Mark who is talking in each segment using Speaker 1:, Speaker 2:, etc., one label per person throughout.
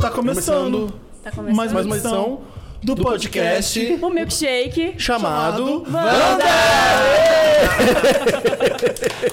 Speaker 1: Tá começando,
Speaker 2: Tá começando
Speaker 1: mais uma
Speaker 2: mais
Speaker 1: edição do podcast,
Speaker 2: o milkshake.
Speaker 1: chamado...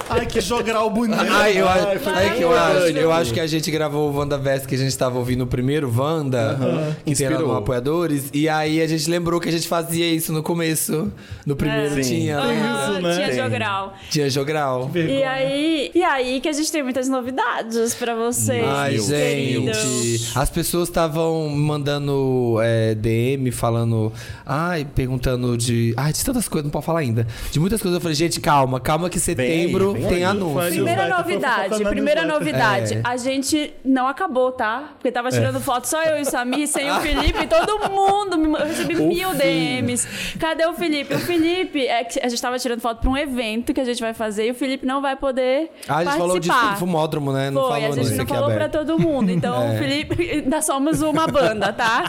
Speaker 1: Ai, que jogral bonito.
Speaker 3: Ai, eu,
Speaker 1: Ai,
Speaker 3: acho-
Speaker 1: foi
Speaker 3: ai, que É eu
Speaker 1: maravilhoso.
Speaker 3: acho. Eu acho que a gente gravou o WandaVest que a gente tava ouvindo o primeiro, Wanda, inteirando
Speaker 4: Inspirou.
Speaker 3: com apoiadores. E aí a gente lembrou que a gente fazia isso no começo. No primeiro
Speaker 4: Sim.
Speaker 3: tinha.
Speaker 2: Aham,
Speaker 1: isso, né?
Speaker 2: Tinha
Speaker 1: Tem.
Speaker 2: jogral.
Speaker 3: Tinha jogral.
Speaker 2: E
Speaker 1: Vergonha.
Speaker 2: aí, e aí que a gente tem muitas novidades pra vocês.
Speaker 3: Ai,
Speaker 4: Meu
Speaker 3: gente.
Speaker 2: queridos.
Speaker 3: As pessoas estavam mandando é, DM, falando. Ai, perguntando de. Ai, de tantas coisas, não pode falar ainda. De muitas coisas. Eu falei, gente, calma, calma que setembro
Speaker 4: vem
Speaker 3: tem
Speaker 4: aí,
Speaker 3: anúncio.
Speaker 1: faz o-
Speaker 2: Primeira
Speaker 1: Newsletter, foi
Speaker 2: novidade,
Speaker 1: focado na
Speaker 2: primeira
Speaker 1: newsletter.
Speaker 2: novidade.
Speaker 3: É.
Speaker 2: A gente não acabou, tá? Porque tava tirando
Speaker 1: É.
Speaker 2: foto só eu e o Samir, sem o Felipe, todo mundo. me- Eu recebi mil DMs. Cadê o Felipe? O Felipe, é que a gente tava tirando foto pra um evento que a gente vai fazer e o Felipe não vai poder
Speaker 3: Ah, a gente
Speaker 2: participar.
Speaker 3: falou disso no fumódromo, né? Não
Speaker 2: Foi,
Speaker 3: falou
Speaker 2: a gente
Speaker 3: nisso
Speaker 2: não
Speaker 3: aqui
Speaker 2: falou pra
Speaker 3: aberto. É.
Speaker 2: todo mundo. Então, o Felipe, ainda somos uma banda, tá?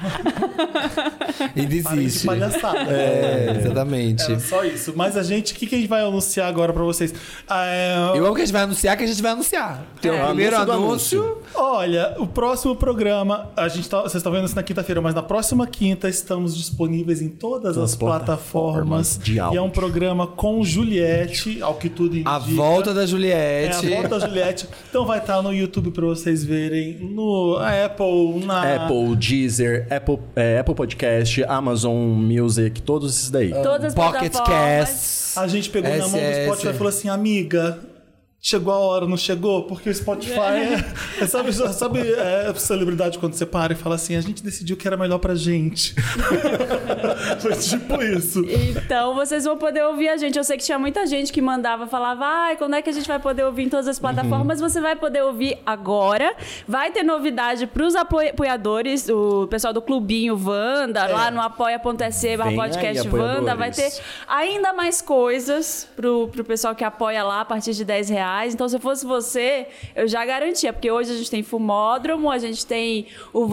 Speaker 3: E
Speaker 1: Parem de
Speaker 3: desiste.
Speaker 1: palhaçada.
Speaker 3: É, exatamente.
Speaker 1: Era só isso. Mas a gente, o que, que a gente vai anunciar agora pra vocês? Ah, é,
Speaker 3: Eu amo que a gente vai anunciar que a gente vai anunciar. Tem
Speaker 2: É.
Speaker 3: o primeiro
Speaker 4: um Anúncio do
Speaker 3: anúncio.
Speaker 1: Olha, o próximo programa, a gente tá, vocês estão vendo isso na quinta-feira, mas na próxima quinta estamos disponíveis em todas as plataformas.
Speaker 4: plataformas de
Speaker 1: e é um
Speaker 4: áudio.
Speaker 1: programa com Juliette, ao que tudo indica.
Speaker 3: A volta da
Speaker 1: é a
Speaker 3: Juliette.
Speaker 1: volta da Juliette. Então vai estar no YouTube pra vocês verem, no Apple, na
Speaker 4: Apple, Deezer, Apple, é, Apple Podcast, Amazon Music, todos esses daí.
Speaker 1: Ah,
Speaker 2: Todas as
Speaker 3: Pocket
Speaker 2: plataformas.
Speaker 3: Casts.
Speaker 1: A gente
Speaker 3: É,
Speaker 1: pegou na mão do
Speaker 3: SS.
Speaker 1: Spotify e falou assim, amiga. Chegou a hora, não chegou? Porque o Spotify é. é, sabe sabe é, celebridade quando você para e fala assim: a gente decidiu que era melhor pra gente. Foi tipo isso.
Speaker 2: Então vocês vão poder ouvir a gente. Eu sei que tinha muita gente que mandava, falava, ai, quando é que a gente vai poder ouvir em todas
Speaker 4: Uhum.
Speaker 2: as plataformas? Você vai poder ouvir agora. Vai ter novidade pros apo- apoiadores, o pessoal do Clubinho Wanda, lá no apoia.se barra
Speaker 4: É. Vem
Speaker 2: podcast
Speaker 4: aí,
Speaker 2: Wanda.
Speaker 4: apoiadores.
Speaker 2: Vai ter ainda mais coisas pro, pro pessoal que apoia lá a partir de 10 reais. Então, se eu fosse você, eu já garantia, porque hoje a gente tem Fumódromo, a gente tem o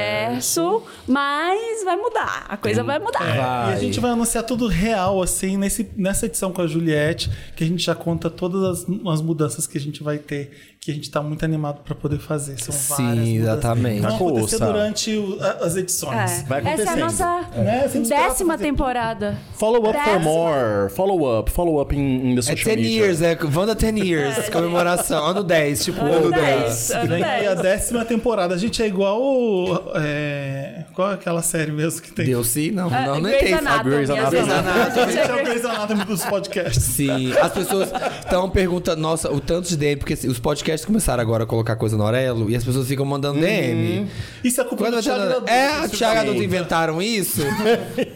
Speaker 2: Wandaverso, mas vai mudar. A coisa vai mudar.
Speaker 4: É.
Speaker 1: E a gente vai anunciar tudo real, assim, nesse, nessa edição com a Juliette, que a gente já conta todas as, as mudanças que a gente vai ter, que a gente tá muito animado pra poder fazer. São
Speaker 3: Sim,
Speaker 1: várias. mudanças.
Speaker 3: exatamente.
Speaker 1: Vão acontecer
Speaker 4: Ouça.
Speaker 1: durante o- a- as edições.
Speaker 2: É.
Speaker 4: Vai
Speaker 2: Essa é a
Speaker 4: acontecendo.
Speaker 2: nossa
Speaker 1: Né? Sem esperar
Speaker 2: décima
Speaker 1: fazer
Speaker 2: temporada.
Speaker 4: Follow up
Speaker 2: Décima.
Speaker 4: for more. Follow up. Follow up in, in the
Speaker 3: É 10
Speaker 4: social media.
Speaker 3: years, é Wanda 10 years. comemoração. Ano 10, tipo, ano,
Speaker 2: É. Ano
Speaker 3: 10.
Speaker 2: 10. Ano
Speaker 1: Vem aí a então.
Speaker 2: 10.
Speaker 1: décima temporada. A gente é igual. o- É... Qual é aquela série mesmo que tem?
Speaker 3: Deu sim? Não, não, não
Speaker 2: É, Grey's
Speaker 3: entendo.
Speaker 2: Anatomy,
Speaker 4: Grey's
Speaker 2: às
Speaker 4: Anatomy.
Speaker 2: vezes.
Speaker 3: Grey's Anatomy.
Speaker 2: A gente
Speaker 1: Esse é
Speaker 2: é
Speaker 1: o
Speaker 2: Grey's-
Speaker 1: Grey's Anatomy dos podcasts.
Speaker 3: Sim, as pessoas estão perguntando, nossa, o tanto de DM, porque assim, os podcasts começaram agora a colocar coisa no orelo e as pessoas ficam mandando DM.
Speaker 1: Isso é culpa do
Speaker 3: Quando vai ter
Speaker 1: Uhum. Thiago
Speaker 3: na-
Speaker 1: Adulto.
Speaker 3: É, o
Speaker 1: Isso
Speaker 3: Thiago
Speaker 1: é
Speaker 3: Adulto inventaram isso.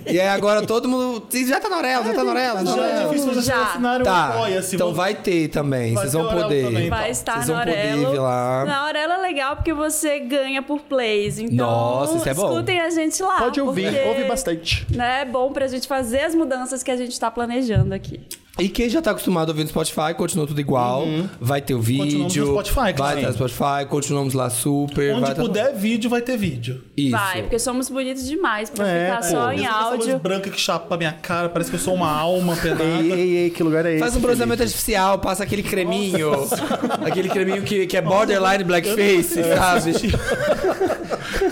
Speaker 3: e aí agora todo mundo. "Ih, Já tá na orelha, já tá na orelha. já tá na
Speaker 1: Já é
Speaker 3: orelha."
Speaker 1: difícil vocês
Speaker 2: Já.
Speaker 1: assinaram
Speaker 3: Tá,
Speaker 1: o apoia-se.
Speaker 3: então
Speaker 1: Vou-
Speaker 3: vai ter também.
Speaker 1: Vai
Speaker 3: Vocês
Speaker 1: ter
Speaker 3: vão
Speaker 1: orelho
Speaker 3: poder.
Speaker 1: também.
Speaker 2: Vai
Speaker 1: Então,
Speaker 2: estar
Speaker 3: vocês
Speaker 2: na
Speaker 3: vão poder
Speaker 2: Aurelo.
Speaker 3: ir lá.
Speaker 2: Na Aurelo é legal porque você ganha por plays. Então,
Speaker 3: Nossa, isso é bom.
Speaker 2: escutem a gente lá.
Speaker 4: Pode ouvir,
Speaker 2: porque,
Speaker 4: ouve bastante.
Speaker 2: Né, é bom pra gente fazer as mudanças que a gente tá planejando aqui.
Speaker 3: E quem já tá acostumado a ouvir no Spotify, continua tudo igual.
Speaker 4: Uhum.
Speaker 3: Vai ter o vídeo.
Speaker 1: Continuamos no Spotify,
Speaker 3: vai
Speaker 1: claro.
Speaker 3: ter no Spotify, continuamos lá super.
Speaker 1: Onde
Speaker 3: vai tá-
Speaker 1: puder vídeo, vai ter vídeo.
Speaker 3: Isso.
Speaker 2: Vai, porque somos bonitos demais pra
Speaker 4: É,
Speaker 2: ficar
Speaker 4: pô.
Speaker 2: só em
Speaker 1: Mesmo com essa
Speaker 2: áudio.
Speaker 1: luz branca que chapa pra minha cara, parece que eu sou uma alma
Speaker 4: Ei,
Speaker 1: penada.
Speaker 4: ei, ei, que lugar é esse?
Speaker 3: Faz um bronzeamento artificial, passa aquele creminho. aquele creminho que, que é borderline blackface, sabe?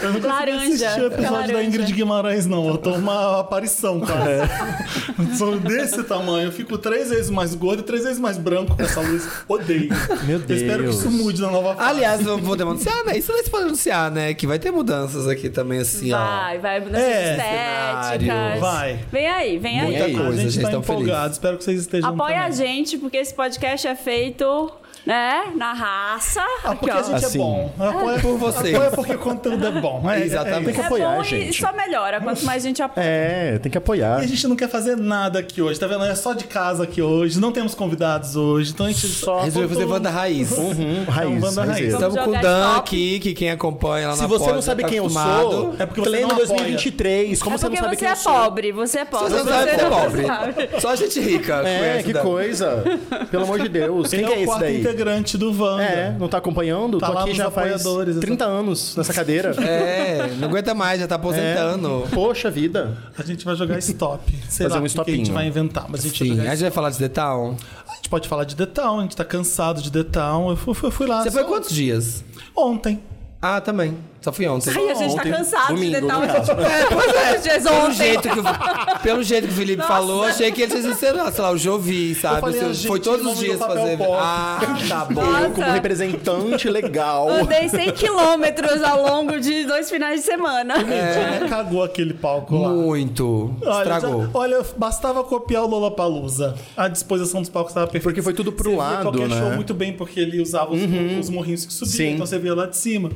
Speaker 1: Eu nunca
Speaker 2: Laranja.
Speaker 1: assisti o episódio
Speaker 2: Laranja.
Speaker 1: da Ingrid Guimarães, não. Eu tô uma aparição, cara.
Speaker 3: É.
Speaker 1: Sou desse tamanho. Eu fico três vezes mais gordo e três vezes mais branco com essa luz. Odeio.
Speaker 4: Meu
Speaker 1: Eu espero que
Speaker 4: Deus.
Speaker 1: isso mude na nova fase.
Speaker 3: Aliás, vamos poder anunciar, né? Isso não se pode anunciar, né? Que vai ter mudanças aqui também, assim, ó.
Speaker 2: Vai, vai, mudanças
Speaker 1: É,
Speaker 2: estéticas.
Speaker 3: cenário.
Speaker 1: Vai.
Speaker 2: Vem aí, vem aí.
Speaker 1: a
Speaker 3: Muita coisa,
Speaker 1: gente
Speaker 3: vocês
Speaker 1: tá
Speaker 3: estão
Speaker 1: empolgado.
Speaker 3: felizes.
Speaker 1: Espero que vocês estejam
Speaker 2: Apoia
Speaker 1: também.
Speaker 2: a gente, porque esse podcast é feito, né, na raça.
Speaker 1: Ah, porque a gente
Speaker 4: Assim.
Speaker 1: é bom. Apoia
Speaker 3: Por vocês.
Speaker 1: Apoia porque o conteúdo é bom. É,
Speaker 3: Exatamente.
Speaker 1: é isso.
Speaker 2: é
Speaker 4: apoiar,
Speaker 2: bom e
Speaker 4: gente.
Speaker 2: só melhora. Quanto mais gente apoia.
Speaker 4: É, tem que apoiar.
Speaker 1: E a gente não quer fazer nada aqui hoje, tá vendo? É só de casa aqui hoje, não temos convidados hoje, então a gente só.
Speaker 3: Resolveu
Speaker 1: botou
Speaker 3: fazer banda raiz.
Speaker 4: Uhum, raiz,
Speaker 1: Então, banda
Speaker 4: raiz.
Speaker 2: raiz.
Speaker 3: Estamos com o
Speaker 2: jogar
Speaker 3: Dan
Speaker 2: stop.
Speaker 3: aqui, que quem acompanha lá na
Speaker 4: Se você
Speaker 3: porta
Speaker 4: não sabe
Speaker 3: tá
Speaker 4: quem eu
Speaker 3: acostumado.
Speaker 4: sou,
Speaker 1: É porque você
Speaker 4: pleno
Speaker 1: não apoia.
Speaker 4: 2023, como
Speaker 2: é
Speaker 4: você não
Speaker 2: porque
Speaker 4: sabe
Speaker 2: você
Speaker 4: quem
Speaker 2: é
Speaker 4: eu sou?
Speaker 2: pobre, você é pobre.
Speaker 3: Você não sabe que é pobre.
Speaker 2: sabe.
Speaker 3: Só gente rica.
Speaker 4: É,
Speaker 3: conhece
Speaker 4: que
Speaker 3: Dan.
Speaker 4: coisa. Pelo amor de Deus. Quem
Speaker 1: Ele
Speaker 4: que é
Speaker 1: é o
Speaker 4: esse
Speaker 1: quarto
Speaker 4: daí?
Speaker 1: integrante do Wanda.
Speaker 4: É, não tá acompanhando?
Speaker 1: Tá
Speaker 4: Tô
Speaker 1: lá
Speaker 4: aqui
Speaker 1: nos
Speaker 4: já faz
Speaker 1: apoiadores,
Speaker 4: 30 anos nessa cadeira. É.
Speaker 3: É, não aguenta mais, já tá aposentando.
Speaker 1: É.
Speaker 4: Poxa vida.
Speaker 1: A gente vai jogar stop. Sei
Speaker 4: Fazer um
Speaker 1: lá o que que a gente
Speaker 4: stopinho.
Speaker 1: vai inventar, mas a gente
Speaker 3: Sim,
Speaker 1: vai
Speaker 3: a
Speaker 1: jogar
Speaker 3: gente vai falar de The Town.
Speaker 1: stop. A gente pode falar de The Town,
Speaker 2: Ah,
Speaker 1: a gente tá cansado de The Town. Eu fui, fui- fui lá.
Speaker 3: Você foi
Speaker 1: só
Speaker 3: quantos dias?
Speaker 1: Ontem.
Speaker 3: Ah, também. Só fui ontem.
Speaker 2: Ai, a gente
Speaker 4: Ontem,
Speaker 2: tá cansado
Speaker 4: domingo,
Speaker 2: de tentar É,
Speaker 4: no caso.
Speaker 2: os dias
Speaker 3: Pelo
Speaker 2: ontem.
Speaker 3: jeito, que, o- pelo jeito que o Felipe
Speaker 2: Nossa.
Speaker 3: falou, achei que ele tinha sido, sei lá, o Jovi, sabe?
Speaker 1: falei,
Speaker 3: Assim,
Speaker 1: ah, gente,
Speaker 3: foi todos
Speaker 1: o
Speaker 3: os
Speaker 1: nome
Speaker 3: dias
Speaker 1: do papel é
Speaker 3: fazer.
Speaker 1: pop.
Speaker 3: Ah, tá bom.
Speaker 2: Nossa.
Speaker 4: Eu, como representante legal.
Speaker 2: Andei 100 quilômetros ao longo de dois finais de semana.
Speaker 4: É.
Speaker 1: Mentira, Cagou aquele palco lá.
Speaker 3: Muito. Estragou.
Speaker 1: já- olha, bastava copiar o Lollapalooza. A disposição dos palcos estava perfeita.
Speaker 4: Porque foi tudo pro
Speaker 1: Você vê
Speaker 4: lado,
Speaker 1: qualquer
Speaker 4: né? Uhum.
Speaker 1: show muito bem, porque ele usava os, os morrinhos que subiam,
Speaker 4: Sim.
Speaker 1: então você via lá de cima.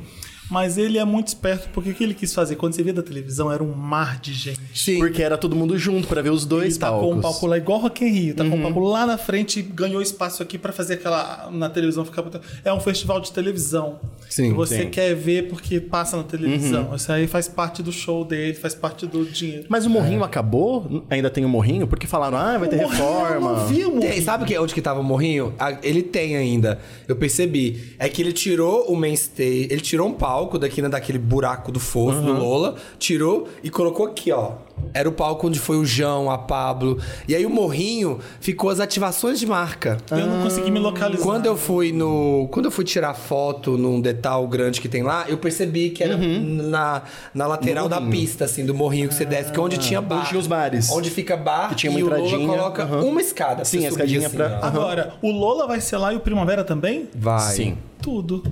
Speaker 1: Mas ele é muito esperto, porque o que ele quis fazer? Quando você via da televisão, era um mar de gente.
Speaker 3: Sim.
Speaker 4: Porque era todo mundo junto pra ver os
Speaker 1: Ele
Speaker 4: dois
Speaker 1: tacou um
Speaker 4: palcos. Uhum.
Speaker 1: palco lá igual Rock in Rio, tacou um palco lá na frente e ganhou espaço aqui pra fazer aquela na televisão ficar botando- é um festival de televisão.
Speaker 3: Sim,
Speaker 1: que você
Speaker 4: sim. Uhum.
Speaker 1: quer ver porque passa na televisão. Isso aí faz parte do show dele, faz parte do dinheiro.
Speaker 4: Mas o morrinho acabou? Ainda tem o morrinho? Porque falaram, ah, vai ter
Speaker 1: Morrinho, Eu
Speaker 4: reforma.
Speaker 1: não vi o
Speaker 3: Tem, sabe que, é onde que tava o morrinho? Ah, Ele tem ainda. Eu percebi. É que ele tirou o main stage, ele tirou um palco daqui, né, daquele buraco do fosso do Lola, tirou e colocou aqui, ó. Era o palco onde foi o João, a Pablo. E aí o morrinho ficou as ativações de marca.
Speaker 1: Eu não consegui me localizar.
Speaker 3: Quando eu fui no. Quando eu fui tirar foto num detalhe grande que tem lá, eu percebi que era
Speaker 4: Uhum.
Speaker 3: na, na lateral da pista, assim, do morrinho que você desce, que é onde tinha bar.
Speaker 4: Ah. tinha os bares.
Speaker 3: Onde fica bar,
Speaker 4: Que tinha uma
Speaker 3: e o Lola
Speaker 4: entradinha,
Speaker 3: coloca
Speaker 4: aham.
Speaker 3: uma escada. pra
Speaker 4: Sim,
Speaker 3: você
Speaker 4: a
Speaker 3: subir, assim,
Speaker 4: escadinha pra- ah,
Speaker 3: ó.
Speaker 1: Agora, o Lola vai ser lá e o Primavera também?
Speaker 3: Vai.
Speaker 4: Sim.
Speaker 1: Tudo.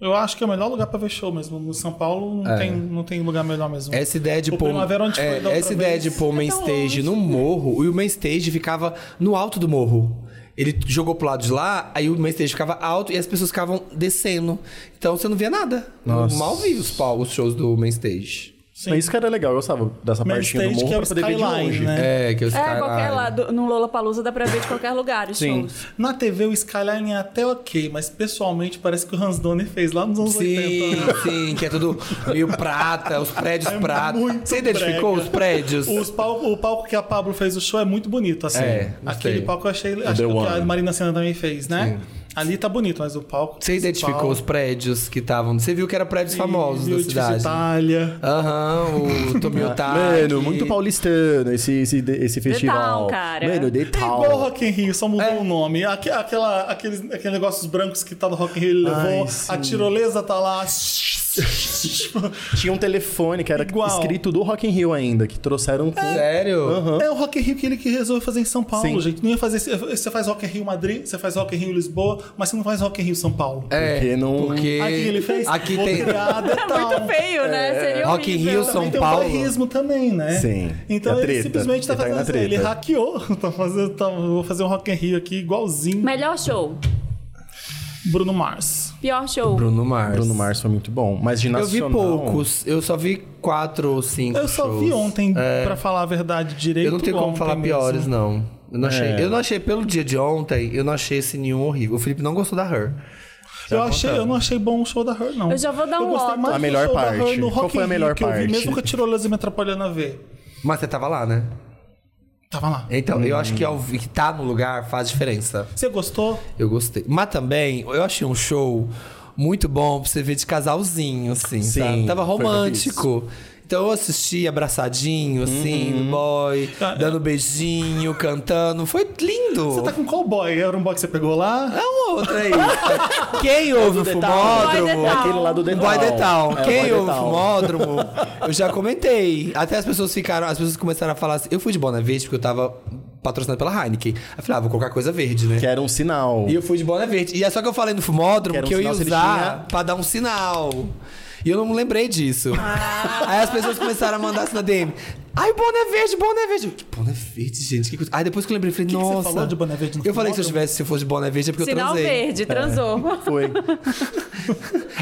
Speaker 1: Eu acho que é o melhor lugar pra ver show mesmo. No São Paulo não, tem, não tem lugar melhor mesmo.
Speaker 3: É. Essa ideia de
Speaker 1: O
Speaker 3: pôr.
Speaker 1: Primavera onde foi
Speaker 3: é,
Speaker 1: da outra
Speaker 3: essa ideia
Speaker 1: vez?
Speaker 3: de pôr o main
Speaker 2: É tão
Speaker 3: stage no morro, e o main stage ficava no alto do morro. Ele jogou pro lado de lá, aí o main stage ficava alto e as pessoas ficavam descendo. Então você não via nada.
Speaker 4: Nossa.
Speaker 3: Mal vi os, pau- os shows do main stage.
Speaker 1: Sim.
Speaker 4: Mas isso que era legal, eu gostava
Speaker 3: um
Speaker 4: dessa
Speaker 1: Main
Speaker 4: partinha do
Speaker 1: stage,
Speaker 4: morro
Speaker 1: que é o
Speaker 4: pra poder ver de
Speaker 1: skyline,
Speaker 4: longe.
Speaker 1: né?
Speaker 3: É, que os
Speaker 2: É, qualquer lado. No Lollapalooza dá pra ver de qualquer lugar os
Speaker 4: Sim.
Speaker 2: shows.
Speaker 1: Na TV o Skyline é até ok, mas pessoalmente parece que o Hans Donner fez lá nos anos
Speaker 3: Sim,
Speaker 1: 80. né?
Speaker 3: sim, que é tudo meio prata, os prédios prata.
Speaker 1: É muito
Speaker 3: Você identificou
Speaker 1: brega.
Speaker 3: os prédios?
Speaker 1: Os palco- o palco que a Pablo fez o show é muito bonito, assim.
Speaker 3: É, gostei.
Speaker 1: Aquele palco eu achei. Acho
Speaker 4: The
Speaker 1: que é o que
Speaker 4: One.
Speaker 1: a Marina Senna também fez, né? Ali tá bonito, mas o palco.
Speaker 3: Você identificou os prédios que estavam. Você viu que eram prédios famosos da cidade.
Speaker 1: Itália.
Speaker 3: Aham, o Tomiotai.
Speaker 4: Mano, muito paulistano esse, esse, esse festival.
Speaker 2: cara.
Speaker 4: Mano, de
Speaker 1: É igual
Speaker 4: tal.
Speaker 1: Rock in Rio, só mudou
Speaker 3: É.
Speaker 1: o nome. Aque- Aquela, aqueles, aqueles negócios brancos que tá no Rock in Rio, ele
Speaker 4: Ai,
Speaker 1: levou.
Speaker 4: sim.
Speaker 1: a tirolesa tá lá.
Speaker 4: Tinha um telefone que era
Speaker 1: Igual.
Speaker 4: escrito do Rock in Rio ainda, que trouxeram com...
Speaker 3: Sério?
Speaker 1: É o Rock in Rio que ele que resolveu fazer em São Paulo,
Speaker 4: Sim.
Speaker 1: gente. Não ia fazer. Você faz Rock in Rio Madrid, você faz Rock in Rio Lisboa, mas você não faz Rock in Rio São Paulo.
Speaker 3: É,
Speaker 4: Porque não-
Speaker 3: porque
Speaker 1: Aqui ele fez.
Speaker 3: aqui
Speaker 1: vou
Speaker 3: tem...
Speaker 1: criar
Speaker 2: É
Speaker 1: detalhe.
Speaker 2: muito feio, né? Seria
Speaker 3: Rock in
Speaker 2: horrível.
Speaker 3: Rio são-
Speaker 1: Também né? tem
Speaker 3: Paulo.
Speaker 1: o bairrismo também, né?
Speaker 4: Sim. É
Speaker 1: Então
Speaker 4: a
Speaker 1: ele
Speaker 4: treta.
Speaker 1: simplesmente está
Speaker 4: Ele tá
Speaker 1: fazendo
Speaker 4: na
Speaker 1: assim, ele
Speaker 4: treta.
Speaker 1: hackeou. Tá fazendo, tá- vou fazer um Rock in Rio aqui igualzinho.
Speaker 2: Melhor show.
Speaker 1: Bruno Mars.
Speaker 2: Pior show.
Speaker 3: Bruno Mars.
Speaker 4: Bruno Mars foi muito bom, mas de
Speaker 3: Eu vi
Speaker 4: nacional...
Speaker 3: poucos, eu só vi quatro ou cinco
Speaker 1: Eu só vi
Speaker 3: shows. É,
Speaker 1: ontem,
Speaker 4: É.
Speaker 1: pra falar a verdade direito.
Speaker 3: Eu não tenho como
Speaker 1: ontem
Speaker 3: falar
Speaker 1: mesmo. É.
Speaker 3: piores, não. Eu não, achei, eu não achei, pelo dia de ontem, eu não achei esse nenhum horrível. O Felipe não gostou da Her.
Speaker 1: Eu, achei, eu não achei bom o show da Her, não.
Speaker 2: Eu já vou dar um
Speaker 1: gostei
Speaker 2: voto.
Speaker 1: mais
Speaker 4: A
Speaker 1: do
Speaker 4: melhor
Speaker 1: show da
Speaker 4: parte.
Speaker 1: Her no
Speaker 4: Qual
Speaker 1: Rock
Speaker 4: foi a
Speaker 1: in
Speaker 4: melhor
Speaker 1: Rio que eu
Speaker 4: parte?
Speaker 1: vi, mesmo com a tirolesa me atrapalhando a ver.
Speaker 3: Mas você tava lá, né?
Speaker 1: Tava lá.
Speaker 3: Então, eu acho que ao vi- que tá no lugar faz diferença.
Speaker 1: Você gostou?
Speaker 3: Eu gostei. Mas também, eu achei um show muito bom pra você ver de casalzinho, assim,
Speaker 4: Sim,
Speaker 3: sabe? Tava
Speaker 4: foi o que eu
Speaker 3: romântico. Então eu assisti abraçadinho, assim, no boy,
Speaker 1: Tá.
Speaker 3: dando beijinho, cantando. Foi lindo.
Speaker 1: Você tá com qual boy? Era um boy que você pegou lá?
Speaker 3: É um outro aí. Quem ouve o
Speaker 2: Boy The
Speaker 3: fumódromo...
Speaker 2: Town.
Speaker 4: Aquele lá do The
Speaker 3: Boy The Town.
Speaker 4: É, Boy
Speaker 3: Quem
Speaker 4: The
Speaker 3: ouve o
Speaker 4: Town.
Speaker 3: fumódromo, eu já comentei. Até as pessoas ficaram, as pessoas começaram a falar assim, eu fui de Bona Verde porque eu tava patrocinado pela Heineken. Aí eu falei, ah, vou colocar coisa verde, né?
Speaker 4: Que era um sinal.
Speaker 3: E eu fui de bola verde. E é só que eu falei no fumódromo
Speaker 4: Que era um
Speaker 3: que eu ia
Speaker 4: sinal, se ele
Speaker 3: usar
Speaker 4: tinha-
Speaker 3: pra dar um sinal. E eu não lembrei disso. Aí as pessoas começaram a mandar assim na DM. Ai, boné verde, boné verde. Eu, Que boné verde, gente. Que... coisa- Aí depois que eu lembrei, eu falei,
Speaker 1: que você
Speaker 3: nossa.
Speaker 1: falou de boné verde no
Speaker 3: Eu falei que se eu,
Speaker 1: fumódromo?
Speaker 3: tivesse, se eu fosse de boné verde é porque eu
Speaker 2: Sinal
Speaker 3: transei.
Speaker 2: verde, transou.
Speaker 4: Foi.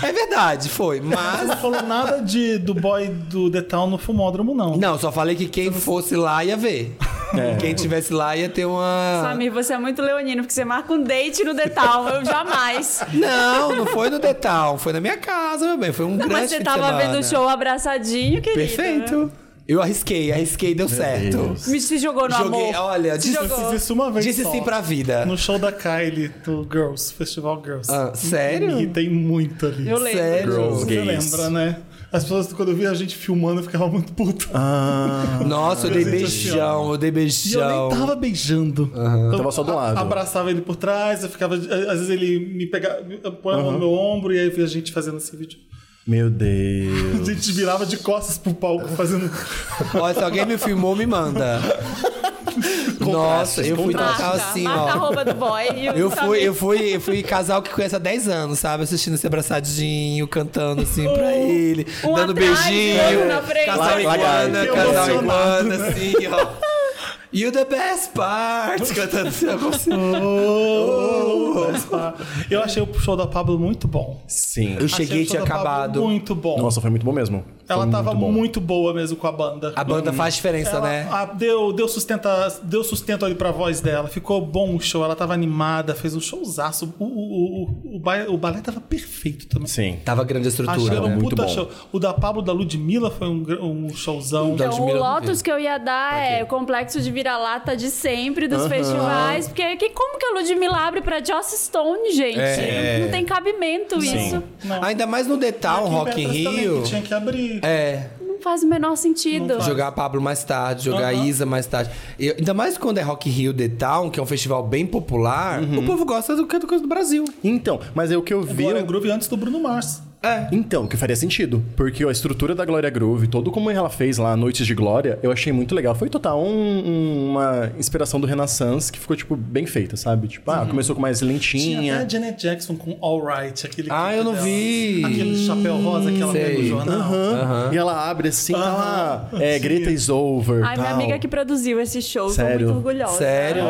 Speaker 3: É verdade, foi. Mas.
Speaker 1: Você não falou nada de, do boy do The Town no fumódromo, não.
Speaker 3: Não, só falei que quem fosse lá ia ver.
Speaker 1: É.
Speaker 3: Quem tivesse lá ia ter uma.
Speaker 2: Samir, você é muito leonino, porque você marca um date no detal. Eu jamais.
Speaker 3: Não, não foi no Detal, foi na minha casa, meu bem. Foi um grande
Speaker 2: Mas você
Speaker 3: fim de
Speaker 2: tava
Speaker 3: semana.
Speaker 2: vendo o show né? abraçadinho, querido.
Speaker 3: Perfeito. Eu arrisquei, arrisquei, deu certo.
Speaker 4: Deus.
Speaker 2: Me se jogou no
Speaker 3: Joguei,
Speaker 2: amor.
Speaker 3: olha,
Speaker 2: Se
Speaker 3: disse-
Speaker 1: Eu
Speaker 2: jogou.
Speaker 1: fiz isso uma vez
Speaker 3: Disse
Speaker 1: só.
Speaker 3: sim pra vida.
Speaker 1: No show da Kylie, do Girls, Festival Girls.
Speaker 3: Ah, sério?
Speaker 1: E tem muito ali.
Speaker 2: Eu lembro.
Speaker 3: Sério?
Speaker 4: Girls.
Speaker 1: Você
Speaker 4: Gays.
Speaker 1: lembra, né? As pessoas, quando eu vi a gente filmando, eu ficava muito puto.
Speaker 4: Ah,
Speaker 3: Nossa, eu dei
Speaker 1: Gente, assim, ó.
Speaker 3: beijão, eu
Speaker 1: E
Speaker 3: dei
Speaker 1: eu
Speaker 3: beijão.
Speaker 1: nem tava beijando.
Speaker 3: Ah,
Speaker 1: Eu
Speaker 4: Tava só do
Speaker 1: a-
Speaker 4: lado.
Speaker 1: Abraçava ele por trás, eu ficava. Às vezes ele me pegava, põe a mão no meu ombro e aí eu via a gente fazendo esse vídeo.
Speaker 4: Meu
Speaker 1: A
Speaker 4: Deus.
Speaker 1: gente virava de costas pro palco fazendo.
Speaker 3: Olha, se alguém me filmou, me manda. Nossa, eu fui
Speaker 2: Marca,
Speaker 3: tocar assim,
Speaker 2: marca a
Speaker 3: ó.
Speaker 2: roupa do boy. e
Speaker 3: Eu
Speaker 2: sabe-
Speaker 3: fui, eu fui, eu fui casal que conhece há 10 anos, sabe? Assistindo esse abraçadinho, cantando assim pra ele,
Speaker 2: Um
Speaker 3: dando
Speaker 2: atrás,
Speaker 3: beijinho.
Speaker 2: outro na frente.
Speaker 3: Casal
Speaker 4: Lá- lá-
Speaker 3: iguana,
Speaker 4: lá-
Speaker 3: casal
Speaker 1: emocionado,
Speaker 3: iguana, assim, ó. You the best part! Cantando assim, ó.
Speaker 1: Oh! Eu achei o show da Pablo muito bom.
Speaker 4: Sim.
Speaker 3: Eu
Speaker 1: Achei
Speaker 3: cheguei
Speaker 1: o
Speaker 3: e
Speaker 1: show
Speaker 3: tinha
Speaker 1: da Pabllo
Speaker 3: acabado.
Speaker 1: Muito bom.
Speaker 4: Nossa, foi muito bom mesmo.
Speaker 1: Ela
Speaker 4: foi
Speaker 1: tava muito,
Speaker 4: bom.
Speaker 1: boa mesmo com a banda.
Speaker 3: A banda faz diferença,
Speaker 1: Ela-
Speaker 3: né?
Speaker 1: a- deu, deu, sustenta, deu sustento ali pra voz dela. Ficou bom o show. Ela tava animada, fez um showzaço. O, o, o, o, ba- o balé tava perfeito também.
Speaker 4: Sim.
Speaker 3: Tava grande a estrutura,
Speaker 1: Achando um
Speaker 3: né?
Speaker 4: muito
Speaker 1: puta
Speaker 4: bom.
Speaker 1: show. O da Pablo da Ludmilla foi um, gr- um showzão.
Speaker 3: Então,
Speaker 2: Então,
Speaker 3: Ludmilla
Speaker 2: o
Speaker 3: eu não
Speaker 2: Lotus
Speaker 3: vi.
Speaker 2: que eu ia dar é o complexo de vira-lata de sempre dos festivais. Porque que, como que a Ludmilla abre pra Joss Stone, gente?
Speaker 3: É.
Speaker 2: Não tem cabimento isso.
Speaker 1: Não.
Speaker 3: Ainda mais no detalhe,
Speaker 1: Aqui em
Speaker 3: Rock in
Speaker 1: Petras também,
Speaker 3: Rio.
Speaker 1: que tinha que abrir.
Speaker 3: É,
Speaker 2: Não faz o menor sentido.
Speaker 3: Jogar a Pablo mais tarde, jogar a Isa mais tarde. E ainda mais quando é Rock in Rio The Town, que é um festival bem popular, o povo gosta do que do, coisa do Brasil.
Speaker 4: Então, mas é o que eu vi.
Speaker 1: Glória Groove antes do Bruno Mars.
Speaker 4: Então, que faria sentido. Porque a estrutura da Glória Groove, todo como ela fez lá, Noites de Glória, eu achei muito legal. Foi total um- um- uma inspiração do Renaissance que ficou, tipo, bem feita, sabe? Tipo,
Speaker 3: Uhum.
Speaker 4: ah, começou com mais lentinha.
Speaker 1: Tinha até a Janet Jackson com All Right, aquele
Speaker 3: Ah,
Speaker 1: clipe
Speaker 3: eu não
Speaker 1: dela.
Speaker 3: vi.
Speaker 1: Aquele chapéu rosa que ela
Speaker 3: Sei.
Speaker 1: pega no jornal.
Speaker 4: E ela abre assim, tá lá, é, Greta is over.
Speaker 2: Ai, minha
Speaker 4: tal.
Speaker 2: amiga que produziu esse show,
Speaker 4: Sério?
Speaker 2: tô muito orgulhosa.
Speaker 3: Sério?
Speaker 4: É,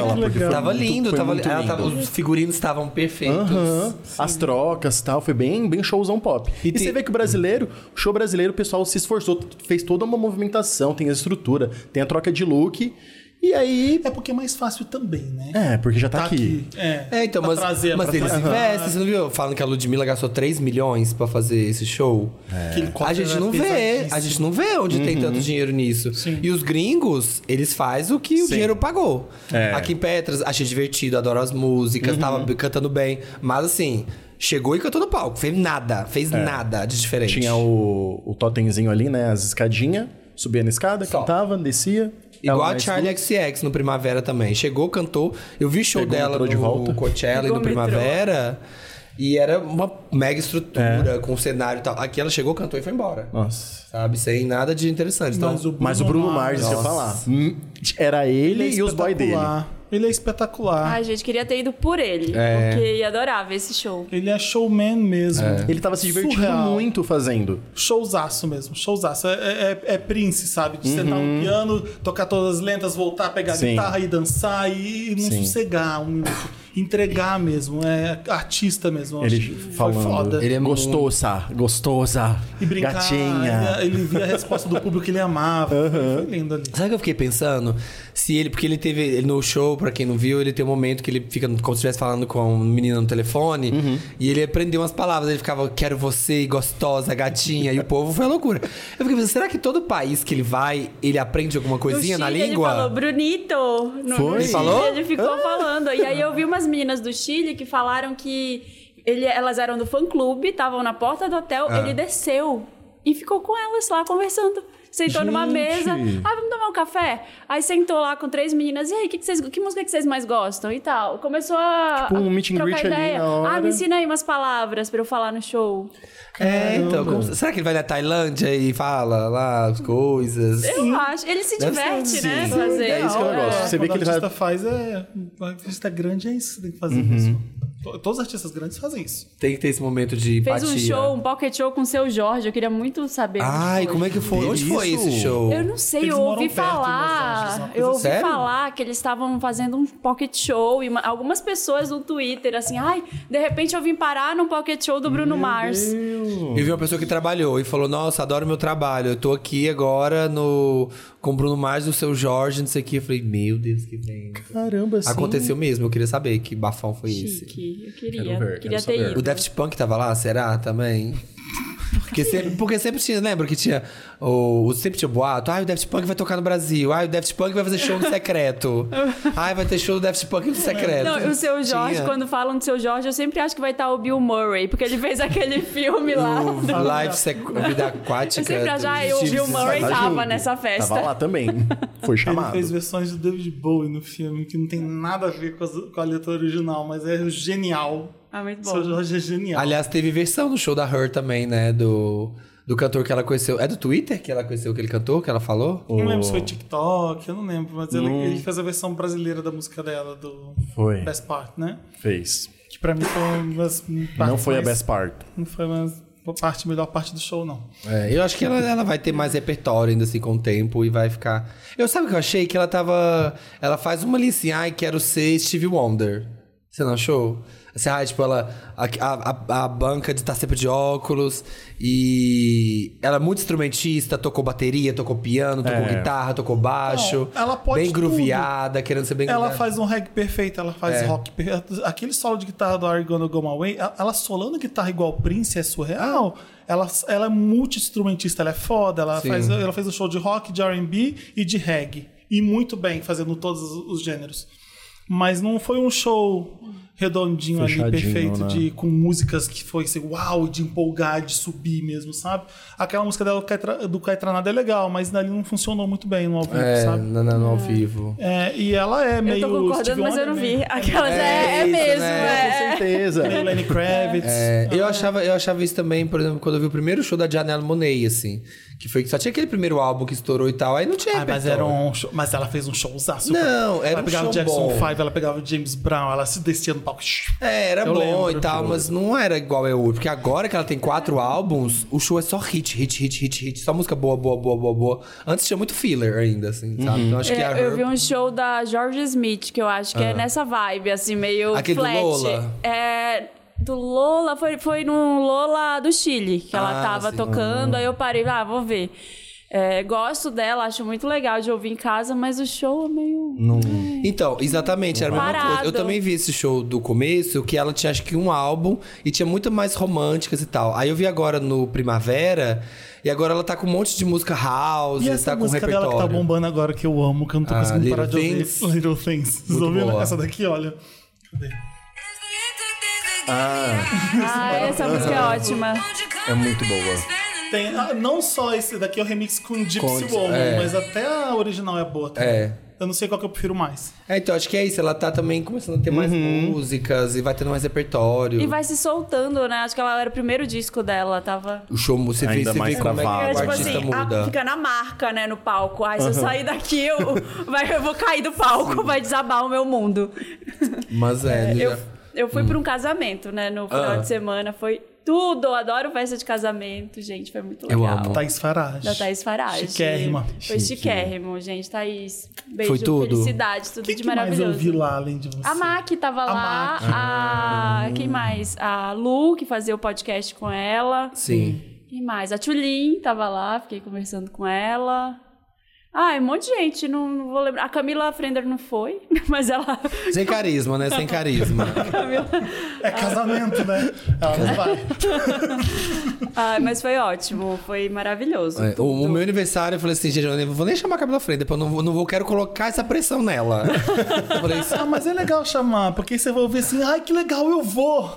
Speaker 4: ela, porque foi
Speaker 3: tava
Speaker 4: muito-
Speaker 3: lindo,
Speaker 4: foi
Speaker 3: tava,
Speaker 4: muito
Speaker 3: ela
Speaker 4: lindo.
Speaker 3: tava- os figurinos estavam perfeitos.
Speaker 4: Aham. As trocas tal, foi bem, bem showzão pop. E,
Speaker 3: tem-
Speaker 4: você vê que o brasileiro, o show brasileiro, o pessoal se esforçou, fez toda uma movimentação, tem a estrutura, tem a troca de look. E aí.
Speaker 1: É porque é mais fácil também, né?
Speaker 4: É, porque já tá,
Speaker 1: Tá
Speaker 4: aqui.
Speaker 1: aqui. É,
Speaker 3: É, então,
Speaker 1: pra
Speaker 3: mas,
Speaker 1: trazer,
Speaker 3: mas
Speaker 1: pra
Speaker 3: eles
Speaker 1: trazer.
Speaker 3: investem, você não viu? Falam que a Ludmilla gastou 3 milhões pra fazer esse show.
Speaker 4: É.
Speaker 1: Aquele
Speaker 3: A
Speaker 1: cofre
Speaker 3: gente
Speaker 1: era
Speaker 3: não vê, a
Speaker 1: pesadíssimo.
Speaker 3: gente não vê onde tem
Speaker 4: Uhum.
Speaker 3: tanto dinheiro nisso. E os gringos, eles fazem o que o dinheiro pagou.
Speaker 4: É. Uhum.
Speaker 3: Aqui em Petras, achei divertido, adoro as músicas, tava cantando bem. Mas assim, chegou e cantou no palco, fez nada, fez nada de diferente.
Speaker 4: É. Tinha o, o totemzinho ali, né? As escadinhas, subia na escada,
Speaker 3: Só.
Speaker 4: cantava, descia.
Speaker 3: Igual
Speaker 4: Ela
Speaker 3: a
Speaker 4: mais
Speaker 3: Charlie XX no Primavera também. Chegou, cantou. Eu vi show
Speaker 4: Pegou o
Speaker 3: dela
Speaker 4: metrô
Speaker 3: no
Speaker 4: de volta.
Speaker 3: Coachella e
Speaker 2: Pegou o
Speaker 3: no
Speaker 2: metrô.
Speaker 3: Primavera. E era uma mega
Speaker 4: É.
Speaker 3: estrutura, com cenário e tal. Aqui ela chegou, cantou e foi embora.
Speaker 4: Nossa.
Speaker 3: Sabe? Sem nada de interessante. Então,
Speaker 1: Mas o Bruno,
Speaker 4: Mas Ah. o Bruno Mars, isso que eu ia falar. Hum, Era ele,
Speaker 1: é
Speaker 4: e os boy dele.
Speaker 1: espetacular. Ele é espetacular.
Speaker 2: Ai, gente, queria ter ido por ele.
Speaker 3: É.
Speaker 2: Porque ia adorar ver esse show.
Speaker 1: Ele é showman mesmo.
Speaker 4: Ele tava se divertindo
Speaker 1: Surreal.
Speaker 4: muito fazendo.
Speaker 1: Showzaço mesmo, showzaço. É, é- é- é Prince, sabe? De sentar no piano, tocar todas as lentas, voltar, pegar a
Speaker 4: Uhum. Sim.
Speaker 1: guitarra e dançar e não
Speaker 4: Sim.
Speaker 1: sossegar um minuto. Entregar mesmo, é artista mesmo. eu acho.
Speaker 4: Ele
Speaker 1: Foi
Speaker 4: falando.
Speaker 1: foda.
Speaker 4: Ele é gostosa, gostosa.
Speaker 1: E brincar, né?
Speaker 4: Gatinha.
Speaker 1: Ele, ele via a resposta do público que ele amava. Foi lindo ali.
Speaker 3: Sabe o que eu fiquei pensando? Se ele, porque ele teve, ele no show, pra quem não viu, ele tem um momento que ele fica como se estivesse falando com um menino no telefone
Speaker 4: Uhum.
Speaker 3: e ele aprendeu umas palavras, ele ficava, quero você, gostosa, gatinha, e o povo foi a loucura. Eu fiquei pensando, será que todo país que ele vai, ele aprende alguma coisinha
Speaker 2: no
Speaker 3: na
Speaker 2: Chile,
Speaker 3: língua?
Speaker 2: Ele falou Brunito. No- No,
Speaker 4: Foi? Ah.
Speaker 2: Chile,
Speaker 3: Falou?
Speaker 2: Ele ficou falando. E aí eu vi umas meninas do Chile que falaram que ele- elas eram do fã-clube, estavam na porta do hotel,
Speaker 4: Ah.
Speaker 2: ele desceu e ficou com elas lá conversando. Sentou numa
Speaker 4: Gente!
Speaker 2: mesa. Ah, vamos tomar um café? Aí sentou lá com três meninas. E aí, que, que, vocês- que música que vocês mais gostam? E tal. Começou a.
Speaker 4: Tipo um
Speaker 2: a
Speaker 4: meet and
Speaker 2: trocar
Speaker 4: greet ali
Speaker 2: ideia.
Speaker 4: na hora.
Speaker 2: Ah, me ensina aí umas palavras pra eu falar no show.
Speaker 3: É, então, como- será que ele vai na Tailândia e fala lá as coisas?
Speaker 2: Eu acho. Ele se
Speaker 3: Deve ser
Speaker 2: diverte, né?
Speaker 4: assim.
Speaker 2: Fazer.
Speaker 4: É isso que eu gosto. Você vê
Speaker 1: Quando
Speaker 4: que ele
Speaker 1: o
Speaker 4: vai- Uhum.
Speaker 1: artista faz é. O artista grande é isso que tem que fazer mesmo. To- Todos os artistas grandes fazem isso.
Speaker 3: Tem que ter esse momento de empatia.
Speaker 2: Fez um show, um pocket show com o seu Jorge. Eu queria muito saber. onde
Speaker 3: Ai,
Speaker 2: foi.
Speaker 3: como é que foi? Onde
Speaker 4: Delícia.
Speaker 3: foi esse show?
Speaker 2: Eu não sei,
Speaker 1: Eles
Speaker 2: eu
Speaker 1: moram
Speaker 2: ouvi
Speaker 1: perto né, em Los Angeles, é uma
Speaker 2: falar.
Speaker 1: coisa
Speaker 2: Eu ouvi
Speaker 3: assim. Sério?
Speaker 2: falar que eles estavam fazendo um pocket show e uma- algumas pessoas no Twitter, assim, ai, de repente eu vim parar num pocket show do Bruno Mars.
Speaker 3: Eu vi uma pessoa que trabalhou e falou: Nossa, adoro meu trabalho. Eu tô aqui agora no com o Bruno Mars, o seu Jorge, não sei o que. Eu falei: Meu Deus, que vem.
Speaker 4: Caramba, assim.
Speaker 3: Aconteceu mesmo, eu queria saber que bafão foi esse.
Speaker 2: Chique, eu queria,
Speaker 4: Quero ver,
Speaker 2: queria
Speaker 4: quero
Speaker 2: ter
Speaker 4: saber.
Speaker 2: ido.
Speaker 3: O Daft Punk tava lá, será? Também? Porque sempre, porque sempre tinha, lembra que tinha. O, o- sempre tinha boato. Ai, o Daft Punk vai tocar no Brasil. Ai, o Daft Punk vai fazer show no secreto. Ai, vai ter show do Daft Punk no secreto.
Speaker 2: Não, o seu Jorge,
Speaker 3: Tinha.
Speaker 2: quando falam do seu Jorge, eu sempre acho que vai estar o Bill Murray, porque ele fez aquele filme lá. do-
Speaker 3: No Live Sec- Vida Aquática.
Speaker 2: Eu sempre
Speaker 3: do
Speaker 2: acho, ai, o
Speaker 3: Steve
Speaker 2: Bill Murray
Speaker 3: Vai-
Speaker 2: tava nessa festa.
Speaker 4: Tava lá também. Foi chamado.
Speaker 1: Ele fez versões do David Bowie no filme, que não tem nada a ver com, as- com a letra original, mas é genial.
Speaker 2: É muito
Speaker 1: Seu
Speaker 2: bom.
Speaker 1: Jorge é genial.
Speaker 3: Aliás, teve versão do show da Her também, né? Do, do cantor que ela conheceu. É do Twitter que ela conheceu aquele cantor que ela falou?
Speaker 1: Não lembro se foi TikTok, eu não lembro, mas ele, ele fez a versão brasileira da música dela, do
Speaker 4: Hum. Foi.
Speaker 1: Best Part, né?
Speaker 4: Fez.
Speaker 1: Que pra mim foi uma das
Speaker 4: Não
Speaker 1: partes
Speaker 4: foi a
Speaker 1: mais-
Speaker 4: best part.
Speaker 1: Não foi uma parte, melhor parte do show, não.
Speaker 3: É, eu acho que ela, ela vai ter mais repertório ainda assim com o tempo e vai ficar. Eu sabe o que eu achei? Que ela tava. Ela faz uma lista assim, ai, quero ser Steve Wonder. Você não achou? Assim, ai, tipo, ela. A, a- a- a banca de estar sempre de óculos. E ela é muito instrumentista, tocou bateria, tocou piano, tocou
Speaker 4: É.
Speaker 3: guitarra, tocou baixo.
Speaker 1: Não, ela pode
Speaker 3: Bem
Speaker 1: tudo.
Speaker 3: gruviada, querendo ser bem É.
Speaker 1: Ela
Speaker 3: gruviada.
Speaker 1: faz um reggae perfeito, ela faz rock perfeito. Aquele solo de guitarra do Are You Gonna Go My Way, a- ela solando guitarra igual o Prince é surreal. Ela, ela é multi-instrumentista, ela é foda. Ela,
Speaker 3: Sim.
Speaker 1: faz, ela fez um show de rock, de RB e de reggae. E muito bem, fazendo todos os gêneros. Mas não foi um show redondinho ali,
Speaker 4: Fechadinho,
Speaker 1: perfeito,
Speaker 4: né?
Speaker 1: de, com músicas que foi assim, uau, de empolgar, de subir mesmo, sabe? Aquela música dela do Caetra- do Caetranada é legal, mas dali não funcionou muito bem no ao vivo,
Speaker 3: É,
Speaker 1: sabe?
Speaker 3: na- na- no ao vivo.
Speaker 1: É, e ela é
Speaker 2: Eu
Speaker 1: meio.
Speaker 2: tô concordando,
Speaker 1: Stevie
Speaker 2: mas eu não
Speaker 1: Wonder,
Speaker 2: vi.
Speaker 1: meio-
Speaker 2: Aquelas é,
Speaker 3: É
Speaker 2: é,
Speaker 3: isso,
Speaker 2: mesmo,
Speaker 3: né?
Speaker 2: é.
Speaker 4: Com certeza.
Speaker 1: Meio Lenny Kravitz.
Speaker 3: É,
Speaker 1: Ah.
Speaker 3: eu, achava, eu achava isso também, por exemplo, quando eu vi o primeiro show da Janelle Monet, assim. Que foi que só tinha aquele primeiro álbum que estourou e tal, aí não tinha.
Speaker 1: Ah, mas
Speaker 3: repertório.
Speaker 1: era um show, mas ela fez um showzaço.
Speaker 3: é Não, era
Speaker 1: ela
Speaker 3: um
Speaker 1: pegava
Speaker 3: show
Speaker 1: o Jackson
Speaker 3: bom.
Speaker 1: 5, ela pegava o James Brown, ela se descia no palco.
Speaker 3: É, era
Speaker 1: Eu
Speaker 3: bom
Speaker 1: lembro, tipo-
Speaker 3: e tal, mas não era igual é hoje. Porque agora que ela tem quatro álbuns, o show é só hit, hit, hit, hit, hit. Só música boa, boa, boa, boa, boa. Antes tinha muito filler ainda, assim,
Speaker 1: Uhum.
Speaker 3: sabe? Então acho que a
Speaker 2: É, eu
Speaker 3: Her-
Speaker 2: vi um show da George Smith, que eu acho que é nessa vibe, assim, meio
Speaker 3: Aquele do
Speaker 2: flat.
Speaker 3: Lola?
Speaker 2: É. Do Lola, foi, foi no Lola do Chile que ela
Speaker 3: Ah,
Speaker 2: tava
Speaker 3: sim.
Speaker 2: tocando, aí eu parei, ah, vou ver. É, gosto dela, acho muito legal de ouvir em casa, mas o show é meio.
Speaker 3: Então, exatamente, era a mesma
Speaker 2: Parado.
Speaker 3: coisa. Eu também vi esse show do começo, que ela tinha acho que um álbum e tinha muito mais românticas e tal. Aí eu vi agora no Primavera, e agora ela tá com um monte de música house,
Speaker 1: E
Speaker 3: tá
Speaker 1: essa
Speaker 3: com
Speaker 1: música
Speaker 3: repertório.
Speaker 1: dela que tá bombando agora, que eu amo, que eu não tô
Speaker 3: Ah,
Speaker 1: conseguindo parar
Speaker 3: Little
Speaker 1: de
Speaker 3: Things.
Speaker 1: ouvir. Little Things. Vocês
Speaker 3: Muito
Speaker 1: ouviram?
Speaker 3: boa.
Speaker 1: Essa daqui, olha. Cadê?
Speaker 2: Ah, essa música é ótima.
Speaker 4: É muito boa.
Speaker 1: Tem, ah, não só esse daqui é o remix com Gypsy
Speaker 3: Com-
Speaker 1: Woman,
Speaker 3: é.
Speaker 1: mas até a original é boa também.
Speaker 3: É.
Speaker 1: Eu não sei qual que eu prefiro mais.
Speaker 3: É, então acho que é isso. Ela tá também começando a ter mais
Speaker 1: Uhum.
Speaker 3: músicas e vai tendo mais repertório.
Speaker 2: E vai se soltando, né? Acho que ela era o primeiro disco dela, tava.
Speaker 3: O show, você vê,
Speaker 4: Ainda
Speaker 3: você vê
Speaker 4: mais
Speaker 3: como é que
Speaker 4: travado.
Speaker 2: Era
Speaker 3: o
Speaker 2: tipo
Speaker 3: artista
Speaker 2: assim,
Speaker 3: muda.
Speaker 2: a, fica na marca, né, no palco. Ai, se eu sair daqui, eu, vai, eu vou cair do palco, vai desabar o meu mundo.
Speaker 3: Mas é,
Speaker 2: Eu, eu fui pra um casamento, né, no final
Speaker 3: Ah.
Speaker 2: de semana. Foi tudo. Eu adoro festa de casamento, gente. Foi muito
Speaker 3: Eu
Speaker 2: legal.
Speaker 3: amo.
Speaker 1: Thaís Farage.
Speaker 2: Da Thaís Farage.
Speaker 1: Chiquérrima.
Speaker 2: Foi chiquérrimo, gente. Thaís, beijo,
Speaker 3: Foi tudo?
Speaker 2: felicidade, tudo
Speaker 1: O que,
Speaker 2: de
Speaker 1: que mais eu
Speaker 2: maravilhoso.
Speaker 1: vi lá, além de você?
Speaker 2: A Mac tava lá,
Speaker 1: Mac.
Speaker 2: a. Quem mais? A Lu, que fazia o podcast com ela.
Speaker 3: Sim.
Speaker 2: Quem mais? A Tulin tava lá, fiquei conversando com ela. Ai, um monte de gente, não, não vou lembrar. A Camila Frender não foi, mas ela.
Speaker 3: Sem carisma, né? Sem carisma.
Speaker 2: Camila...
Speaker 1: É casamento, né? Ela não vai.
Speaker 2: Ai, mas foi ótimo, foi maravilhoso.
Speaker 3: É, o, o meu aniversário, eu falei assim, gente, eu nem vou nem chamar a Camila Frente, depois eu não, vou- não vou, quero colocar essa pressão nela. eu falei assim,
Speaker 1: Ah, mas é legal chamar, porque você vai ouvir assim, ai, que legal, eu vou.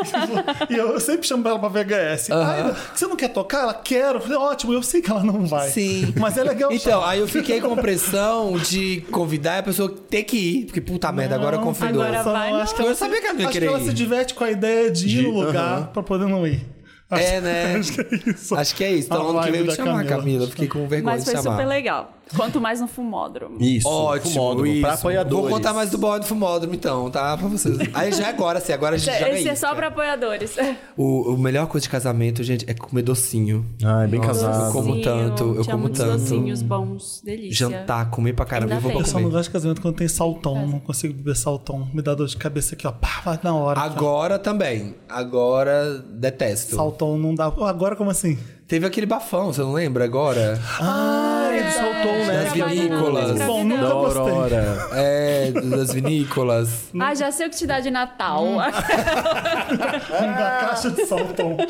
Speaker 1: e eu sempre chamo ela pra VHS. Ai, você não quer tocar? Ela quero. Eu falei, ótimo, eu sei que ela não vai.
Speaker 3: Sim.
Speaker 1: Mas é legal
Speaker 3: Então, aí eu fiquei com pressão de convidar e a pessoa ter que ir. Porque, puta merda, agora confidou.
Speaker 2: agora- vai,
Speaker 1: eu
Speaker 2: não.
Speaker 1: ela
Speaker 3: Eu sabia que ela não
Speaker 1: Então,
Speaker 3: ia
Speaker 1: acho
Speaker 3: querer
Speaker 1: ela
Speaker 3: ir.
Speaker 1: se diverte com a ideia de ir no lugar pra poder não ir. Acho-
Speaker 3: É, né?
Speaker 1: Acho que é isso.
Speaker 3: Acho que é isso.
Speaker 1: A
Speaker 3: Então, ano que
Speaker 1: vibe
Speaker 3: vem eu
Speaker 1: da
Speaker 3: te chamar,
Speaker 1: Camila.
Speaker 3: Camila. Fiquei com vergonha
Speaker 2: Mas
Speaker 3: de
Speaker 2: foi
Speaker 3: chamar.
Speaker 2: super legal. Quanto mais no fumódromo.
Speaker 4: Isso.
Speaker 3: Ótimo,
Speaker 4: Fumódromo,
Speaker 3: isso.
Speaker 4: Pra apoiadores.
Speaker 3: Vou contar mais um. do bode do fumódromo, então, tá? Pra vocês. Aí já é agora, assim, agora a gente já
Speaker 2: Esse
Speaker 3: vem.
Speaker 2: é só pra apoiadores.
Speaker 3: O, o melhor coisa de casamento, gente, é comer docinho.
Speaker 4: Ah, é bem
Speaker 3: Nossa,
Speaker 4: casado.
Speaker 3: eu como
Speaker 2: Docinho,
Speaker 3: tanto, eu
Speaker 2: tinha
Speaker 3: como
Speaker 2: muitos
Speaker 3: tanto.
Speaker 2: docinhos bons, delícia.
Speaker 3: Jantar, comer pra caramba,
Speaker 2: Ainda
Speaker 3: eu vou
Speaker 2: bem.
Speaker 1: Eu só não
Speaker 3: comer.
Speaker 1: gosto de casamento quando tem saltão, não consigo beber saltão. Me dá dor de cabeça aqui, ó. Pá, vai na hora. aqui, ó.
Speaker 3: Agora também. Agora detesto.
Speaker 1: Saltão não dá. Pô, Agora como assim?
Speaker 3: Teve aquele bafão, você não lembra agora?
Speaker 1: Ah, ele saltou, né?
Speaker 3: Das vinícolas.
Speaker 1: Bom,
Speaker 2: Não,
Speaker 1: nunca
Speaker 4: Da
Speaker 1: gostei.
Speaker 4: Aurora.
Speaker 3: É, das vinícolas.
Speaker 2: Ah, já sei o que te dá de Natal.
Speaker 3: Hum,
Speaker 1: Da É caixa de saltão.
Speaker 2: Vou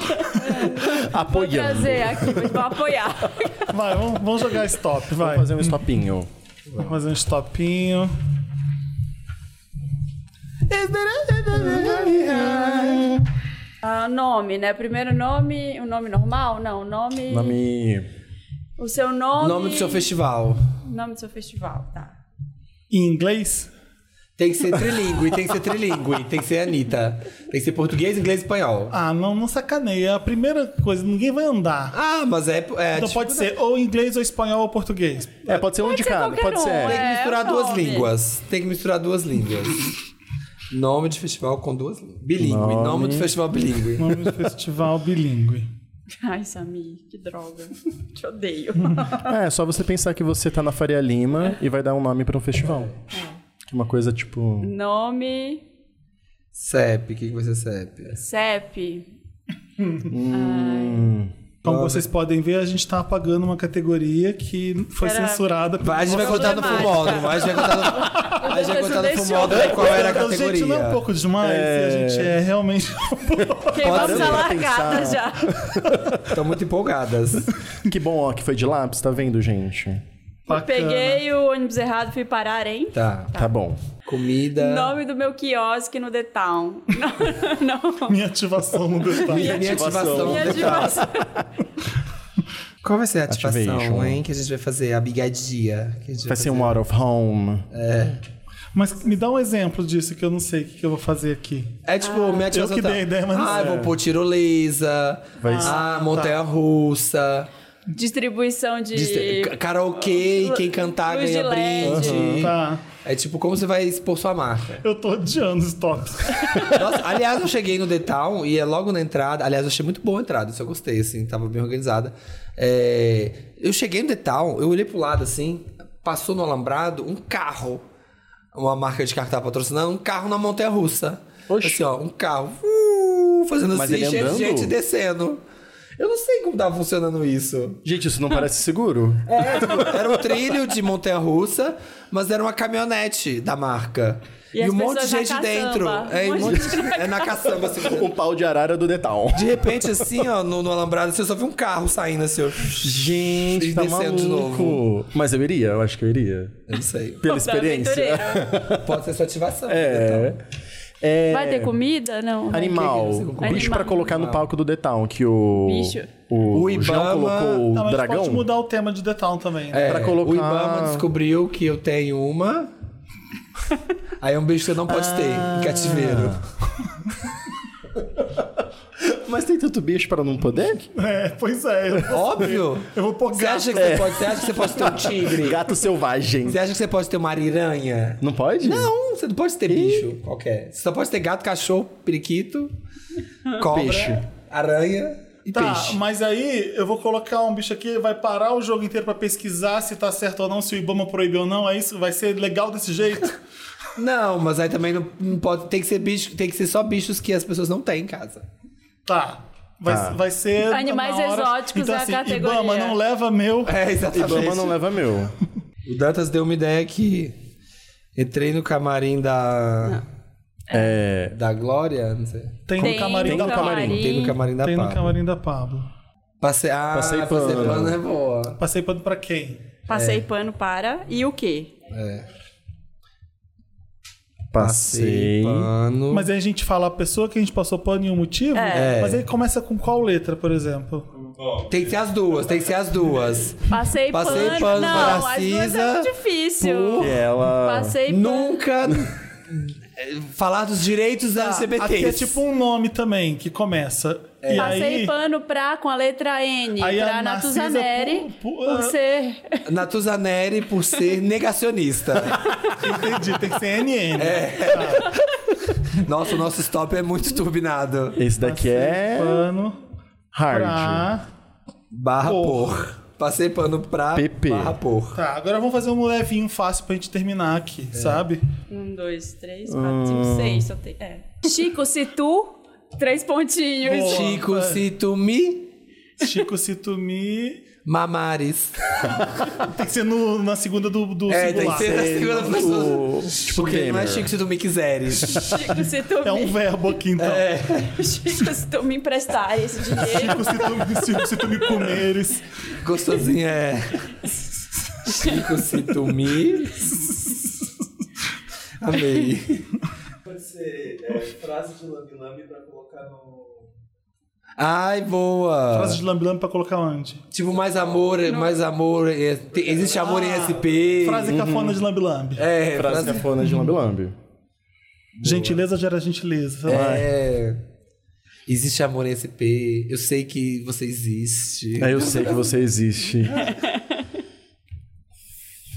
Speaker 4: Apoiando.
Speaker 2: trazer um aqui, vou apoiar.
Speaker 1: Vai, vamos, vamos jogar stop, vai.
Speaker 4: Vou fazer um stopinho.
Speaker 1: Vamos fazer um stopinho.
Speaker 2: Ah, nome, né? Primeiro nome, o nome normal? Não, o nome.
Speaker 4: Nome...
Speaker 2: O seu nome.
Speaker 3: Nome do seu festival.
Speaker 2: Nome do seu festival, tá.
Speaker 1: Em inglês?
Speaker 3: Tem que ser trilingue, tem que ser trilingue, tem que ser Anitta. Tem que ser português, inglês e espanhol.
Speaker 1: Ah, não, não sacaneia. A primeira coisa, ninguém vai andar.
Speaker 3: Ah, mas é. é
Speaker 1: então
Speaker 3: tipo,
Speaker 1: pode ser ou inglês, ou espanhol, ou português.
Speaker 4: É, pode ser um de
Speaker 2: ser
Speaker 4: cada.
Speaker 2: qualquer
Speaker 4: Pode ser.
Speaker 2: um,
Speaker 4: é.
Speaker 3: Tem que
Speaker 2: é,
Speaker 3: misturar
Speaker 2: é o
Speaker 3: duas
Speaker 2: nome.
Speaker 3: línguas. Tem que misturar duas línguas. Nome de festival com duas línguas. Bilingue. Nome, de festival bilingue.
Speaker 1: Nome do festival bilíngue.
Speaker 2: Ai, Samir, que droga. Te odeio.
Speaker 4: É, só você pensar que você tá na Faria Lima e vai dar um nome pra um festival. Que é uma coisa tipo.
Speaker 2: Nome.
Speaker 3: CEP. O que, que vai ser CEP?
Speaker 2: CEP.
Speaker 1: Como Então vocês podem ver, a gente tá apagando uma categoria que foi
Speaker 2: Era-
Speaker 1: censurada.
Speaker 3: Vai, a gente vai
Speaker 1: é
Speaker 3: contar no
Speaker 2: Problemática.
Speaker 3: fumódromo. A gente vai contar no, a gente vai
Speaker 2: Depois
Speaker 3: contar
Speaker 2: eu
Speaker 3: no
Speaker 2: deixo-
Speaker 3: fumódromo qual era a
Speaker 1: Então, Gente, não é um
Speaker 3: categoria.
Speaker 1: pouco demais?
Speaker 4: É.
Speaker 1: A gente é realmente...
Speaker 2: Queimamos a
Speaker 4: pra
Speaker 2: largada
Speaker 4: pensar.
Speaker 2: já.
Speaker 3: Estão muito empolgadas.
Speaker 4: Que bom, ó, que foi de lápis, tá vendo, gente?
Speaker 1: Bacana.
Speaker 2: Peguei o ônibus errado, fui parar, hein?
Speaker 3: Tá.
Speaker 4: Tá, bom.
Speaker 3: Comida.
Speaker 2: Nome do meu quiosque no The Town. Não, não. é
Speaker 1: Minha ativação no detalhe.
Speaker 3: Minha, minha ativação.
Speaker 4: ativação.
Speaker 2: Minha
Speaker 3: legal.
Speaker 2: ativação.
Speaker 3: Qual vai ser a ativação,
Speaker 4: Ativation.
Speaker 3: hein? Que a gente vai fazer? A bigadia. que a gente
Speaker 4: Vai ser um out of home.
Speaker 1: Mas me dá um exemplo disso que eu não sei o que, que eu vou fazer aqui.
Speaker 3: É tipo, minha
Speaker 1: um- Eu
Speaker 3: ativação
Speaker 1: que
Speaker 3: tá-
Speaker 1: dei a ideia, mas não
Speaker 3: Ah, eu
Speaker 1: sei. Tá.
Speaker 3: vou pôr tirolesa.
Speaker 4: Vai ser-
Speaker 3: ah, montanha-russa.
Speaker 2: Distribuição de.
Speaker 3: Dist- ca- Karaokê, e quem cantar
Speaker 2: Luz
Speaker 3: ganha
Speaker 2: de LED.
Speaker 3: brinde.
Speaker 1: Tá.
Speaker 3: É tipo, como você vai expor sua marca?
Speaker 1: Eu tô odiando os tops.
Speaker 3: Nossa, aliás, eu cheguei no The Town e é logo na entrada. Aliás, eu achei muito boa a entrada, isso eu gostei, assim, tava bem organizada. É, eu cheguei no The Town, eu olhei pro lado assim, passou no alambrado um carro. Uma marca de carro que tava patrocinando, um carro na Montanha Russa.
Speaker 4: Oxe.
Speaker 3: Assim, ó, um carro uh, fazendo
Speaker 4: Mas
Speaker 3: assim,
Speaker 4: ele
Speaker 3: cheio de
Speaker 4: andando?
Speaker 3: gente descendo. Eu não sei como tava funcionando isso.
Speaker 4: Gente, isso não parece seguro?
Speaker 3: É, tipo, era um trilho de montanha russa, mas era uma caminhonete da marca.
Speaker 2: E
Speaker 3: E,
Speaker 2: as
Speaker 3: um monte de
Speaker 2: pessoas na
Speaker 3: gente
Speaker 2: caçamba.
Speaker 3: dentro.
Speaker 2: Um
Speaker 3: É, um
Speaker 2: monte
Speaker 3: monte
Speaker 2: de
Speaker 3: é na caçamba, assim.
Speaker 4: O Um pau de arara do Detal.
Speaker 3: De repente, assim, ó, no, no alambrado, você só viu um carro saindo, assim, ó.
Speaker 4: Gente,
Speaker 3: E
Speaker 4: tá
Speaker 3: descendo de
Speaker 4: maluco. Mas eu iria, eu acho que eu iria.
Speaker 3: Eu não sei.
Speaker 4: Pela
Speaker 2: Pra aventureiro.
Speaker 4: experiência.
Speaker 3: Pode ser sua ativação. né,
Speaker 4: É. É.
Speaker 2: Vai ter comida? Não. né?
Speaker 4: Animal.
Speaker 3: Que que você Ah.
Speaker 2: comprou?
Speaker 4: Bicho pra
Speaker 2: Animal.
Speaker 4: colocar no palco do The Town, que o.
Speaker 2: Bicho.
Speaker 4: O,
Speaker 3: O
Speaker 4: o João
Speaker 3: Ibama- tá
Speaker 4: colocou o
Speaker 1: Não, Ah, mas
Speaker 4: dragão.
Speaker 1: pode mudar o tema de The Town também. né?
Speaker 3: É,
Speaker 4: pra colocar-
Speaker 3: O Ibama descobriu que eu tenho uma. Aí é um bicho que você não pode ter em cativeiro.
Speaker 4: Mas tem tanto bicho pra não poder?
Speaker 1: É, pois é. Eu vou,
Speaker 3: Óbvio!
Speaker 1: eu vou pôr
Speaker 3: Você
Speaker 1: gato.
Speaker 3: acha que você pode? Você acha que você pode ter um tigre?
Speaker 4: Gato selvagem.
Speaker 3: Você acha que você pode ter uma ariranha?
Speaker 4: Não pode?
Speaker 3: Não, você não pode ter bicho qualquer. Você só pode ter gato, cachorro, periquito, cobra,
Speaker 4: Peixe.
Speaker 3: aranha e
Speaker 1: Tá,
Speaker 3: é peixe.
Speaker 1: mas aí eu vou colocar um bicho aqui, vai parar o jogo inteiro pra pesquisar se tá certo ou não, se o Ibama proibiu ou não. É isso? Vai ser legal desse jeito?
Speaker 3: Não, mas aí também não, não pode. Tem que ser bicho, tem que ser só bichos que as pessoas não têm em casa.
Speaker 1: Tá. Vai,
Speaker 4: Tá.
Speaker 1: vai ser.
Speaker 2: Animais
Speaker 1: na hora.
Speaker 2: exóticos
Speaker 1: então,
Speaker 2: é a
Speaker 1: assim,
Speaker 2: categoria.
Speaker 1: Ibama, não leva meu.
Speaker 3: É,
Speaker 4: Ibama
Speaker 3: exatamente.
Speaker 4: não leva meu.
Speaker 3: O Dantas deu uma ideia que entrei no camarim da.
Speaker 4: É.
Speaker 3: Da Glória, não sei.
Speaker 1: Tem,
Speaker 2: Tem
Speaker 1: no camarim
Speaker 2: no
Speaker 1: da
Speaker 2: camarim.
Speaker 1: Pablo.
Speaker 3: Tem no camarim da
Speaker 1: Tem no
Speaker 3: Pablo.
Speaker 1: camarim da Pablo.
Speaker 3: Passei, ah,
Speaker 4: Passei
Speaker 3: passei pano.
Speaker 4: pano.
Speaker 3: é boa.
Speaker 1: Passei pano pra quem?
Speaker 2: Passei pano para. E o quê?
Speaker 3: É.
Speaker 4: Passei.
Speaker 3: pano.
Speaker 1: Mas aí a gente fala a pessoa que a gente passou pano e o motivo. Mas aí começa com qual letra, por exemplo?
Speaker 3: Tem que ser as duas, tem que ser as duas.
Speaker 2: Passei,
Speaker 3: Passei
Speaker 2: pano.
Speaker 3: pano
Speaker 2: não,
Speaker 3: para
Speaker 2: as duas é
Speaker 3: Cisa,
Speaker 2: muito difícil.
Speaker 4: Que ela.
Speaker 2: Passei pano.
Speaker 3: Nunca eh, falar dos direitos da
Speaker 1: Aqui
Speaker 3: LGBTs.
Speaker 1: é tipo um nome também que começa. E
Speaker 2: Passei
Speaker 1: aí,
Speaker 2: pano pra com a letra N.
Speaker 1: Aí a
Speaker 2: pra
Speaker 1: Narcisa
Speaker 2: Natuzaneri.
Speaker 1: pu- pu-
Speaker 2: Por
Speaker 1: ah.
Speaker 2: ser.
Speaker 3: Natuzaneri por ser negacionista.
Speaker 1: ah, entendi, tem que ser NN.
Speaker 3: Nossa, o nosso stop é muito turbinado.
Speaker 4: Esse daqui é.
Speaker 1: Pano
Speaker 4: Hard.
Speaker 1: pra.
Speaker 3: Barra por. Passei pano pra
Speaker 4: PP.
Speaker 3: barra por.
Speaker 1: Tá, agora vamos fazer um levinho fácil pra gente terminar aqui, sabe?
Speaker 2: Um, dois, três, quatro, cinco, seis. Só tem. É. Chico, se tu. Três pontinhos.
Speaker 1: Boa.
Speaker 3: Chico, se tu me
Speaker 1: Chico, se tu me.
Speaker 3: mamares.
Speaker 1: Tem que ser no- na segunda do, do
Speaker 3: É, tem
Speaker 1: singular.
Speaker 3: que ser na segunda pessoa.
Speaker 4: O... Tipo,
Speaker 3: Porque não é
Speaker 4: gamer.
Speaker 3: Chico se tu me quiseres.
Speaker 2: Chico, se tu.
Speaker 1: É um
Speaker 2: me...
Speaker 1: verbo aqui, então.
Speaker 2: Chico, se tu me emprestar esse dinheiro.
Speaker 1: Chico, se tu, me- se, se tu me comeres.
Speaker 3: Gostosinho é. Chico, se tu me. Amei.
Speaker 5: Pode ser é, frase de Lambi Lambi pra colocar no.
Speaker 3: Ai, boa.
Speaker 1: Frase de lambi-lambi pra colocar onde?
Speaker 3: Tipo, mais amor, mais amor. é, te- existe amor em SP.
Speaker 1: Frase cafona de lambi-lambi.
Speaker 4: Frase
Speaker 3: É, frase.
Speaker 4: cafona de lambi-lambi.
Speaker 1: Gentileza gera gentileza. sei lá.
Speaker 3: É. Existe amor em SP. Eu sei que você existe.
Speaker 4: É, eu sei que você existe.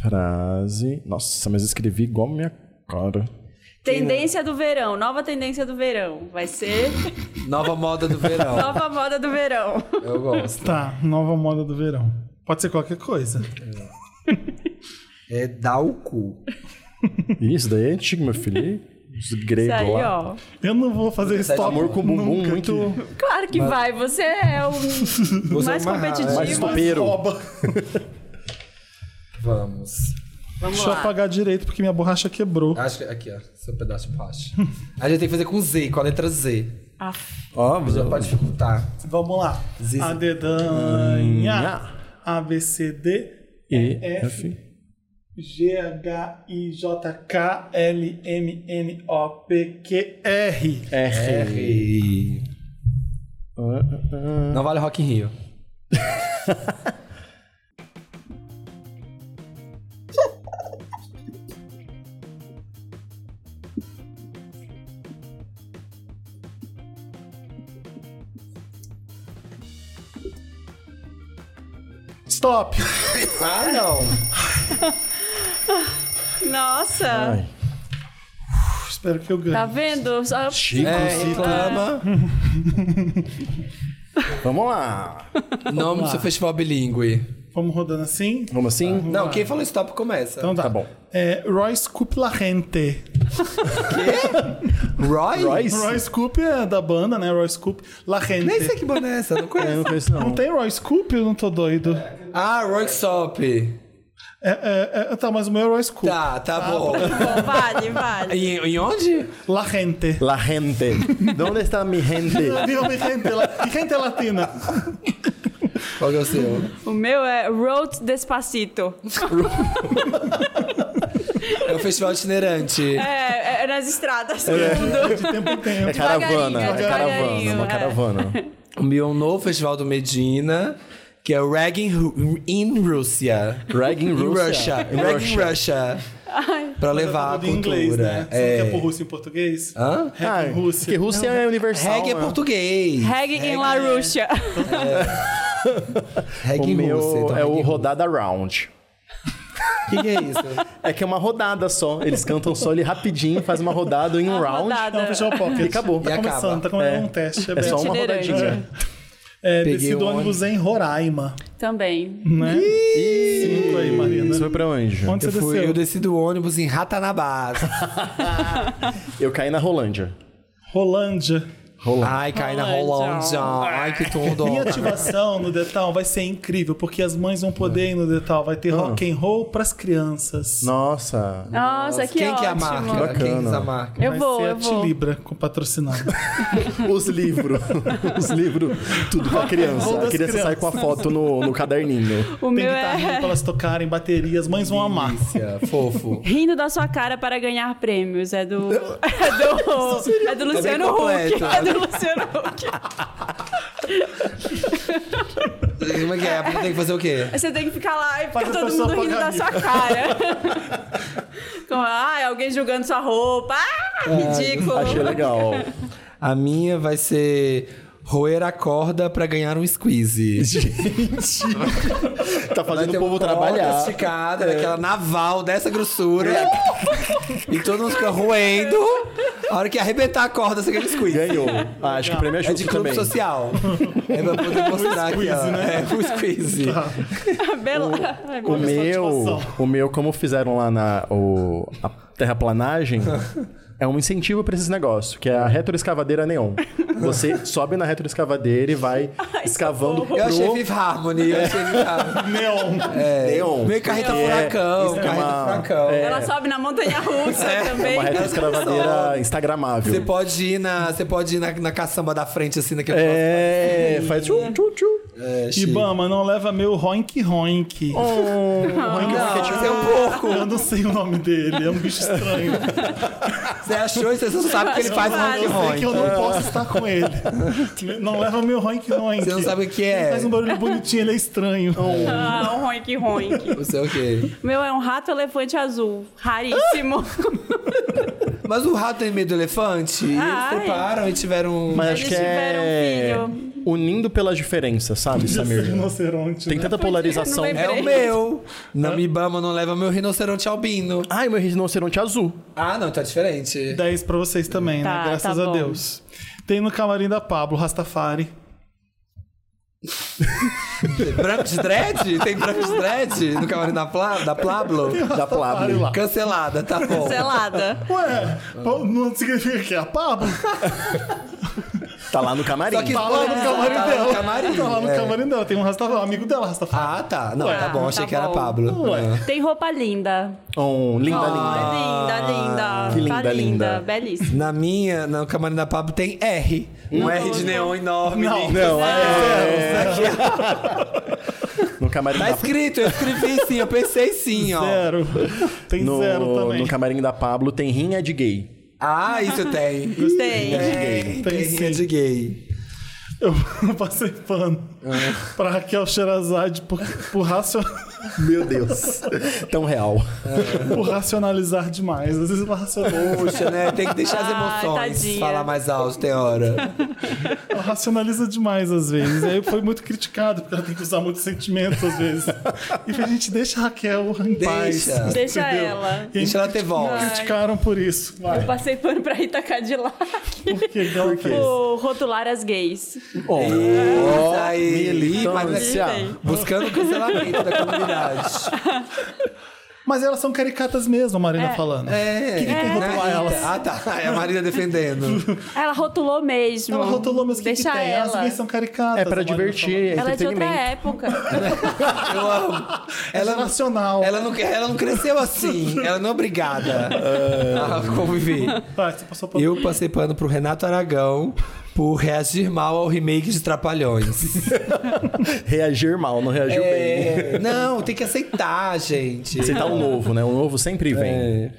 Speaker 4: Frase. Nossa, mas eu escrevi igual minha cara.
Speaker 2: Tendência do verão, nova tendência do verão. Vai ser
Speaker 3: Nova moda do verão.
Speaker 2: nova moda do verão.
Speaker 3: Eu gosto.
Speaker 1: Tá, nova moda do verão. Pode ser qualquer coisa.
Speaker 3: É dar o cu.
Speaker 4: Isso daí é antigo, meu filho. Os
Speaker 2: Isso
Speaker 4: gregos
Speaker 2: aí,
Speaker 4: lá.
Speaker 2: ó.
Speaker 1: Eu não vou fazer
Speaker 3: Você tá de
Speaker 1: stop.
Speaker 4: amor com bumbum
Speaker 1: nunca.
Speaker 4: muito-
Speaker 2: Claro que vai, você é o
Speaker 3: Você
Speaker 2: mais
Speaker 3: é uma-
Speaker 4: mais
Speaker 2: competitivo.
Speaker 4: uma- Topeiro.
Speaker 1: Oba.
Speaker 3: Vamos.
Speaker 2: Vamos
Speaker 1: Deixa eu
Speaker 2: lá.
Speaker 1: apagar direito porque minha borracha quebrou.
Speaker 3: Acho que aqui, ó. Seu pedaço de borracha. A gente tem que fazer com Z, com a letra Z.
Speaker 2: Ah,
Speaker 4: Ó,
Speaker 3: Já pode dificultar.
Speaker 1: Vamos lá.
Speaker 3: Zizi.
Speaker 1: A dedanha.
Speaker 4: Nha.
Speaker 1: A, B, C, D,
Speaker 4: é, E,
Speaker 1: F.
Speaker 4: F.
Speaker 1: G, H, I, J, K, L, M, N, O, P, Q, R.
Speaker 4: R.
Speaker 3: R.
Speaker 4: Ah, ah,
Speaker 3: Não vale Rock in Rio.
Speaker 1: Stop.
Speaker 3: Ah, não.
Speaker 4: ah.
Speaker 2: Nossa,
Speaker 4: Ai.
Speaker 1: Espero que eu ganhe.
Speaker 2: tá vendo? Só-
Speaker 4: Chico
Speaker 3: É,
Speaker 4: se
Speaker 3: reclama.
Speaker 4: Vamos lá.
Speaker 3: Nome do seu festival bilíngue.
Speaker 1: Vamos rodando assim?
Speaker 4: Vamos assim?
Speaker 3: Não, quem falou stop começa.
Speaker 1: Então tá.
Speaker 4: Tá bom.
Speaker 1: É, Royce Cup La Gente.
Speaker 3: Roy?
Speaker 4: Royce?
Speaker 1: Royce Cup é da banda, né? Royce Cup La Gente.
Speaker 3: Nem sei que banda é essa, não
Speaker 4: Eu
Speaker 3: conheço.
Speaker 4: não conheço, não.
Speaker 1: Não tem Royce Cup? Eu não tô doido.
Speaker 3: Ah, Rockstop.
Speaker 1: É, é, é, tá, mas o meu é Royce Cup.
Speaker 3: Tá, tá bom.
Speaker 2: Bom, vale, vale.
Speaker 3: Em, em onde?
Speaker 1: La Gente.
Speaker 4: La gente. Donde está mi gente?
Speaker 1: Viva mi gente, la, mi gente latina.
Speaker 3: Qual que é o seu?
Speaker 2: O meu é Road Despacito.
Speaker 3: É o festival itinerante.
Speaker 2: É, é nas estradas do
Speaker 1: De
Speaker 2: mundo.
Speaker 1: tempo em
Speaker 4: É
Speaker 1: tempo.
Speaker 4: caravana. É
Speaker 2: Devagarinho,
Speaker 4: caravana. Uma
Speaker 2: é.
Speaker 4: caravana.
Speaker 3: O meu novo festival do Medina, que é o Rag in, Ru- in Rússia.
Speaker 4: Rag in
Speaker 3: In Russia.
Speaker 4: Russia.
Speaker 3: Rag in Russia. Pra levar a
Speaker 1: Tudo
Speaker 3: cultura.
Speaker 1: em inglês, né? Você
Speaker 3: É.
Speaker 1: não quer por russo em português?
Speaker 3: Hã?
Speaker 4: Ah,
Speaker 1: Reg em Rússia.
Speaker 4: Porque Rússia é universal.
Speaker 3: Reggae é
Speaker 4: né?
Speaker 3: português.
Speaker 2: Reggae em La Russia.
Speaker 3: Reggae
Speaker 4: O
Speaker 3: em Rússia.
Speaker 4: meu
Speaker 3: então
Speaker 4: é
Speaker 3: reggae
Speaker 4: o
Speaker 3: em Rússia.
Speaker 4: Rodada Round.
Speaker 3: O que, que é isso?
Speaker 4: É que é uma rodada só. Eles cantam só ele rapidinho, faz uma rodada em um
Speaker 2: Uma
Speaker 4: round.
Speaker 1: É um
Speaker 2: rodada.
Speaker 1: festival pocket.
Speaker 4: E acabou.
Speaker 1: Tá
Speaker 3: E acaba.
Speaker 1: começando, tá começando
Speaker 4: É.
Speaker 1: um teste.
Speaker 4: É só uma um
Speaker 2: Itinerante.
Speaker 4: rodadinha.
Speaker 1: É,
Speaker 3: Peguei
Speaker 1: desci do
Speaker 3: o
Speaker 1: ônibus em Roraima,
Speaker 2: Também.
Speaker 1: né? Cinco aí, Marina.
Speaker 4: Isso foi pra onde?
Speaker 1: Onde
Speaker 3: Eu,
Speaker 1: você
Speaker 3: fui,
Speaker 1: desceu?
Speaker 3: eu desci do ônibus em Ratanabá.
Speaker 4: Eu caí na Rolândia.
Speaker 1: Rolândia.
Speaker 3: Ai, cai na
Speaker 2: Rolândia.
Speaker 3: Rolândia. Ai, que tudo.
Speaker 1: Minha ativação no Detal vai ser incrível, porque as mães vão poder ir no Detal. Vai
Speaker 4: Ah.
Speaker 1: ter rock and roll pras crianças.
Speaker 4: Nossa.
Speaker 2: Nossa, que
Speaker 3: Quem
Speaker 2: ótimo.
Speaker 3: que é a marca? Quem que é
Speaker 4: Bacana.
Speaker 3: a marca?
Speaker 2: Eu
Speaker 1: Vai
Speaker 2: vou,
Speaker 1: ser
Speaker 2: eu
Speaker 1: a
Speaker 2: vou.
Speaker 1: Tilibra com patrocinado.
Speaker 4: Os livros. Os livros. Tudo pra
Speaker 1: Ou
Speaker 4: criança.
Speaker 1: das
Speaker 4: A criança sai
Speaker 1: crianças.
Speaker 4: com a foto no, no caderninho.
Speaker 2: O
Speaker 1: Tem tá
Speaker 2: meu
Speaker 1: guitarrinha pra
Speaker 2: é
Speaker 1: elas tocarem, bateria, as mães vão amar.
Speaker 3: Delícia, fofo.
Speaker 2: Rindo da sua cara para ganhar prêmios. É do. É do, é do Luciano Huck.
Speaker 3: completo.
Speaker 2: É do Luciano Huck.
Speaker 3: Como é que é? A pessoa tem que fazer o quê?
Speaker 2: Você tem que ficar lá e
Speaker 1: Faz
Speaker 2: fica
Speaker 1: a
Speaker 2: todo
Speaker 1: pessoa
Speaker 2: mundo rindo
Speaker 1: apagar
Speaker 2: da sua cara. Como, ai, alguém julgando sua roupa. Ah, ridículo.
Speaker 4: Achei legal.
Speaker 3: A minha vai ser roer a corda pra ganhar um squeeze.
Speaker 4: Tá
Speaker 3: Vai
Speaker 4: fazendo
Speaker 3: ter um
Speaker 4: o povo
Speaker 3: uma corda
Speaker 4: trabalhar. É.
Speaker 3: esticada, daquela naval dessa grossura. e todo mundo fica roendo. A hora que arrebentar a corda, você ganha um squeeze.
Speaker 4: Ganhou. Ah, acho que o prêmio é
Speaker 3: É
Speaker 4: justo
Speaker 3: de clube
Speaker 4: também.
Speaker 3: social. É pra poder mostrar aqui, ó.
Speaker 1: squeeze, né?
Speaker 3: É um squeeze.
Speaker 2: Bela. Ai,
Speaker 4: O
Speaker 2: meu Deus.
Speaker 4: meu,
Speaker 1: satisfação.
Speaker 4: o meu, como fizeram lá na o, a terraplanagem, é um incentivo pra esses negócios, que é a retroescavadeira neon. Você sobe na retroescavadeira e vai escavando pro
Speaker 3: Eu achei Fifth Harmony. Eu achei Fifth Harmony.
Speaker 1: Neon.
Speaker 3: É.
Speaker 4: neon.
Speaker 3: Meio carreta
Speaker 4: Que é-
Speaker 3: tá furacão,
Speaker 4: isso é
Speaker 3: carreta
Speaker 4: uma-
Speaker 3: furacão.
Speaker 2: Ela sobe na montanha russa também.
Speaker 4: é Uma retroescavadeira
Speaker 3: é Você
Speaker 4: instagramável.
Speaker 3: pode ir na, você pode ir na, na caçamba da frente, assim, naquele
Speaker 4: É, faz tchum, tchum, tchum.
Speaker 3: É, chique.
Speaker 1: Ibama, não leva meu roink roink.
Speaker 2: Oh.
Speaker 1: tipo,
Speaker 3: Não, você é um porco.
Speaker 1: Eu não sei o nome dele, é um bicho estranho.
Speaker 3: Você achou isso, você sabe que ele faz um
Speaker 2: Vários.
Speaker 3: rock
Speaker 1: Eu sei É que eu
Speaker 3: roll.
Speaker 1: não posso estar com ele. Não leva meu roink roink.
Speaker 3: Você não sabe o que
Speaker 1: Ele
Speaker 3: é.
Speaker 1: faz um barulho bonitinho, ele é estranho.
Speaker 2: Ah, um roink roink.
Speaker 3: Você é o quê?
Speaker 2: O meu é um rato elefante azul. Raríssimo.
Speaker 3: Mas o rato tem medo do elefante? e eles
Speaker 2: Ah, é.
Speaker 3: treparam e tiveram. um-
Speaker 4: Mas
Speaker 2: Eles
Speaker 4: acho que
Speaker 2: tiveram
Speaker 4: é.
Speaker 2: um filho.
Speaker 4: Unindo pelas diferenças, sabe, Samir?
Speaker 1: é um Rinoceronte.
Speaker 4: Tem
Speaker 1: né?
Speaker 4: tanta polarização.
Speaker 2: Não
Speaker 3: É
Speaker 2: lembrei.
Speaker 3: o meu. Namibama não leva meu rinoceronte albino.
Speaker 4: Ai, meu rinoceronte azul.
Speaker 3: Ah, não, tá diferente.
Speaker 1: 10 pra vocês também,
Speaker 2: Tá,
Speaker 1: né? Graças
Speaker 2: tá
Speaker 1: a
Speaker 2: bom.
Speaker 1: Deus. Tem no camarim da Pablo, Rastafari.
Speaker 3: branco de dread? Tem branco de dread no camarim da, Pla... da Pablo?
Speaker 4: Da
Speaker 1: Pare
Speaker 4: Pablo.
Speaker 1: lá.
Speaker 3: Cancelada, tá bom.
Speaker 2: Selada.
Speaker 1: Ué, pa- não significa que é a Pablo?
Speaker 4: Tá lá no camarim.
Speaker 3: Só que-
Speaker 1: Tá lá no
Speaker 3: É,
Speaker 1: camarim
Speaker 3: tá lá no
Speaker 1: dela.
Speaker 3: camarim,
Speaker 1: tá lá no
Speaker 3: é.
Speaker 1: camarim dela. Tem um Rastafari, um amigo dela, Rastafari.
Speaker 3: Ah, tá. Não,
Speaker 1: Ué,
Speaker 3: tá bom, achei
Speaker 2: tá
Speaker 3: que era
Speaker 2: bom.
Speaker 3: Pablo.
Speaker 1: Ué.
Speaker 2: Tem roupa linda.
Speaker 4: Um, linda, linda. Ah,
Speaker 2: linda, linda.
Speaker 4: Que
Speaker 2: tá
Speaker 4: linda, linda.
Speaker 2: Belíssima.
Speaker 3: Na minha, no camarim da Pablo tem R. Um R de neon enorme.
Speaker 1: Não.
Speaker 3: lindo.
Speaker 4: Não, é.
Speaker 3: Isso aqui, ó.
Speaker 4: No camarim
Speaker 3: Tá
Speaker 4: da
Speaker 3: escrito, eu escrevi sim, eu pensei sim, ó.
Speaker 1: Zero. Tem
Speaker 4: no,
Speaker 1: zero também.
Speaker 4: no camarim da Pablo tem rinha de gay.
Speaker 3: Ah, isso tem.
Speaker 2: Tem.
Speaker 4: É.
Speaker 3: É, Tem,
Speaker 1: Tem
Speaker 3: tem
Speaker 1: sim.
Speaker 3: de gay.
Speaker 1: Eu passei pano pra Raquel Sherazade por, por, racio-
Speaker 4: Meu Deus. Tão real.
Speaker 1: por racionalizar demais. Às vezes ela racionou,
Speaker 3: Puxa, né? Tem que deixar as
Speaker 2: Ai,
Speaker 3: emoções
Speaker 2: tadinha.
Speaker 3: falar mais alto, tem hora.
Speaker 1: ela racionaliza demais às vezes. Aí foi muito criticado, porque ela tem que usar muito sentimento às vezes. E a gente deixa a Raquel em paz.
Speaker 3: Deixa.
Speaker 2: Deixa
Speaker 1: entendeu? E
Speaker 2: ela.
Speaker 1: a
Speaker 3: Deixa
Speaker 1: gente
Speaker 3: ela ter voz.
Speaker 1: criticaram por isso. Vai.
Speaker 2: Passei pano pra Rita Cadillac.
Speaker 1: Por que ela fez?
Speaker 2: O rotular as gays.
Speaker 4: Oh,
Speaker 3: Isso aí,
Speaker 4: militância.
Speaker 3: mas é
Speaker 4: ah,
Speaker 2: Militei.
Speaker 3: buscando o cancelamento da comunidade.
Speaker 1: Mas elas são caricatas mesmo, a Marina falando.
Speaker 3: É,
Speaker 1: Quem que tem que rotular elas?
Speaker 3: Ah, tá. É a Marina defendendo.
Speaker 2: Ela rotulou mesmo.
Speaker 1: Ela rotulou, mas o que, que
Speaker 2: Então, Deixa
Speaker 1: tem? Elas
Speaker 2: ela.
Speaker 1: gays são caricatas.
Speaker 4: é
Speaker 1: a
Speaker 4: pra
Speaker 1: Marina
Speaker 4: divertir, é
Speaker 2: Ela é de outra
Speaker 4: entretenimento.
Speaker 2: época.
Speaker 3: Eu amo.
Speaker 1: falando.
Speaker 3: Ela,
Speaker 1: É nacional.
Speaker 3: ela, não, ela não cresceu assim. Ela não é obrigada a conviver.
Speaker 1: Vai, você passou por...
Speaker 3: Eu passei pano pro Renato Aragão por reagir mal ao remake de Trapalhões.
Speaker 4: Reagir mal, não reagiu bem.
Speaker 3: É, não, tem que aceitar, gente.
Speaker 4: Você dá um novo, né? Um novo sempre
Speaker 3: É.
Speaker 4: vem.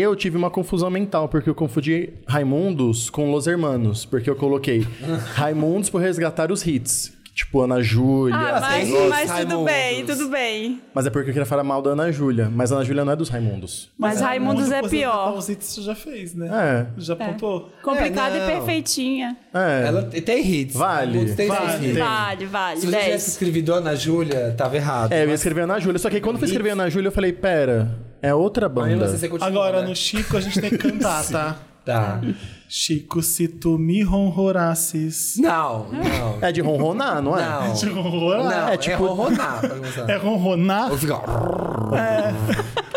Speaker 4: Eu tive uma confusão mental, porque eu confundi Raimundos com Los Hermanos. Porque eu coloquei Raimundos por resgatar os hits. Tipo, Ana Júlia.
Speaker 2: Ah, mas,
Speaker 3: gays,
Speaker 2: mas tudo
Speaker 3: Raimundos.
Speaker 2: bem, tudo bem.
Speaker 4: Mas é porque eu queria falar mal da Ana Júlia. Mas a Ana Júlia não é dos Raimundos.
Speaker 2: Mas Raimundos é pior.
Speaker 1: Os hits você já fez, né?
Speaker 4: É.
Speaker 1: Já apontou?
Speaker 2: Complicada
Speaker 3: É, não.
Speaker 2: e perfeitinha.
Speaker 4: É.
Speaker 3: Ela tem tem hits.
Speaker 4: Vale.
Speaker 3: Tem seis
Speaker 1: Vale.
Speaker 3: hits.
Speaker 1: Tem.
Speaker 2: Vale, vale.
Speaker 3: Se você tivesse
Speaker 2: 10.
Speaker 3: escrevido Ana Júlia, tava errado.
Speaker 4: É, eu ia escrever Ana Júlia. Só que aí quando eu fui escrever Ana Júlia, eu falei, pera, é outra
Speaker 3: Aí
Speaker 4: banda.
Speaker 3: não sei se você continua,
Speaker 1: Agora,
Speaker 3: né?
Speaker 1: no Chico, a gente tem que cantar, tá?
Speaker 3: Tá.
Speaker 1: Chico, se tu me ronrorasses...
Speaker 3: Não, não.
Speaker 4: É de ronronar, não é?
Speaker 3: Não.
Speaker 1: De
Speaker 3: Não,
Speaker 1: ronrorar?
Speaker 3: é
Speaker 4: tipo-
Speaker 3: tipo... ronronar. pra começar.
Speaker 1: É ronronar?
Speaker 3: Eu fico, ó,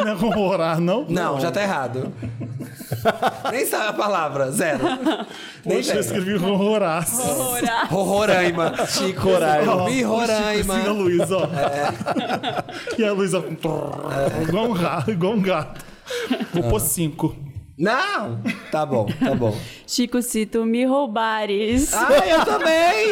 Speaker 1: Não é ronrorar, não?
Speaker 3: Não, já tá errado. Nem sabe a palavra, zero.
Speaker 1: Poxa,
Speaker 3: Nem
Speaker 1: eu
Speaker 3: zero.
Speaker 1: escrevi ronrorasses.
Speaker 2: Horror.
Speaker 3: Ro- Roraima. Chico,
Speaker 4: Roraima.
Speaker 1: Ó,
Speaker 3: Mi Roraima.
Speaker 1: Assim, a Luísa, ó. E a Luísa... Igual um rato, igual um gato. Vou
Speaker 3: Ah.
Speaker 1: pôr cinco.
Speaker 3: Não! Tá bom, tá bom.
Speaker 2: Chico, se tu me roubares.
Speaker 3: Ah, eu também!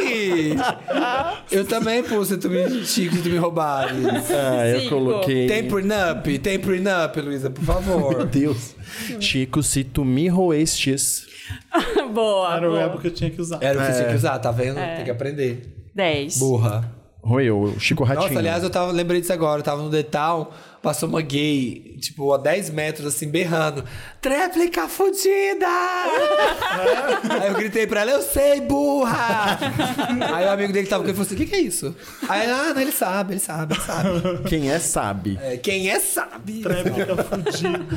Speaker 3: Eu também, pô, se tu me, Chico, se tu me roubares.
Speaker 4: Ah, eu
Speaker 2: Cinco.
Speaker 4: coloquei.
Speaker 3: Tem prenup? Tem prenup, Luísa, por
Speaker 4: Meu
Speaker 3: favor.
Speaker 4: Deus. Chico, se tu me roestes.
Speaker 2: boa.
Speaker 1: Era o verbo
Speaker 2: boa.
Speaker 1: que eu tinha que usar.
Speaker 3: Era o que você tinha que usar, tá vendo? Tem que aprender.
Speaker 2: 10.
Speaker 3: Burra.
Speaker 4: Roeu, Chico Ratinho.
Speaker 3: Nossa, aliás, eu tava, lembrei disso agora. Eu tava no Detal, passou uma gay, tipo, a 10 metros, assim, berrando. Tréplica fudida! Aí eu gritei pra ela, eu sei, burra! Aí o amigo dele que tava com ele falou assim, o que que é isso? Aí, ela, ah, não, ele sabe, ele sabe, ele sabe.
Speaker 4: Quem é sabe.
Speaker 3: É, quem é sabe.
Speaker 1: Tréplica fudido.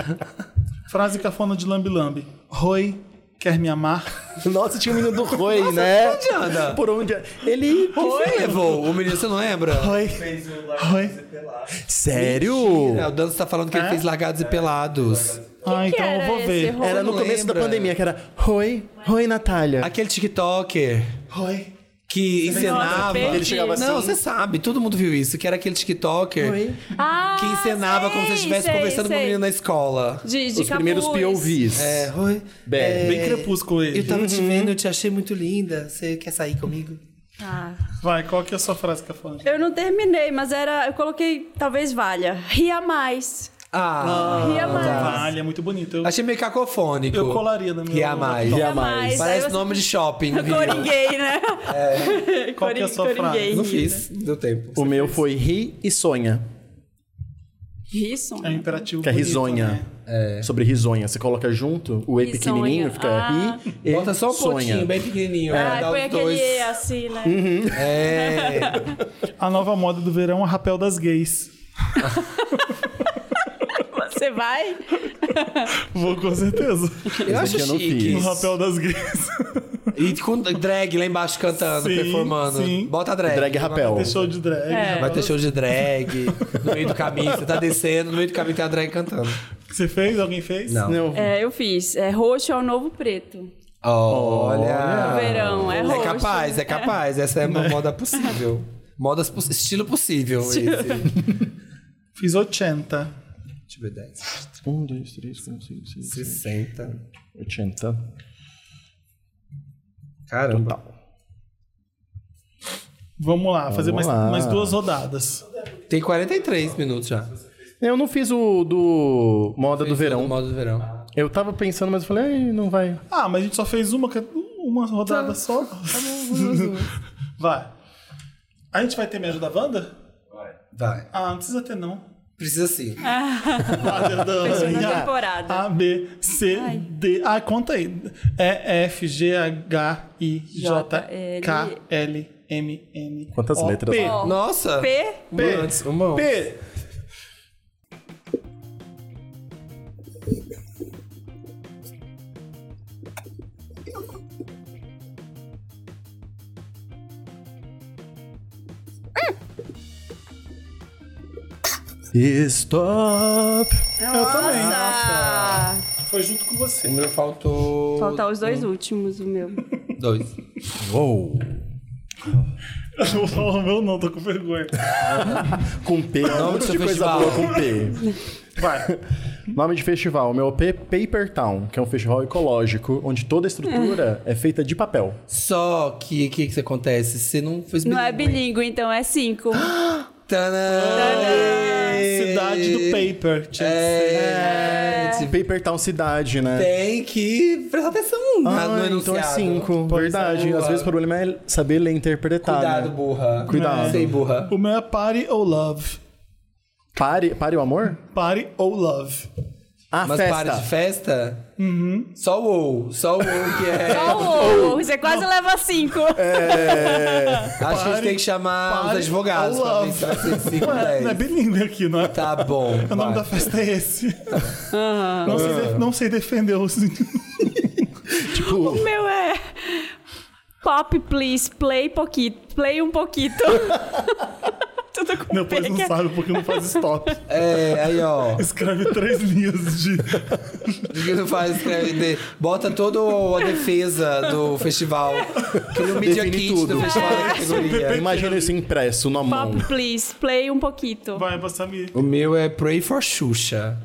Speaker 1: Frase cafona de Lambi Lambi. Roi, quer me amar?
Speaker 4: Nossa, tinha o menino do Roi, né?
Speaker 3: onde anda?
Speaker 4: Por onde Ele.
Speaker 3: Você levou o menino, você não lembra?
Speaker 1: Roi,
Speaker 5: Fez um
Speaker 1: Oi?
Speaker 5: live pelado.
Speaker 4: Sério?
Speaker 3: É, o Dantas tá falando que ele
Speaker 1: É?
Speaker 3: fez largados e pelados.
Speaker 1: Ah,
Speaker 2: que
Speaker 1: então eu
Speaker 2: era
Speaker 1: vou
Speaker 2: esse
Speaker 1: ver.
Speaker 2: roi?
Speaker 4: Era
Speaker 3: Não
Speaker 4: no começo
Speaker 3: lembra.
Speaker 4: da pandemia, que era Roi, Roi Natália.
Speaker 3: Aquele tiktoker
Speaker 1: Roi.
Speaker 3: que encenava...
Speaker 2: Nossa,
Speaker 4: Ele chegava assim.
Speaker 3: Não, você sabe, todo mundo viu isso, que era aquele tiktoker...
Speaker 4: Oi.
Speaker 2: Ah,
Speaker 3: que encenava como se
Speaker 2: sei,
Speaker 3: estivesse
Speaker 2: sei,
Speaker 3: conversando com
Speaker 2: sei.
Speaker 3: uma menina na escola.
Speaker 2: De, de
Speaker 4: Os primeiros
Speaker 2: capuz.
Speaker 4: POVs.
Speaker 3: É, oi.
Speaker 4: Bem,
Speaker 3: é,
Speaker 1: Bem crepúsculo ele.
Speaker 3: Eu tava
Speaker 2: Uhum.
Speaker 3: te vendo, eu te achei muito linda. Você quer sair comigo?
Speaker 2: Ah.
Speaker 1: Vai, qual que é a sua frase cafona?
Speaker 2: Eu não terminei, mas era. Eu coloquei, talvez valha. Ria mais.
Speaker 3: Ah,
Speaker 2: Ria mais.
Speaker 1: Vale, é muito bonito. Eu,
Speaker 3: achei meio cacofônico.
Speaker 1: eu colaria na minha.
Speaker 3: Que é a mais.
Speaker 4: Ria
Speaker 2: Ria mais.
Speaker 4: mais.
Speaker 3: Parece
Speaker 2: Aí você-
Speaker 3: nome de shopping. no Rio.
Speaker 2: Coringuei, né? É.
Speaker 1: Qual que é a sua frase?
Speaker 3: Não fiz, deu tempo.
Speaker 4: O meu foi Ri e Sonha.
Speaker 2: Risson.
Speaker 1: É um imperativo.
Speaker 4: Que é
Speaker 1: bonito,
Speaker 4: risonha.
Speaker 1: né?
Speaker 4: Sobre risonha. Você coloca junto, o E
Speaker 2: Risonha.
Speaker 4: pequenininho, fica
Speaker 2: Ah.
Speaker 4: ri, e
Speaker 3: Bota só um
Speaker 4: sonha.
Speaker 3: pontinho bem pequenininho.
Speaker 2: Ah,
Speaker 3: É, dá
Speaker 2: põe
Speaker 3: os
Speaker 2: aquele
Speaker 3: dois. Uhum.
Speaker 2: assim, né?
Speaker 3: É.
Speaker 1: A nova moda do verão é rapel das gays.
Speaker 2: Você vai?
Speaker 1: Vou com certeza.
Speaker 3: Eu
Speaker 4: Esse
Speaker 3: acho
Speaker 4: aqui eu não
Speaker 3: chique.
Speaker 1: No
Speaker 4: fiz.
Speaker 1: rapel das gays.
Speaker 3: E com drag lá embaixo cantando,
Speaker 1: Sim,
Speaker 3: performando.
Speaker 1: sim.
Speaker 3: Bota drag.
Speaker 4: drag rapel.
Speaker 1: Ter show de drag. né?
Speaker 2: É.
Speaker 3: Vai ter show de drag. No meio do caminho, você tá descendo, no meio do caminho tem a drag cantando.
Speaker 1: Você fez? Alguém fez?
Speaker 3: Não.
Speaker 4: Não.
Speaker 2: É, eu fiz. É roxo é o novo preto.
Speaker 3: Olha.
Speaker 2: Verão, é roxo. Né?
Speaker 3: É capaz, é capaz. Essa é uma moda possível. Modas poss- estilo possível. Esse. Deixa
Speaker 1: Fiz 80.
Speaker 3: eu ver 10.
Speaker 4: Um, dois, três, quatro, cinco, seis, sete,
Speaker 3: 60.
Speaker 4: 80. Então
Speaker 3: Caramba.
Speaker 4: tá.
Speaker 1: Vamos lá, fazer mais,
Speaker 4: lá.
Speaker 1: mais duas rodadas.
Speaker 3: Tem 43 minutos já.
Speaker 4: Eu não fiz o do Moda do Verão.
Speaker 3: Moda do verão.
Speaker 4: Eu tava pensando, mas eu falei, "Ai, não vai.
Speaker 1: Ah, mas a gente só fez uma, que- uma rodada só. vai. A gente vai ter Me Ajuda Wanda?
Speaker 3: Vai.
Speaker 1: Ah, não precisa ter, não.
Speaker 3: Precisa sim.
Speaker 2: É. Segunda
Speaker 1: A,
Speaker 2: temporada.
Speaker 1: A, B, C, D. Ah, conta aí. E, F, G, H, I, J, K, L, M, N.
Speaker 4: Quantas
Speaker 1: O,
Speaker 4: letras?
Speaker 1: P,
Speaker 2: Ó.
Speaker 3: Nossa.
Speaker 2: P.
Speaker 3: Uma antes, uma antes.
Speaker 1: P.
Speaker 4: Stop!
Speaker 2: Nossa!
Speaker 1: Foi junto com você.
Speaker 3: O meu faltou.
Speaker 2: Faltar os dois últimos, o meu.
Speaker 3: Dois.
Speaker 4: Uou!
Speaker 1: o meu não, tô com vergonha.
Speaker 4: Com P,
Speaker 3: Nome
Speaker 4: nome
Speaker 3: do
Speaker 4: de
Speaker 3: seu
Speaker 4: coisa
Speaker 3: festival.
Speaker 4: boa com P.
Speaker 1: Vai.
Speaker 4: nome de festival, meu P é Paper Town, que é um festival ecológico, onde toda a estrutura
Speaker 3: Ah.
Speaker 4: é feita de papel.
Speaker 3: Só que o que, que acontece? Você não fez
Speaker 2: Não é bilíngue, então é cinco.
Speaker 1: Cidade do Paper.
Speaker 4: É,
Speaker 1: tinha que ser.
Speaker 3: É.
Speaker 4: Paper Town cidade, né?
Speaker 3: Tem que prestar atenção na- no
Speaker 4: Ah, então
Speaker 3: enunciado.
Speaker 4: é cinco. Verdade.
Speaker 3: é,
Speaker 4: Às
Speaker 3: boa.
Speaker 4: vezes o problema é saber ler e interpretar.
Speaker 3: Cuidado,
Speaker 4: né?
Speaker 3: burra.
Speaker 4: Cuidado.
Speaker 3: Sei, burra.
Speaker 1: O meu é Party ou Love.
Speaker 4: Pare, pare o amor?
Speaker 1: Party ou Love.
Speaker 4: Ah,
Speaker 3: Mas
Speaker 4: festa.
Speaker 3: para de festa? Uhum. Só o ou. Só o ou que é.
Speaker 2: Só o O, você quase leva cinco.
Speaker 3: Acho que a gente
Speaker 1: Pare-
Speaker 3: tem que chamar os
Speaker 1: pare-
Speaker 3: advogados
Speaker 1: I
Speaker 3: pra ver
Speaker 1: love.
Speaker 3: se vai ser 5 ou
Speaker 1: Ué, não é
Speaker 3: 10.
Speaker 1: bilíngue aqui, não é?
Speaker 3: Tá bom.
Speaker 1: O nome
Speaker 3: vai.
Speaker 1: da festa é esse. Não, sei, de- não sei defender os.
Speaker 4: Tipo,
Speaker 2: O meu é. Pop, please, play poquito. Play um pouquito. Tudo com
Speaker 1: Depois
Speaker 2: P,
Speaker 1: não
Speaker 2: que é-
Speaker 1: sabe porque não faz stop.
Speaker 3: É, aí ó.
Speaker 1: Escreve três linhas de.
Speaker 3: Por que não faz? escreve de- Bota toda a defesa do festival. Cria um media
Speaker 4: Define
Speaker 3: kit do
Speaker 4: tudo.
Speaker 3: festival da categoria.
Speaker 4: imagina isso impresso na mão.
Speaker 2: Pop, please, play um pouquito.
Speaker 1: Vai, passar me.
Speaker 3: O meu é Pray for Xuxa.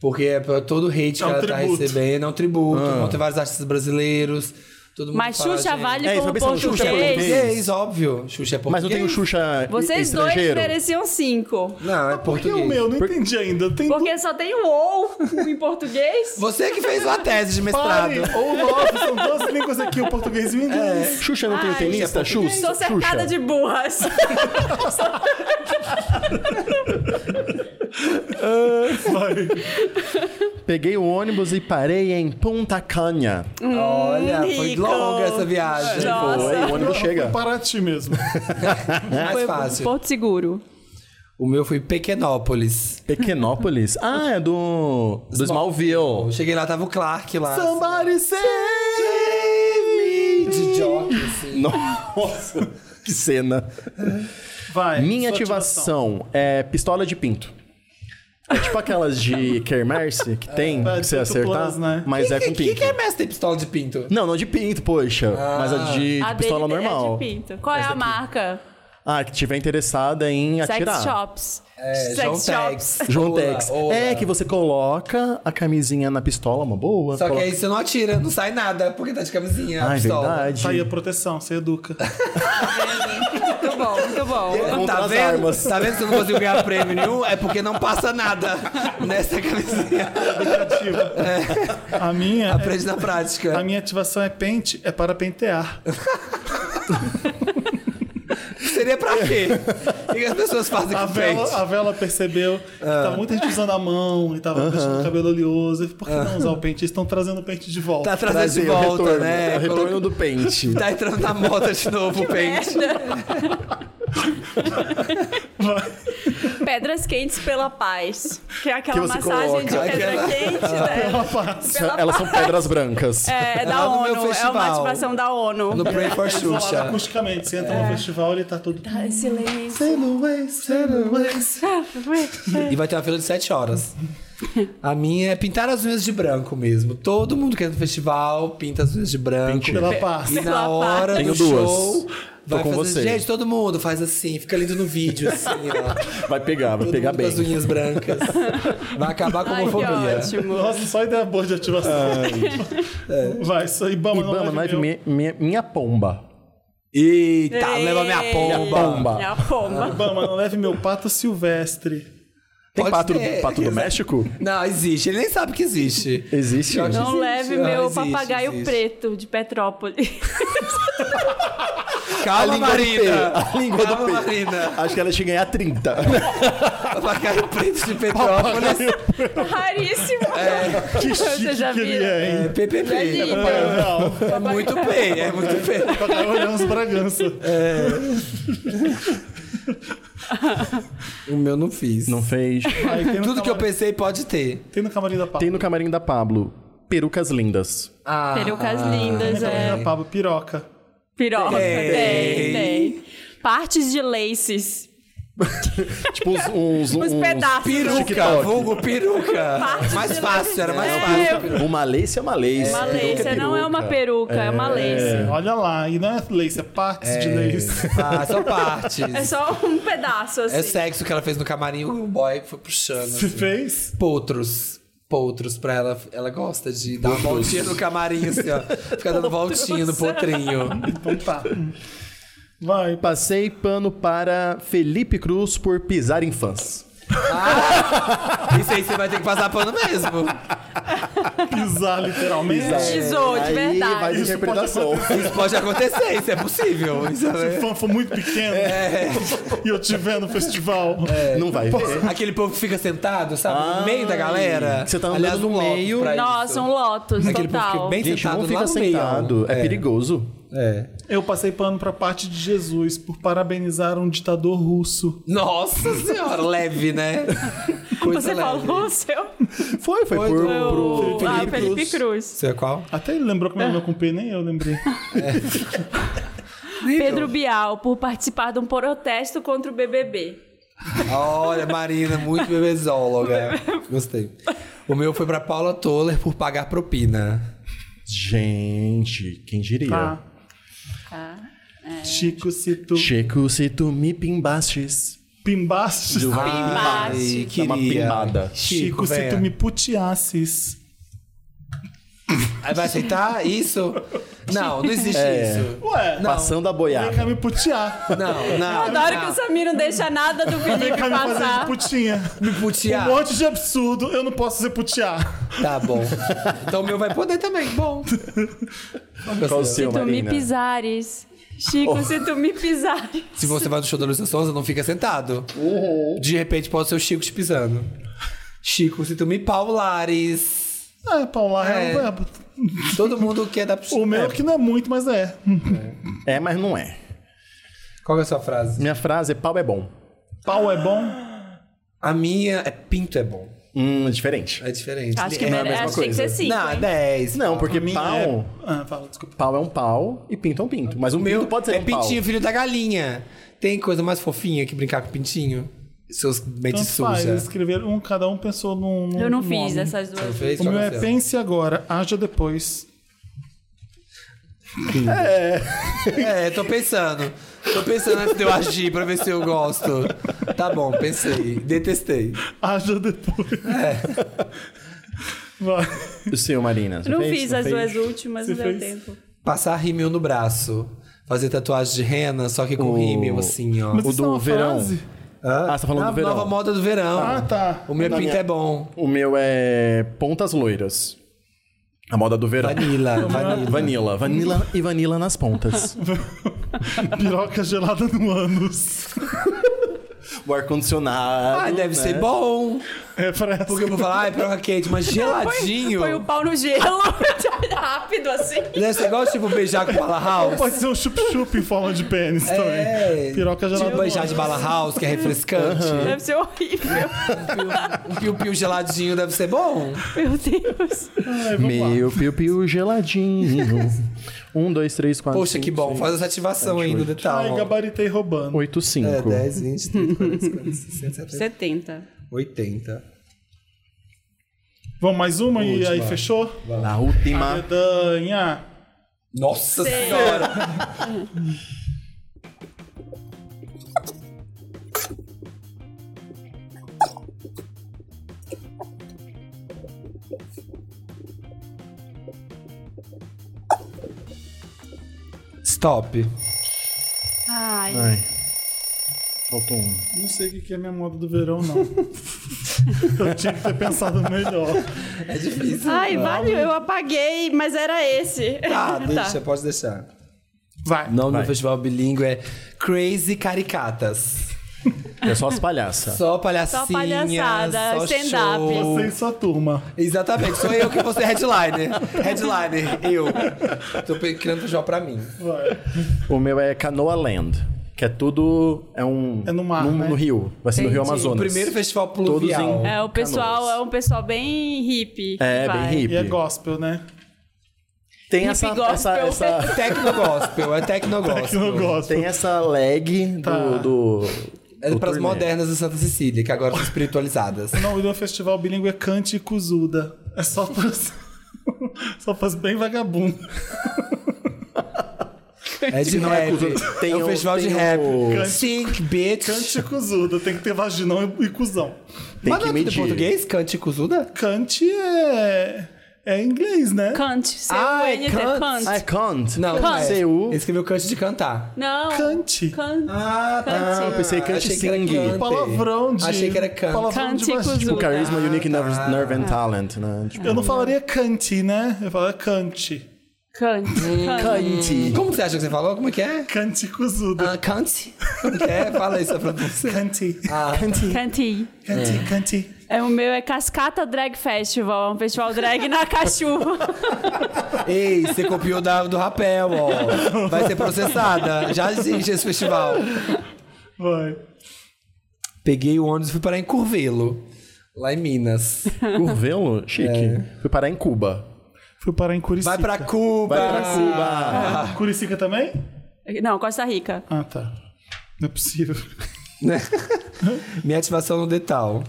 Speaker 3: Porque é pra todo o hate
Speaker 1: É um
Speaker 3: que ela tá
Speaker 1: tributo.
Speaker 3: recebendo. É um tributo.
Speaker 4: Ah.
Speaker 3: Vão ter vários artistas brasileiros. Todo mundo
Speaker 2: Mas
Speaker 3: fala,
Speaker 2: Xuxa
Speaker 3: gente,
Speaker 2: vale
Speaker 4: É, isso,
Speaker 2: como
Speaker 4: vai pensando, Xuxa é
Speaker 2: português.
Speaker 4: português.
Speaker 3: Português, óbvio. Xuxa é português.
Speaker 4: Mas não tem o Xuxa
Speaker 2: Vocês dois
Speaker 4: estrangeiro?
Speaker 2: mereciam cinco.
Speaker 3: Não, é
Speaker 1: Por que
Speaker 3: português.
Speaker 1: o um meu? Não
Speaker 4: Por-
Speaker 1: entendi ainda. Tem
Speaker 2: Porque só tem o ou em português.
Speaker 3: Você que fez a tese de mestrado.
Speaker 1: Party ou Love. São duas línguas aqui, o português e o inglês.
Speaker 4: Xuxa não tem o
Speaker 2: Ai,
Speaker 4: tenista? Xuxa.
Speaker 2: Estou cercada
Speaker 4: Xuxa.
Speaker 2: de burras.
Speaker 1: Vai.
Speaker 4: Peguei o ônibus e parei em Punta Cana.
Speaker 3: Olha, foi
Speaker 2: Rico.
Speaker 3: longa essa viagem.
Speaker 2: Nossa.
Speaker 4: Foi, o ônibus chega.
Speaker 1: Para ti é mesmo.
Speaker 3: Mais fácil.
Speaker 2: Porto Seguro.
Speaker 3: O meu foi Pequenópolis.
Speaker 4: Pequenópolis. Ah, é do. Do
Speaker 3: Eu
Speaker 4: Smallville.
Speaker 3: cheguei lá, tava o Clark lá.
Speaker 4: Somebody save me!
Speaker 3: De jockey, assim.
Speaker 4: Nossa, que cena.
Speaker 1: Vai.
Speaker 4: Minha
Speaker 1: sua
Speaker 4: ativação, é pistola de pinto. É tipo aquelas de Kermerce que tem,
Speaker 1: é,
Speaker 4: que você
Speaker 1: pinto
Speaker 4: acertar,
Speaker 1: plus, né?
Speaker 4: mas é com
Speaker 3: Que, que,
Speaker 4: pinto.
Speaker 3: que é mestre tem pistola de pinto?
Speaker 4: Não, não de pinto, poxa. mas
Speaker 1: Ah.
Speaker 4: a de, de
Speaker 2: a
Speaker 4: pistola
Speaker 2: dele
Speaker 4: normal.
Speaker 2: É de pinto. Qual é a marca?
Speaker 4: ah, que tiver interessada em atirar.
Speaker 2: Sex Shops.
Speaker 3: É, João
Speaker 2: Sex Shops.
Speaker 3: Tex.
Speaker 4: João
Speaker 3: Ola,
Speaker 4: Tex.
Speaker 3: ola.
Speaker 4: É que você coloca a camisinha na pistola, uma boa.
Speaker 3: Só que
Speaker 4: coloca...
Speaker 3: aí você não atira, não sai nada, porque tá de camisinha. a
Speaker 4: Ah, é
Speaker 3: pistola.
Speaker 4: verdade.
Speaker 1: Tá aí a proteção, você educa.
Speaker 2: Muito bom, muito bom.
Speaker 4: Contra
Speaker 3: Tá
Speaker 4: as
Speaker 3: vendo?
Speaker 4: armas.
Speaker 3: Tá vendo que você não conseguiu ganhar prêmio nenhum? É porque não passa nada nessa camisinha.
Speaker 1: Educativa. A minha. é-
Speaker 3: Aprende na prática.
Speaker 1: A minha ativação é pente, é para pentear.
Speaker 3: Você seria pra quê? O que as pessoas fazem
Speaker 1: A
Speaker 3: com frente?
Speaker 1: vela, a vela percebeu que tava muita gente usando a mão e tava deixando o cabelo oleoso. E Por que não usar o pente? Eles estão trazendo o pente de volta.
Speaker 3: Tá trazendo de
Speaker 4: o
Speaker 3: volta,
Speaker 4: retorno, é
Speaker 3: né?
Speaker 4: O retorno
Speaker 3: Colocou-
Speaker 4: do pente.
Speaker 3: Tá entrando na moda de novo o pente.
Speaker 2: Pedras quentes pela paz. Que é aquela
Speaker 4: Que você coloca.
Speaker 2: massagem de pedra
Speaker 3: Aquela-
Speaker 2: quente, né? Pela
Speaker 4: Elas são pedras brancas.
Speaker 2: É, é
Speaker 3: É lá
Speaker 2: da
Speaker 3: no meu
Speaker 2: ONU. É uma
Speaker 3: festival.
Speaker 2: ativação da ONU.
Speaker 3: No Pray for
Speaker 1: Isolado
Speaker 3: Xuxa.
Speaker 1: acusticamente. Você entra no festival ele tá todo.
Speaker 2: Ah, Silêncio.
Speaker 1: Sail away, sail away.
Speaker 3: E vai ter uma fila de 7 horas. A minha é pintar as unhas de branco mesmo. Todo mundo que é no festival pinta as unhas de branco.
Speaker 4: Pinte.
Speaker 1: Pela paz.
Speaker 3: E na hora
Speaker 4: Tenho
Speaker 3: do
Speaker 4: duas.
Speaker 3: show,
Speaker 4: Tô
Speaker 3: vai
Speaker 4: com
Speaker 3: fazer...
Speaker 4: você.
Speaker 3: Gente, todo mundo faz assim. Fica lindo no vídeo, assim, ó.
Speaker 4: Vai pegar, vai
Speaker 3: Todo
Speaker 4: pegar
Speaker 3: mundo
Speaker 4: bem.
Speaker 3: com as unhas brancas. Vai acabar com a
Speaker 2: Ai, que
Speaker 3: homofobia.
Speaker 2: ótimo.
Speaker 1: Nossa, só ideia boa de ativação. É. Vai, só Ibama,
Speaker 4: Ibama,
Speaker 3: né,
Speaker 1: não é
Speaker 4: mas
Speaker 1: de mim.
Speaker 4: minha, minha, minha pomba.
Speaker 3: Eita, leva minha
Speaker 4: Minha
Speaker 3: pomba.
Speaker 4: pomba.
Speaker 2: É a pomba.
Speaker 1: Ibama, não leve meu pato silvestre.
Speaker 4: Tem
Speaker 3: Pode
Speaker 4: pato, do-
Speaker 3: ser.
Speaker 4: pato do México?
Speaker 3: Não, existe. Ele nem sabe que existe.
Speaker 4: Existe?
Speaker 3: Não.
Speaker 2: Não
Speaker 3: Existe,
Speaker 2: leve
Speaker 3: não,
Speaker 2: meu
Speaker 3: existe,
Speaker 2: papagaio
Speaker 3: existe.
Speaker 2: preto de Petrópolis.
Speaker 3: Calma,
Speaker 4: língua do
Speaker 3: Marina.
Speaker 4: P. A língua do
Speaker 3: Calma,
Speaker 4: P.
Speaker 3: Marina.
Speaker 4: Acho que ela tinha que ganhar 30.
Speaker 3: Papagaio preto de Petrópolis.
Speaker 2: Raríssimo.
Speaker 1: Que
Speaker 2: Você
Speaker 1: chique
Speaker 2: já
Speaker 1: que ele
Speaker 2: viu?
Speaker 1: é, hein?
Speaker 3: É PPP.
Speaker 2: É lindo.
Speaker 1: Não,
Speaker 3: É muito bem, é muito bem.
Speaker 1: Papagaio Orleans é Bragança.
Speaker 3: O meu não fiz.
Speaker 4: Não fez.
Speaker 1: Aí tem no
Speaker 3: Tudo que eu
Speaker 1: camarim-
Speaker 3: pensei pode ter.
Speaker 1: Tem no camarim da Pablo.
Speaker 4: Tem no camarim da Pablo. Perucas lindas.
Speaker 3: Ah,
Speaker 2: Perucas
Speaker 3: ah.
Speaker 2: lindas,
Speaker 1: no camarim
Speaker 2: um é.
Speaker 1: da Pablo, piroca.
Speaker 2: Piroca.
Speaker 3: Tem.
Speaker 2: Tem, tem. Partes de laces.
Speaker 4: Tipo uns... uns,
Speaker 2: Os
Speaker 4: uns-
Speaker 2: pedaços.
Speaker 3: Peruca,
Speaker 4: TikTok.
Speaker 3: vulgo peruca.
Speaker 2: Parte
Speaker 3: mais
Speaker 2: de
Speaker 3: fácil, era mais
Speaker 2: É,
Speaker 3: fácil.
Speaker 4: Uma lace é uma lace.
Speaker 2: Uma
Speaker 4: Peruca
Speaker 2: lace não é uma peruca, é, uma lace.
Speaker 1: Olha lá, e não é lace, é partes de lace.
Speaker 3: Ah, só partes.
Speaker 2: É só um pedaço, assim.
Speaker 3: É sexo que ela fez no camarim, o boy foi puxando.
Speaker 1: Você
Speaker 3: Assim.
Speaker 1: fez?
Speaker 3: Potros. Potros pra ela. Ela gosta de dar uma voltinha no camarim, assim, ó. Ficar dando voltinha no potrinho.
Speaker 1: Então tá. Vai,
Speaker 4: Passei pano para Felipe Cruz por pisar em fãs.
Speaker 3: Isso aí você vai ter que passar pano mesmo.
Speaker 1: pisar literalmente.
Speaker 2: Pisou, de
Speaker 4: Aí vai
Speaker 2: verdade.
Speaker 4: de
Speaker 1: Isso
Speaker 4: interpretação.
Speaker 3: Isso pode acontecer, isso é possível. Isso
Speaker 1: Se o
Speaker 3: é...
Speaker 1: fã for muito pequeno e eu tiver no festival.
Speaker 4: Não vai ver.
Speaker 3: Aquele povo que fica sentado, sabe?
Speaker 4: Ai,
Speaker 3: no meio da galera.
Speaker 4: que Ah, você tá andando
Speaker 3: Aliás,
Speaker 4: no
Speaker 3: um óculos
Speaker 4: meio.
Speaker 3: pra
Speaker 2: Nossa,
Speaker 3: isso.
Speaker 2: um Lotus,
Speaker 3: Aquele povo que
Speaker 2: total.
Speaker 3: é bem
Speaker 4: Gente,
Speaker 3: sentado
Speaker 4: não
Speaker 3: lá
Speaker 4: fica
Speaker 3: no meio, ó.
Speaker 4: sentado. É perigoso.
Speaker 3: É.
Speaker 1: Eu passei pano pra parte de Jesus por parabenizar um ditador russo.
Speaker 3: Nossa senhora, leve, né? Coisa
Speaker 2: Você
Speaker 3: leve.
Speaker 2: falou o seu.
Speaker 4: Foi, foi,
Speaker 3: Foi
Speaker 4: por,
Speaker 3: do-
Speaker 4: pro
Speaker 2: O ah, Felipe Cruz.
Speaker 3: Você é qual?
Speaker 1: Até ele lembrou como é meu com P, nem eu lembrei.
Speaker 2: Pedro Bial, por participar de um protesto contra o BBB.
Speaker 3: Olha, Marina, muito bebezóloga. Gostei. O meu foi pra Paula Toller por pagar propina.
Speaker 4: Gente, quem diria?
Speaker 1: Tá.
Speaker 2: Ah.
Speaker 1: Chico, se tu
Speaker 4: Checo, se tu me pimbastes.
Speaker 1: pimbastes.
Speaker 2: Pimbaste.
Speaker 3: Ai,
Speaker 4: Dá uma
Speaker 3: queria.
Speaker 4: pimbada.
Speaker 1: Chico, se
Speaker 3: venha.
Speaker 1: tu me puteasses.
Speaker 3: Aí vai aceitar isso? Não, não existe
Speaker 4: É.
Speaker 3: isso.
Speaker 1: Ué,
Speaker 3: Não.
Speaker 4: Passando a
Speaker 1: vem cá
Speaker 4: boiada.
Speaker 1: me putear.
Speaker 3: Não, não.
Speaker 2: Eu adoro
Speaker 3: não.
Speaker 2: que o Samir não deixa nada do
Speaker 1: Vem
Speaker 2: Felipe
Speaker 1: cá me fazer de
Speaker 2: passar.
Speaker 1: putinha.
Speaker 3: Me putear.
Speaker 1: Um monte de absurdo, eu não posso ser putear.
Speaker 3: Tá bom. Então o meu vai poder também. Bom.
Speaker 4: Qual o seu,
Speaker 2: Se tu me
Speaker 4: Marina?
Speaker 2: pisares. Chico, se tu me pisares.
Speaker 3: Se você vai no show da Luísa Sonza, não fica sentado.
Speaker 2: Uhum.
Speaker 3: De repente pode ser o Chico te pisando. Chico, se tu me paulares.
Speaker 1: É, Paula, é,
Speaker 3: É.
Speaker 1: um verbo.
Speaker 3: Todo mundo quer dar pro
Speaker 1: O meu
Speaker 3: É.
Speaker 1: que não é muito, mas é.
Speaker 4: É, mas não é.
Speaker 3: Qual que é a sua frase?
Speaker 4: Minha frase é pau é bom.
Speaker 1: Pau é bom?
Speaker 3: A minha é pinto é bom.
Speaker 4: Hum, é diferente.
Speaker 3: É diferente.
Speaker 2: Acho que,
Speaker 3: é
Speaker 2: mere- acho que tem que ser cinco.
Speaker 3: Não, é,
Speaker 2: hein?
Speaker 3: 10.
Speaker 4: Não, porque
Speaker 1: Minha
Speaker 4: pau...
Speaker 1: é- Ah, fala, desculpa.
Speaker 4: Pau é um pau e pinto é um pinto. Mas um pinto pode ser
Speaker 3: é
Speaker 4: um pau.
Speaker 3: pintinho, filho da galinha. Tem coisa mais fofinha que brincar com pintinho? Seus mentes
Speaker 1: Tanto faz, eles
Speaker 3: sujas.
Speaker 1: escreveram, um, cada um pensou num. num
Speaker 2: Eu não
Speaker 1: nome.
Speaker 2: fiz essas duas.
Speaker 3: Fez?
Speaker 1: O meu
Speaker 3: Qual
Speaker 1: é
Speaker 3: que seu?
Speaker 1: pense agora, haja depois.
Speaker 3: É, tô pensando. Tô pensando antes de eu agir pra ver se eu gosto. Tá bom, pensei. Detestei.
Speaker 1: Haja depois.
Speaker 3: É.
Speaker 1: Vai.
Speaker 4: O seu, Marina. Você
Speaker 2: Eu não
Speaker 4: fez?
Speaker 2: fiz
Speaker 4: Não
Speaker 2: as
Speaker 4: fez?
Speaker 2: duas últimas, não
Speaker 1: Você
Speaker 2: deu
Speaker 1: fez?
Speaker 2: tempo.
Speaker 3: Passar rímel no braço. Fazer tatuagem de rena, só que com
Speaker 4: O-
Speaker 3: rímel, assim, ó.
Speaker 1: Mas
Speaker 4: O
Speaker 1: isso é
Speaker 4: do
Speaker 1: uma
Speaker 4: verão.
Speaker 1: frase?
Speaker 3: Hã?
Speaker 4: Ah, você tá falando
Speaker 3: Na
Speaker 4: do verão.
Speaker 3: nova moda do verão.
Speaker 1: Ah, tá.
Speaker 3: O meu
Speaker 4: Na
Speaker 3: pinto
Speaker 4: minha-
Speaker 3: é bom.
Speaker 4: O meu é pontas loiras. A moda do verão.
Speaker 3: Vanilla, vanilla.
Speaker 4: Vanila. Vanila e vanila nas pontas.
Speaker 1: Piroca gelada no ânus.
Speaker 4: O ar-condicionado.
Speaker 3: Ah, deve
Speaker 4: né?
Speaker 3: ser bom.
Speaker 1: É pra essa.
Speaker 3: Porque eu vou falar, ai, piroca quente, mas geladinho.
Speaker 2: Põe o pau no gelo, rápido assim.
Speaker 3: Deve ser igual, tipo, beijar com bala house.
Speaker 1: Pode ser um chup-chup em forma de pênis
Speaker 4: É.
Speaker 1: também. Piroca gelada
Speaker 3: Tipo,
Speaker 1: no
Speaker 3: beijar
Speaker 1: ânus.
Speaker 3: de bala house, que é refrescante.
Speaker 2: Deve ser horrível.
Speaker 3: Um piu-piu geladinho deve ser bom.
Speaker 1: Ah,
Speaker 2: Meu Deus.
Speaker 4: É,
Speaker 1: Ai, vamos lá.
Speaker 4: Meu piu-piu geladinho. um, dois, três, quatro.
Speaker 3: Poxa, que
Speaker 4: cinco,
Speaker 3: bom.
Speaker 4: seis,
Speaker 3: Faz essa ativação aí no
Speaker 4: tá
Speaker 3: detalhe.
Speaker 1: Tá Ai, gabaritei roubando.
Speaker 4: Oito,
Speaker 3: É,
Speaker 4: cinco.
Speaker 3: 10, 20, 30, 40, 50, 60, 70,
Speaker 2: 70.
Speaker 3: 80.
Speaker 1: Vamos mais uma e aí fechou?
Speaker 4: Na última.
Speaker 1: Dedanha.
Speaker 3: Nossa senhora! Stop.
Speaker 2: Ai.
Speaker 4: Ai. Faltou um.
Speaker 1: Não sei o que que é minha moda do verão, não. Eu tinha que ter pensado melhor.
Speaker 3: É difícil.
Speaker 2: Ai, valeu, eu apaguei, mas era esse.
Speaker 3: Tá, deixa, pode deixar.
Speaker 1: Vai.
Speaker 3: O nome
Speaker 4: Vai.
Speaker 3: do festival bilíngue é Crazy Caricatas.
Speaker 4: É só as palhaças.
Speaker 3: Só palhacinha,
Speaker 2: Só palhaçada,
Speaker 3: só
Speaker 2: stand-up.
Speaker 3: show.
Speaker 1: Você e sua turma.
Speaker 3: Exatamente, sou eu que vou ser headliner. Headliner, eu. Tô pe- criando um festival pra mim.
Speaker 1: Vai.
Speaker 4: O meu é Canoa Land. Que é tudo. É um.
Speaker 1: É no mar,
Speaker 4: num-
Speaker 1: né?
Speaker 4: No rio. Vai ser no Rio
Speaker 2: Entendi.
Speaker 4: Amazonas.
Speaker 3: Primeiro festival pluvial.
Speaker 4: em-
Speaker 2: É, o pessoal
Speaker 4: Canoas.
Speaker 2: é um pessoal bem hippie. que
Speaker 4: É, bem
Speaker 2: vai.
Speaker 1: E
Speaker 4: hippie.
Speaker 1: é gospel, né?
Speaker 4: Tem
Speaker 2: Hippie
Speaker 4: essa, essa,
Speaker 2: gospel.
Speaker 4: essa-
Speaker 3: Tecno gospel, é tecno
Speaker 1: Que eu
Speaker 3: gospel.
Speaker 1: gosto.
Speaker 4: tem essa lag
Speaker 1: Tá.
Speaker 4: do. do
Speaker 3: É
Speaker 4: do
Speaker 3: pras
Speaker 4: turnê.
Speaker 3: modernas de Santa Cecília, que agora são espiritualizadas.
Speaker 1: O nome do festival bilíngue é Cante e Cuzuda. É só pras... Só faz bem vagabundo.
Speaker 3: É de
Speaker 4: Não é
Speaker 3: rap.
Speaker 4: cultura. Tem
Speaker 3: é um
Speaker 4: o-
Speaker 3: festival
Speaker 4: tem
Speaker 3: de rap.
Speaker 4: o-
Speaker 3: Think, bitch.
Speaker 1: Cante e Cuzuda. é Tem que ter vaginão e, e cuzão.
Speaker 4: Tem que
Speaker 3: Mas não é tudo em
Speaker 4: medir.
Speaker 3: português? Cante Cuzuda?
Speaker 1: Cante é... É inglês, né?
Speaker 2: Kant, c
Speaker 3: Ah,
Speaker 2: u
Speaker 3: é
Speaker 2: n t
Speaker 3: Kant.
Speaker 2: Kant.
Speaker 4: Ah, é Kant.
Speaker 3: Não, não é.
Speaker 4: C-U.
Speaker 3: Ele escreveu cante de cantar.
Speaker 2: Não.
Speaker 1: Cante.
Speaker 2: Kant.
Speaker 3: Ah,
Speaker 2: Cante.
Speaker 4: Eu pensei Kant
Speaker 3: Achei que era
Speaker 4: Sing.
Speaker 3: Kant.
Speaker 1: Palavrão de...
Speaker 3: Achei que era cante.
Speaker 1: Palavrão de
Speaker 2: Cante e
Speaker 1: vagina.
Speaker 2: cuzuda.
Speaker 4: Tipo,
Speaker 3: Ah,
Speaker 4: Charisma, Unique
Speaker 3: tá.
Speaker 4: Nerve, nerve and Talent, né? Tipo,
Speaker 1: Eu não falaria cante, né? Eu falaria cante.
Speaker 2: Kant.
Speaker 3: Ah,
Speaker 2: Kant.
Speaker 4: Kant.
Speaker 3: Como você acha que você falou? Como é que é?
Speaker 1: Cante e cuzuda.
Speaker 3: Ah, cante? Como que é? Fala isso pra você.
Speaker 1: Cante.
Speaker 3: Ah, cante.
Speaker 2: Cante.
Speaker 1: Cante, cante.
Speaker 2: É, o meu é Cascata Drag Festival, é um festival drag na cachuva.
Speaker 3: Ei, você copiou da, do rapel, ó. Vai ser processada. Já existe esse festival.
Speaker 1: Vai.
Speaker 3: Peguei o ônibus e fui parar em Curvelo, lá em Minas.
Speaker 4: Curvelo? Chique.
Speaker 3: É.
Speaker 4: Fui parar em Cuba.
Speaker 1: Fui parar em Curicica.
Speaker 3: Vai pra Cuba!
Speaker 4: Vai pra Cuba.
Speaker 1: Curicica também?
Speaker 2: Não, Costa Rica.
Speaker 1: Ah, tá. Não é possível.
Speaker 3: Minha ativação no detal.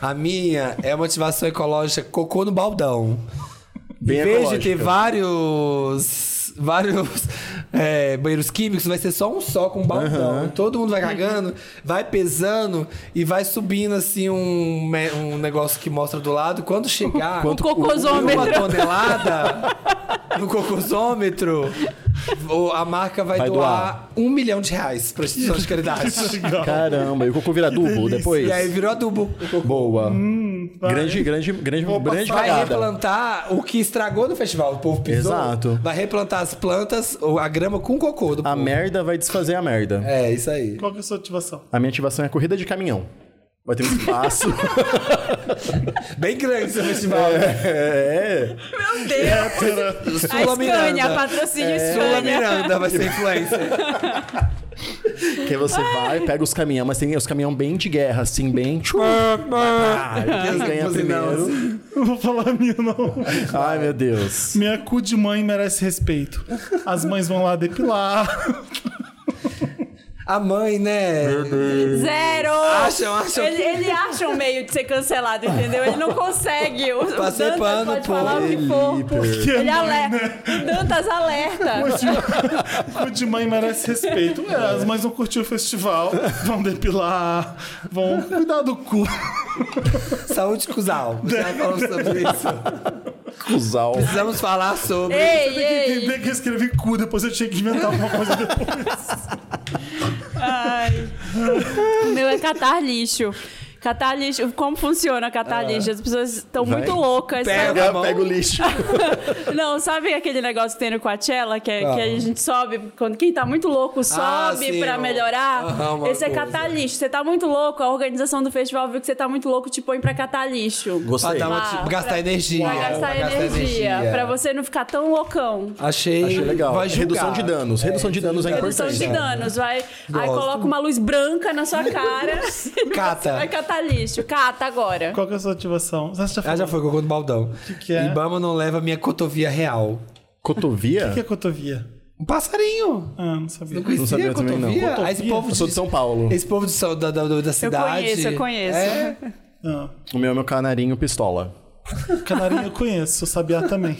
Speaker 3: A minha é uma ativação ecológica cocô no baldão.
Speaker 4: Bem
Speaker 3: em vez de
Speaker 4: ecológica.
Speaker 3: ter vários. vários é, banheiros químicos, vai ser só um só com um baldão. Todo mundo vai cagando, vai pesando e vai subindo assim um, me- um negócio que mostra do lado. Quando chegar.
Speaker 2: Quanto-
Speaker 3: em Uma
Speaker 2: Cocôzômetro.
Speaker 3: tonelada no cocôzômetro. o- A marca vai,
Speaker 4: Vai
Speaker 3: doar, um milhão de reais para instituição de caridade.
Speaker 1: Legal.
Speaker 4: Caramba, e o cocô vira adubo
Speaker 1: delícia.
Speaker 4: depois?
Speaker 3: e aí Hum, virou adubo.
Speaker 4: Boa.
Speaker 1: vai.
Speaker 4: grande, grande, grande, grande
Speaker 3: Vai
Speaker 4: cagada.
Speaker 3: replantar o que estragou no festival. O povo pisou.
Speaker 4: Exato.
Speaker 3: Vai replantar as plantas, ou a grama com cocô do
Speaker 4: A
Speaker 3: povo.
Speaker 4: merda vai desfazer a merda.
Speaker 3: É, isso aí.
Speaker 1: Qual que é a sua ativação?
Speaker 4: A minha ativação é corrida de caminhão. Vai ter um espaço.
Speaker 3: Bem grande esse festival.
Speaker 4: é.
Speaker 2: Meu Deus! A
Speaker 3: Sula
Speaker 2: Scania,
Speaker 3: É, Miranda.
Speaker 2: patrocínio
Speaker 3: Sula
Speaker 2: Scania.
Speaker 3: Miranda vai ser influencer.
Speaker 4: Que aí você vai, pega os caminhões, mas tem os caminhões bem de guerra, assim, bem. Ah, quem ganha
Speaker 3: Assim, não,
Speaker 4: primeiro.
Speaker 1: Não vou falar a minha, não.
Speaker 4: Ai, meu Deus.
Speaker 1: Minha cu de mãe merece respeito. As mães vão lá depilar.
Speaker 3: A mãe, né?
Speaker 2: Zero!
Speaker 3: Acham, acham
Speaker 2: Ele,
Speaker 3: que-
Speaker 2: ele acha um meio de ser cancelado, entendeu? Ele não consegue. O, o Dantas
Speaker 3: Passei pano,
Speaker 2: pode
Speaker 3: pô.
Speaker 2: falar o que for.
Speaker 4: Felipe.
Speaker 1: Que é
Speaker 2: Ele
Speaker 1: mãe,
Speaker 2: alerta.
Speaker 1: né?
Speaker 2: O Dantas alerta.
Speaker 1: Cu de mãe merece respeito. É, as mães vão curtir o festival, vão depilar, vão cuidar do cu.
Speaker 3: Saúde cuzal. Já falamos sobre isso.
Speaker 4: Cusal.
Speaker 3: Precisamos falar sobre...
Speaker 2: Ei,
Speaker 1: Tem que
Speaker 2: ei!
Speaker 1: entender que eu escrevi cu, depois eu tinha que inventar alguma coisa depois.
Speaker 2: Ai. O meu é catar lixo. Catar lixo. Como funciona catar lixo? As pessoas estão
Speaker 4: Vai.
Speaker 2: muito loucas. sabe?
Speaker 3: Ah. Pega a mão.
Speaker 4: Pega o lixo.
Speaker 2: Não, sabe aquele negócio que tem no Coachella, que, é- que a gente sobe, quando quem tá muito louco
Speaker 3: Ah,
Speaker 2: sobe
Speaker 3: sim,
Speaker 2: pra
Speaker 3: um-
Speaker 2: melhorar?
Speaker 3: aham, uma
Speaker 2: Esse é
Speaker 3: coisa.
Speaker 2: catar lixo. Você tá muito louco, a organização do festival viu que você tá muito louco, te põe pra catar lixo.
Speaker 3: Pra
Speaker 4: Gostei.
Speaker 3: dar uma- tipo,
Speaker 2: Ah,
Speaker 3: gastar
Speaker 2: pra-
Speaker 3: energia.
Speaker 2: Pra gastar energia, pra você não ficar tão loucão.
Speaker 3: Achei,
Speaker 4: Achei legal.
Speaker 3: Vai julgar.
Speaker 4: Redução de danos. Redução de danos é
Speaker 2: Redução
Speaker 4: importante.
Speaker 2: de danos, vai. Aí
Speaker 3: Gosto.
Speaker 2: coloca uma luz branca na sua cara. e
Speaker 3: Cata.
Speaker 2: você Vai catar lixo. Cata agora.
Speaker 1: Qual que é a sua ativação? Você já
Speaker 3: Ah, já foi cocô do baldão. O
Speaker 1: que é?
Speaker 3: Ibama não leva minha cotovia real.
Speaker 4: Cotovia?
Speaker 1: O que é cotovia?
Speaker 3: Um passarinho.
Speaker 1: Ah, não sabia.
Speaker 3: Não conhecia
Speaker 4: Não sabia
Speaker 3: cotovia.
Speaker 4: também, não.
Speaker 3: Ah, Esse
Speaker 1: Cotovia?
Speaker 3: povo
Speaker 4: Eu
Speaker 3: de,
Speaker 4: sou de São Paulo.
Speaker 3: Esse povo de, São- da, da, da cidade.
Speaker 2: conheço, eu conheço.
Speaker 3: É.
Speaker 1: Não.
Speaker 4: O meu é meu canarinho pistola.
Speaker 1: Canarinho eu conheço, sabiá também.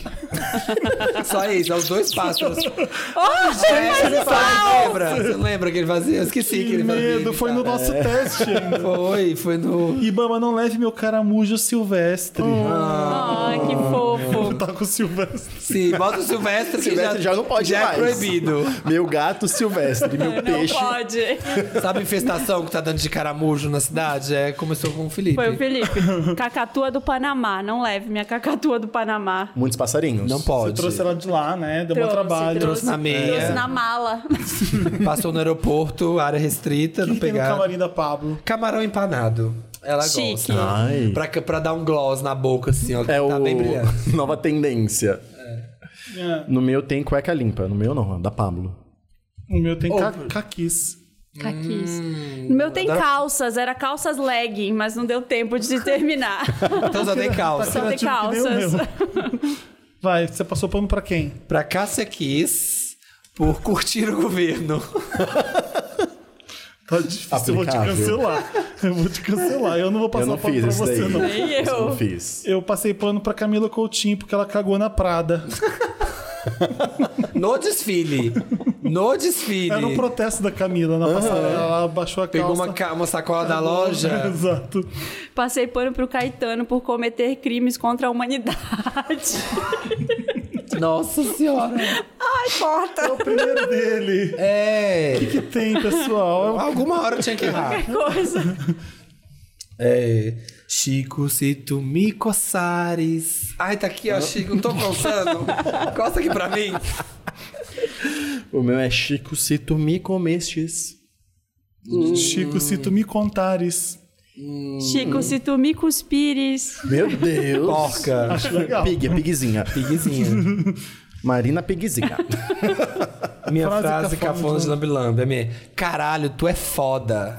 Speaker 3: Só isso, é os dois pássaros.
Speaker 2: Oh,
Speaker 3: É, você fala, lembra? Você não lembra que ele fazia? Eu esqueci que,
Speaker 1: Que
Speaker 3: ele É. fazia.
Speaker 1: medo, foi no nosso teste ainda.
Speaker 3: Foi, foi no.
Speaker 1: Ibama, não leve meu caramujo silvestre.
Speaker 2: Ai, Ah, que fofo.
Speaker 1: Oh, Tá com o silvestre.
Speaker 3: Sim, bota o Silvestre. que
Speaker 4: Silvestre já não pode
Speaker 3: Já
Speaker 4: mais.
Speaker 3: é proibido.
Speaker 4: Meu gato silvestre, meu
Speaker 2: Não
Speaker 4: peixe.
Speaker 2: pode.
Speaker 3: Sabe a infestação que tá dando de caramujo na cidade? É, começou com o Felipe.
Speaker 2: Foi o Felipe. Cacatua do Panamá. Não leve minha cacatua do Panamá.
Speaker 4: Muitos passarinhos.
Speaker 3: Não
Speaker 1: Você
Speaker 3: pode.
Speaker 1: trouxe ela de lá, né? Deu um
Speaker 2: Trouxe,
Speaker 1: trabalho.
Speaker 3: Trouxe na meia. Tá
Speaker 2: Trouxe na mala.
Speaker 3: Passou no aeroporto, área restrita, não
Speaker 1: Quem tem no
Speaker 3: pegaram.
Speaker 1: camarim da Pablo?
Speaker 3: Camarão empanado. Ela
Speaker 2: Chique.
Speaker 3: gosta.
Speaker 4: Ai.
Speaker 3: Pra, que- pra dar um gloss na boca, assim, ó.
Speaker 4: É
Speaker 3: tá
Speaker 4: o
Speaker 3: bem brilhante.
Speaker 4: nova tendência.
Speaker 1: É.
Speaker 4: No meu tem cueca limpa. No meu não, é da Pablo.
Speaker 1: O meu tem ca- caquis.
Speaker 2: Caquis. no meu tem calças. Era calças legging, mas não deu tempo de terminar.
Speaker 3: Então só tem calça.
Speaker 2: Só tem
Speaker 1: Tipo que nem o
Speaker 2: calças.
Speaker 1: meu. Vai, você passou pano pra quem?
Speaker 3: Pra Cássia Kiss, por curtir o governo.
Speaker 1: Tá difícil, eu vou te
Speaker 4: Aplicável.
Speaker 1: cancelar. Eu vou te cancelar. Eu não vou passar
Speaker 4: Eu não
Speaker 1: pano
Speaker 4: fiz
Speaker 1: pra
Speaker 4: isso
Speaker 1: você,
Speaker 4: daí.
Speaker 1: não.
Speaker 2: Nem
Speaker 4: Isso eu
Speaker 2: eu.
Speaker 4: não fiz.
Speaker 1: Eu passei pano pra Camila Coutinho, porque ela cagou na Prada.
Speaker 3: No desfile. No desfile.
Speaker 1: Era um protesto da Camila na passarela. Ela baixou a
Speaker 3: Pegou
Speaker 1: calça.
Speaker 3: uma, ca- uma sacola da loja.
Speaker 1: Exato.
Speaker 2: Passei pano pro Caetano por cometer crimes contra a humanidade.
Speaker 3: Nossa senhora.
Speaker 1: É o primeiro dele.
Speaker 3: É.
Speaker 1: O que tem, pessoal? É
Speaker 3: Alguma hora eu tinha que errar.
Speaker 2: Coisa.
Speaker 3: É. Chico, se tu me coçares. Ai, tá aqui, ó,
Speaker 4: Ah.
Speaker 3: Chico. Não tô coçando. Coça aqui pra mim.
Speaker 4: O meu é Chico, se tu me comestes.
Speaker 3: Hum.
Speaker 1: o- Chico, se tu me contares.
Speaker 2: Chico, se tu me cuspires.
Speaker 4: Meu Deus.
Speaker 3: Porca.
Speaker 1: Acho legal.
Speaker 4: Pig, é pigzinha.
Speaker 3: Piguezinha.
Speaker 4: Marina Pigzinha.
Speaker 3: Minha
Speaker 1: Frase
Speaker 3: frase
Speaker 1: cafona
Speaker 3: cafona
Speaker 1: de
Speaker 3: de Lambilamba é minha. Caralho, tu é foda.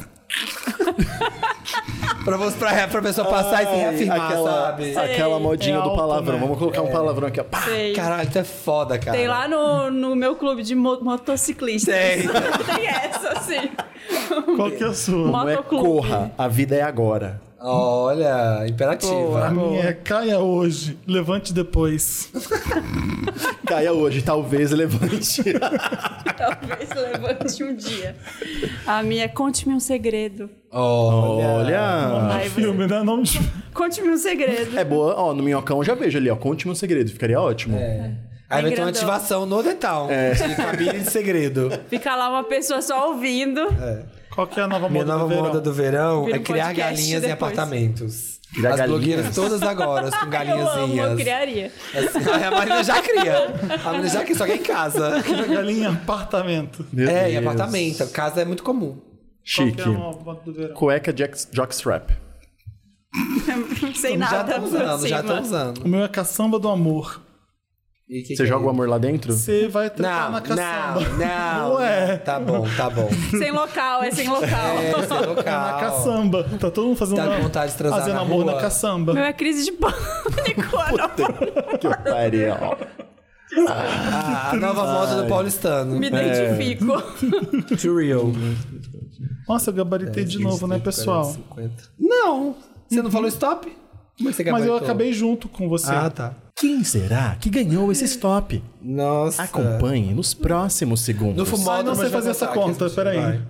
Speaker 3: pra, você, pra, pra pessoa passar e se reafirmar,
Speaker 4: aquela,
Speaker 3: sabe?
Speaker 4: aquela
Speaker 2: Sei,
Speaker 4: modinha
Speaker 1: é
Speaker 4: do
Speaker 1: alto,
Speaker 4: palavrão.
Speaker 1: né?
Speaker 4: Vamos colocar um palavrão aqui, ó. Pá.
Speaker 2: Sei.
Speaker 3: Caralho, tu é foda, cara.
Speaker 2: Tem lá no, no meu clube de mo- motociclistas.
Speaker 3: Tem.
Speaker 2: Tem essa, assim.
Speaker 1: Qual que é a sua?
Speaker 4: Não é
Speaker 2: Motoclube.
Speaker 4: corra, a vida é agora.
Speaker 3: Olha,
Speaker 1: A
Speaker 3: imperativa.
Speaker 1: minha é caia hoje, levante depois.
Speaker 4: Caia hoje, talvez levante.
Speaker 2: Talvez levante um dia. A minha, conte-me um segredo.
Speaker 3: Ah.
Speaker 4: Olha.
Speaker 2: Aí você-
Speaker 1: Filme, né? Nome de...
Speaker 2: Conte-me um segredo.
Speaker 4: É boa, ó, no minhocão eu já vejo ali, ó. Conte-me um segredo, ficaria ótimo.
Speaker 1: É.
Speaker 3: Aí vai ter
Speaker 2: grandão.
Speaker 3: uma ativação no detal.
Speaker 4: É.
Speaker 3: De cabine de segredo.
Speaker 2: Fica lá uma pessoa só ouvindo.
Speaker 1: Qual que é a nova
Speaker 3: Minha
Speaker 1: moda
Speaker 3: nova
Speaker 1: do verão?
Speaker 3: moda do verão
Speaker 2: Vira
Speaker 3: é
Speaker 2: um
Speaker 3: criar
Speaker 2: podcast
Speaker 3: galinhas em
Speaker 2: depois.
Speaker 3: apartamentos.
Speaker 4: Criar
Speaker 3: As
Speaker 4: galinhas?
Speaker 3: blogueiras todas agora, com
Speaker 2: Eu amo, eu
Speaker 3: galinhazinhas.
Speaker 2: criaria.
Speaker 3: Assim, a Marina já cria. A Marina já cria, só que é em casa.
Speaker 1: Aquela Galinha, apartamento.
Speaker 4: Meu
Speaker 3: é, em
Speaker 4: Deus.
Speaker 3: apartamento. Casa é muito comum.
Speaker 1: Qual que
Speaker 4: Chique.
Speaker 1: é a nova moda do verão?
Speaker 4: Cueca jack- jockstrap.
Speaker 2: Não sei
Speaker 3: Então, já
Speaker 2: nada.
Speaker 3: estão
Speaker 2: por
Speaker 3: usando,
Speaker 2: cima.
Speaker 3: já estão usando.
Speaker 1: O meu é caçamba do amor.
Speaker 3: E que
Speaker 4: Você
Speaker 3: que
Speaker 4: joga
Speaker 3: é
Speaker 4: o amor lá dentro?
Speaker 1: Você vai
Speaker 3: Não,
Speaker 1: tratar na caçamba. é.
Speaker 3: não, não.
Speaker 1: Ué.
Speaker 3: Tá bom, tá bom.
Speaker 2: Sem local, é sem local.
Speaker 3: É, você é local.
Speaker 1: Na caçamba. Tá todo mundo fazendo
Speaker 3: Tá com vontade de transar
Speaker 1: fazendo
Speaker 3: na
Speaker 1: amor
Speaker 3: rua?
Speaker 1: na caçamba.
Speaker 2: Meu é crise de pânico. Ana.
Speaker 4: que otária, ó.
Speaker 3: Ah, a nova moda do paulistano.
Speaker 2: Me identifico.
Speaker 3: To real.
Speaker 1: Nossa, eu
Speaker 3: É
Speaker 1: gabaritei de novo, né, pessoal?
Speaker 3: 50. Não. Você não falou stop? Como é que você
Speaker 1: Mas eu
Speaker 3: gabaritou?
Speaker 1: acabei junto com você.
Speaker 3: Ah, tá.
Speaker 4: Quem será que ganhou esse stop?
Speaker 3: Nossa.
Speaker 4: Acompanhe nos próximos
Speaker 3: No
Speaker 4: segundos.
Speaker 3: fumódromo,
Speaker 1: Ah, não sei
Speaker 3: mas já
Speaker 1: fazer essa
Speaker 3: vou sacar
Speaker 1: conta,
Speaker 3: esse
Speaker 1: peraí.
Speaker 3: vai.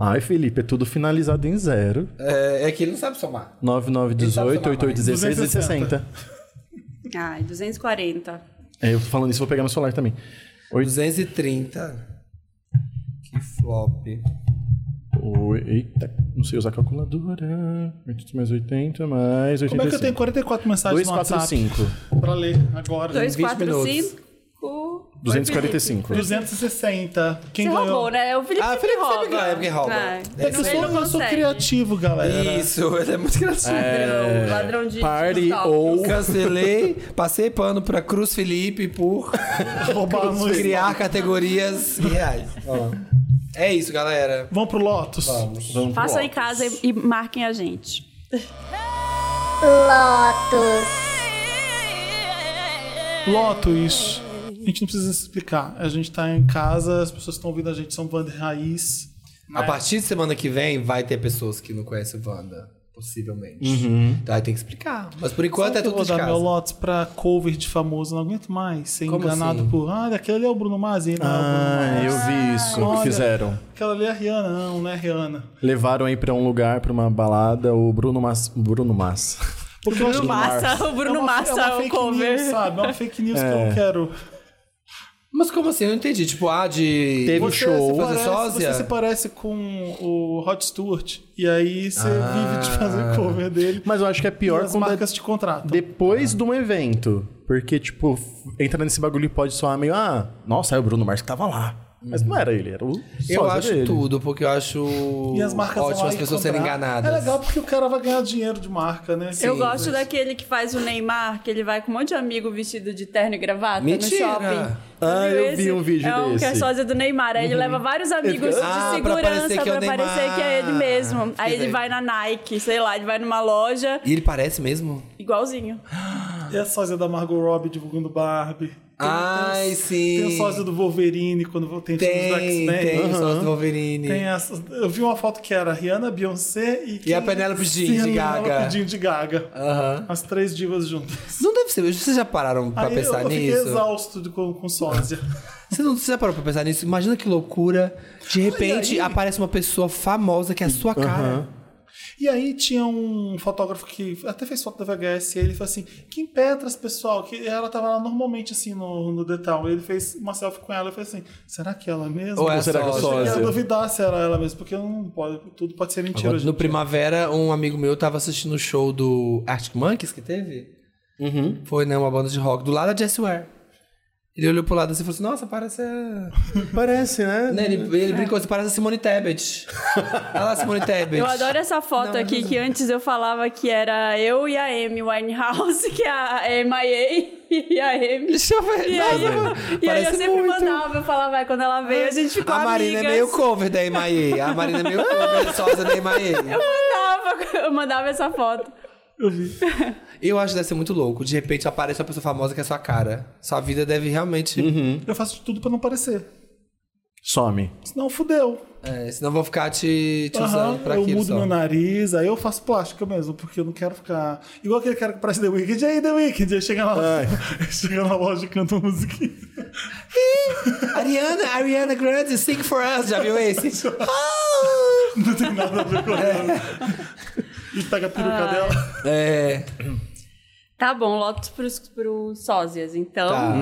Speaker 4: Ai, Felipe, é tudo finalizado em zero.
Speaker 3: É, é que ele não sabe somar.
Speaker 4: 9918 8816 e
Speaker 1: 260.
Speaker 4: 60.
Speaker 2: Ai, 240.
Speaker 4: É, eu tô falando isso, vou pegar meu celular também. Oito-
Speaker 3: 230. Que flop.
Speaker 4: Eita, Não sei usar calculadora. 80 mais 80 mais 85.
Speaker 1: Como é que eu tenho 44 mensagens no WhatsApp
Speaker 4: 245.
Speaker 1: pra ler agora?
Speaker 2: 2, 4,
Speaker 3: minutos.
Speaker 2: 5.
Speaker 4: 245.
Speaker 1: 260. Quem
Speaker 2: Você
Speaker 1: ganhou?
Speaker 2: roubou, né? O Felipe
Speaker 3: Ah, o
Speaker 2: sempre
Speaker 3: Felipe
Speaker 2: rouba.
Speaker 3: sempre ganha, porque rouba.
Speaker 2: Vai.
Speaker 1: É que eu
Speaker 2: Ele
Speaker 1: sou,
Speaker 2: não
Speaker 1: eu sou
Speaker 2: consegue.
Speaker 1: criativo, galera.
Speaker 3: Isso, ele é muito engraçado.
Speaker 2: Ladrão, ladrão de
Speaker 4: Party
Speaker 1: tá.
Speaker 2: de-
Speaker 4: ou
Speaker 3: Cancelei, passei pano pra Cruz Felipe por
Speaker 1: Roubar no
Speaker 3: criar categorias reais. É isso, galera.
Speaker 1: Vamos pro Lotus.
Speaker 4: Vamos pro
Speaker 2: Façam em
Speaker 4: óculos.
Speaker 2: casa e- e marquem a gente.
Speaker 6: Lotus,
Speaker 1: Lotus. A gente não precisa se explicar. A gente tá em casa, as pessoas estão ouvindo a gente, são banda raiz.
Speaker 3: A partir de semana que vem vai ter pessoas que não conhecem o Wanda, possivelmente. Então aí tem que explicar. Mas por enquanto
Speaker 1: Sabe
Speaker 3: é
Speaker 1: que eu
Speaker 3: tudo
Speaker 1: vou
Speaker 3: de
Speaker 1: dar
Speaker 3: casa.
Speaker 1: meu Lotus pra cover de famoso. Não aguento mais ser
Speaker 3: Como
Speaker 1: enganado
Speaker 3: assim?
Speaker 1: por. Ah, aquele ali é o Bruno Mars. Ele não é o Bruno
Speaker 4: Ah,
Speaker 1: Mars.
Speaker 4: eu vi isso
Speaker 1: Olha.
Speaker 4: que fizeram.
Speaker 1: Aquela ali é a Rihanna. Não, não é a Rihanna.
Speaker 4: Levaram aí pra um lugar, pra uma balada, o Bruno Mas. Bruno Mas.
Speaker 1: Porque eu acho que-
Speaker 2: Massa, o
Speaker 1: é
Speaker 2: Bruno
Speaker 1: uma-
Speaker 2: Massa,
Speaker 1: é uma
Speaker 2: o
Speaker 1: fake
Speaker 2: cover.
Speaker 1: news, sabe? É uma fake news que eu
Speaker 4: É.
Speaker 1: não quero.
Speaker 3: Mas como assim? Eu não entendi. Tipo, ah, de.
Speaker 4: Teve um
Speaker 1: Você
Speaker 4: show.
Speaker 1: se
Speaker 3: fazer
Speaker 1: parece-
Speaker 3: sósia?
Speaker 1: Você se parece com o Rod Stewart. E aí você vive de fazer cover dele.
Speaker 4: Mas eu acho que é
Speaker 1: E
Speaker 4: Ah. pior
Speaker 1: as
Speaker 4: quando é
Speaker 1: marcas te contratam.
Speaker 4: depois de um evento. Porque, tipo, f- entra nesse bagulho e pode soar meio, ah, nossa, é o Bruno Mars que tava lá. Mas não era ele, era o
Speaker 3: Eu
Speaker 4: sósia
Speaker 3: acho
Speaker 4: dele.
Speaker 3: tudo, porque eu acho
Speaker 1: é E as marcas vão
Speaker 3: ótimo
Speaker 1: lá
Speaker 3: as
Speaker 1: e
Speaker 3: pessoas serem
Speaker 1: comprar.
Speaker 3: enganadas.
Speaker 1: É legal porque o cara vai ganhar dinheiro de marca, né?
Speaker 2: Eu gosto daquele que faz o Neymar, que ele vai com um monte de amigo vestido de terno e gravata
Speaker 3: Mentira!
Speaker 2: no shopping.
Speaker 4: Ah,
Speaker 2: Viu
Speaker 4: eu vi
Speaker 2: esse?
Speaker 4: um vídeo
Speaker 2: é um que é
Speaker 4: desse.
Speaker 2: sósia do Neymar. Aí ele leva vários amigos de
Speaker 3: Ah, pra
Speaker 2: segurança
Speaker 3: parecer que é o
Speaker 2: pra parecer
Speaker 3: Neymar.
Speaker 2: que é ele mesmo. Aí ele
Speaker 3: velho.
Speaker 2: vai na Nike, sei lá, ele vai numa loja,
Speaker 3: E ele parece mesmo?
Speaker 2: igualzinho.
Speaker 1: E É a sósia da Margot Robbie divulgando Barbie. Tem-
Speaker 3: Ai,
Speaker 1: tem,
Speaker 3: sim.
Speaker 1: Tem a sósia do Wolverine quando tem, filmes do
Speaker 3: Tem,
Speaker 1: X-Men.
Speaker 3: tem,
Speaker 1: Aham.
Speaker 3: só do Wolverine.
Speaker 1: Tem essa- eu vi uma foto que era a Rihanna, Beyoncé e...
Speaker 3: a Penélope Jean de
Speaker 1: Sim,
Speaker 3: Gaga.
Speaker 1: A Penélope Jean de Gaga.
Speaker 3: Aham.
Speaker 1: As três divas juntas.
Speaker 3: Não deve ser. Vocês já pararam pra
Speaker 1: Aí
Speaker 3: pensar
Speaker 1: eu, eu fiquei
Speaker 3: nisso?
Speaker 1: exausto de, com, com sósia.
Speaker 3: Você não você já parou pra pensar nisso? Imagina que loucura. De repente aparece uma pessoa famosa que é a sua cara.
Speaker 1: E aí tinha um fotógrafo que até fez foto da VHS e ele falou assim: Kim Petras, pessoal, que ela tava lá normalmente assim no, no detalhe. Ele fez uma selfie com ela e falou assim: será que é ela mesmo?
Speaker 3: Ou é a
Speaker 4: será que é
Speaker 3: sósia?
Speaker 1: Eu
Speaker 4: sósia?
Speaker 1: quero duvidar se era ela mesmo, porque não pode, tudo pode ser mentira.
Speaker 3: No
Speaker 1: gente.
Speaker 3: Primavera, um amigo meu tava assistindo o show do Arctic Monkeys que teve.
Speaker 4: Uhum.
Speaker 3: Foi, né? Uma banda de rock do lado da Jess Ware. Ele olhou pro lado assim e falou assim: Nossa, parece a.
Speaker 4: Parece, né?
Speaker 3: Né, ele,
Speaker 2: É.
Speaker 3: ele brincou assim: Parece a Simone Tebet. Olha lá, a Simone Tebet.
Speaker 2: Eu adoro essa foto aqui, que antes eu falava que era eu e a Amy Winehouse, que é a MIA e a Amy.
Speaker 3: Deixa eu ver.
Speaker 2: E aí, eu,
Speaker 3: Nossa,
Speaker 2: e aí eu
Speaker 3: é parece
Speaker 2: sempre
Speaker 3: muito.
Speaker 2: mandava, eu falava, "Ai, quando ela veio, a gente ficou
Speaker 3: A Marina
Speaker 2: amigas.
Speaker 3: é meio cover da Emaê. A Marina é meio cover sósia da Emaê.
Speaker 2: Eu mandava, eu mandava essa foto.
Speaker 3: Eu acho que deve ser muito louco. De repente aparece uma pessoa famosa que é a sua cara. Sua vida deve realmente.
Speaker 1: Eu faço de tudo pra não parecer.
Speaker 4: Some.
Speaker 1: Senão fudeu.
Speaker 3: É, senão vão ficar te, te usando
Speaker 1: Aham,
Speaker 3: pra
Speaker 1: eu
Speaker 3: aquilo
Speaker 1: mudo
Speaker 3: só.
Speaker 1: meu nariz, aí eu faço plástica mesmo, porque eu não quero ficar. Igual aquele cara que parece The Weeknd, aí The Weeknd, aí chega lá, chega na loja e canta uma musiquinha.
Speaker 3: Ariana, Ariana Grande, sing for us. Já viu esse? Ah!
Speaker 1: Não tem nada a ver com ela. E pega a peruca dela.
Speaker 3: é.
Speaker 2: Tá bom, Lotus pros, pros sósias, então.
Speaker 3: Tá.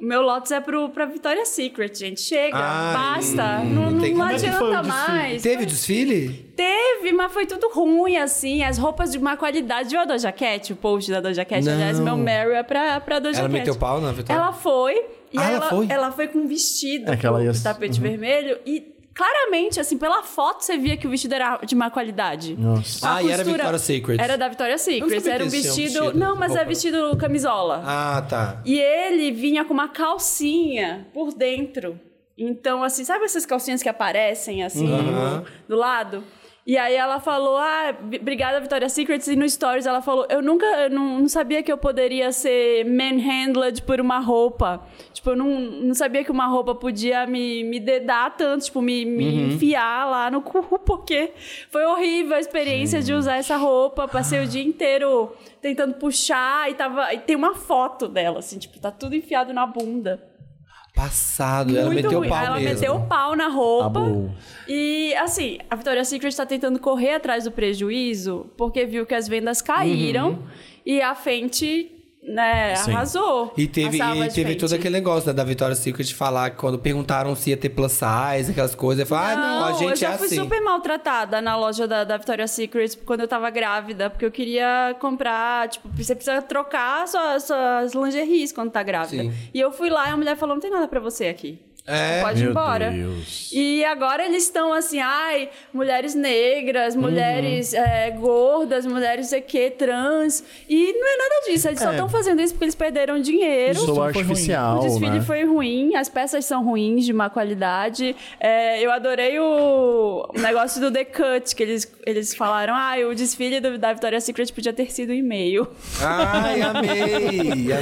Speaker 2: O meu Lotus é pro, pra Victoria's Secret, gente. Chega,
Speaker 3: Ai,
Speaker 2: basta.
Speaker 3: hum,
Speaker 2: não
Speaker 3: não tem
Speaker 2: não
Speaker 1: Como
Speaker 3: como.
Speaker 1: é que foi o
Speaker 2: adianta
Speaker 1: desfile?
Speaker 2: mais.
Speaker 3: Teve desfile?
Speaker 2: Teve, mas foi tudo ruim, assim. As roupas de má qualidade. Viu a Doja Cat? O post da Doja Cat.
Speaker 3: Não.
Speaker 2: Aliás, meu Mary é pra, pra Doja
Speaker 3: Ela
Speaker 2: Cat.
Speaker 3: meteu pau na Vitória?
Speaker 2: Ela foi. E
Speaker 3: Ah, ela
Speaker 2: ela,
Speaker 3: foi?
Speaker 2: ela foi com um vestido
Speaker 4: É que ela ia-
Speaker 2: de tapete
Speaker 3: Uhum.
Speaker 2: vermelho. E claramente, assim, pela foto você via que o vestido era de má qualidade.
Speaker 4: Nossa.
Speaker 3: Ah, e era
Speaker 2: costura
Speaker 3: Victoria's Secret.
Speaker 2: Era da Victoria's
Speaker 3: Eu não
Speaker 2: Secret.
Speaker 3: sabia
Speaker 2: Era um
Speaker 3: que eles tinham
Speaker 2: vestido...
Speaker 3: vestido,
Speaker 2: Não, mas é
Speaker 3: roupa.
Speaker 2: vestido camisola.
Speaker 3: Ah, tá.
Speaker 2: E ele vinha com uma calcinha por dentro. Então, assim, sabe essas calcinhas que aparecem, assim,
Speaker 3: Uhum.
Speaker 2: do- do lado? E aí ela falou, ah, b- obrigada, Victoria's Secrets. E no Stories ela falou, eu nunca, eu não, não sabia que eu poderia ser manhandled por uma roupa. Tipo, eu não, não sabia que uma roupa podia me, me dedar tanto, tipo, me, me enfiar lá no cu, porque foi horrível a experiência de usar essa roupa. Passei o dia inteiro tentando puxar e tava... E tem uma foto dela, assim, tipo, tá tudo enfiado na bunda.
Speaker 3: Passado. né? ela
Speaker 2: Muito
Speaker 3: meteu
Speaker 2: ruim.
Speaker 3: pau
Speaker 2: Aí ela
Speaker 3: mesmo.
Speaker 2: meteu o pau na roupa.
Speaker 4: Acabou.
Speaker 2: E, assim, a Victoria's Secret está tentando
Speaker 3: Uhum.
Speaker 2: correr atrás do prejuízo porque viu que as vendas caíram e a frente né,
Speaker 4: Sim.
Speaker 2: arrasou.
Speaker 3: E teve,
Speaker 2: a salva
Speaker 3: e
Speaker 2: de
Speaker 3: teve todo
Speaker 2: Fendi.
Speaker 3: aquele negócio né, da Vitória Secret de falar que quando perguntaram se ia ter plus size, aquelas coisas, eu falei, ah, não, a
Speaker 2: eu
Speaker 3: gente é
Speaker 2: já fui
Speaker 3: assim.
Speaker 2: super maltratada na loja da, da Victoria's Secret quando eu tava grávida, porque eu queria comprar, tipo, você precisa trocar sua- suas lingeries quando tá grávida.
Speaker 3: Sim.
Speaker 2: E eu fui lá e a mulher falou, não tem nada pra você aqui.
Speaker 3: É.
Speaker 2: Você Pode ir
Speaker 4: Meu
Speaker 2: embora.
Speaker 4: Deus.
Speaker 2: E agora eles estão assim, ai, mulheres negras, mulheres
Speaker 4: Uhum.
Speaker 2: é, gordas, mulheres sei que, trans. E não é nada disso, eles só
Speaker 4: É.
Speaker 2: estão fazendo isso porque eles perderam dinheiro.
Speaker 4: Sou
Speaker 1: foi ruim.
Speaker 4: artificial,
Speaker 2: O desfile
Speaker 4: né?
Speaker 2: foi ruim, as peças são ruins, de má qualidade. É, eu adorei o o negócio do The Cut, que eles, eles falaram, ah, o desfile do- da Victoria's Secret podia ter sido um e-mail.
Speaker 3: Ai, amei! tem
Speaker 2: Podia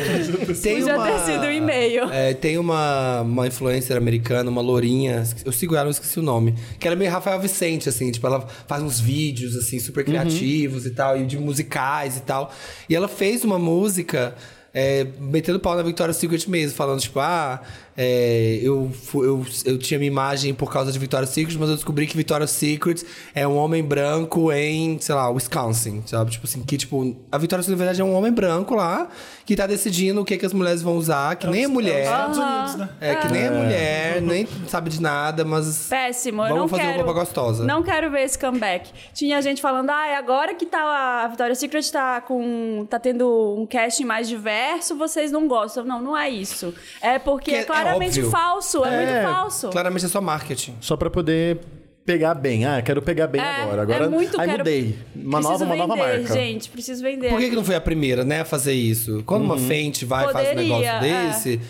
Speaker 2: ter sido um e-mail.
Speaker 3: É, tem uma, uma influencer americana, uma lourinha, eu sigo ela, eu esqueci o nome, que ela é meio Rafael Vicente, assim, tipo, ela faz uns vídeos, assim,
Speaker 2: Uhum.
Speaker 3: super criativos e tal, e de musicais e tal. E ela fez uma música... é, metendo pau na Victoria's Secret mesmo, falando tipo, ah, é, eu, fu- eu, eu tinha minha imagem por causa de Victoria's Secret, mas eu descobri que Victoria's Secret é um homem branco em, sei lá, Wisconsin, sabe? Tipo assim, que tipo, a Victoria's Secret na verdade é um homem branco lá, que tá decidindo o que, que as mulheres vão usar, que nem é mulher.
Speaker 1: Estados Unidos, né?
Speaker 3: É, que nem é mulher, nem sabe de nada, mas.
Speaker 2: Péssimo, eu
Speaker 3: Vamos
Speaker 2: não
Speaker 3: fazer uma
Speaker 2: quero.
Speaker 3: roupa gostosa.
Speaker 2: Não quero ver esse comeback. Tinha gente falando, ah, agora que tá a Victoria's Secret tá com tá tendo um casting mais diverso, vocês não gostam. Não, não é isso. É porque
Speaker 3: Que
Speaker 2: é,
Speaker 3: é- é
Speaker 2: claramente
Speaker 3: óbvio.
Speaker 2: falso, é,
Speaker 4: É,
Speaker 2: muito falso.
Speaker 3: Claramente é só marketing.
Speaker 4: Só pra poder pegar bem. Ah, quero pegar bem
Speaker 2: É,
Speaker 4: agora. Agora
Speaker 2: é muito
Speaker 4: aí
Speaker 2: quero-
Speaker 4: mudei. Uma
Speaker 2: Preciso
Speaker 4: nova, uma nova
Speaker 2: vender,
Speaker 4: marca.
Speaker 2: Gente, preciso vender.
Speaker 3: Por que, que não foi a primeira, né, a fazer isso? Quando uma Fenty vai e faz um
Speaker 2: Uhum. Poderia,
Speaker 3: negócio
Speaker 2: é.
Speaker 3: desse,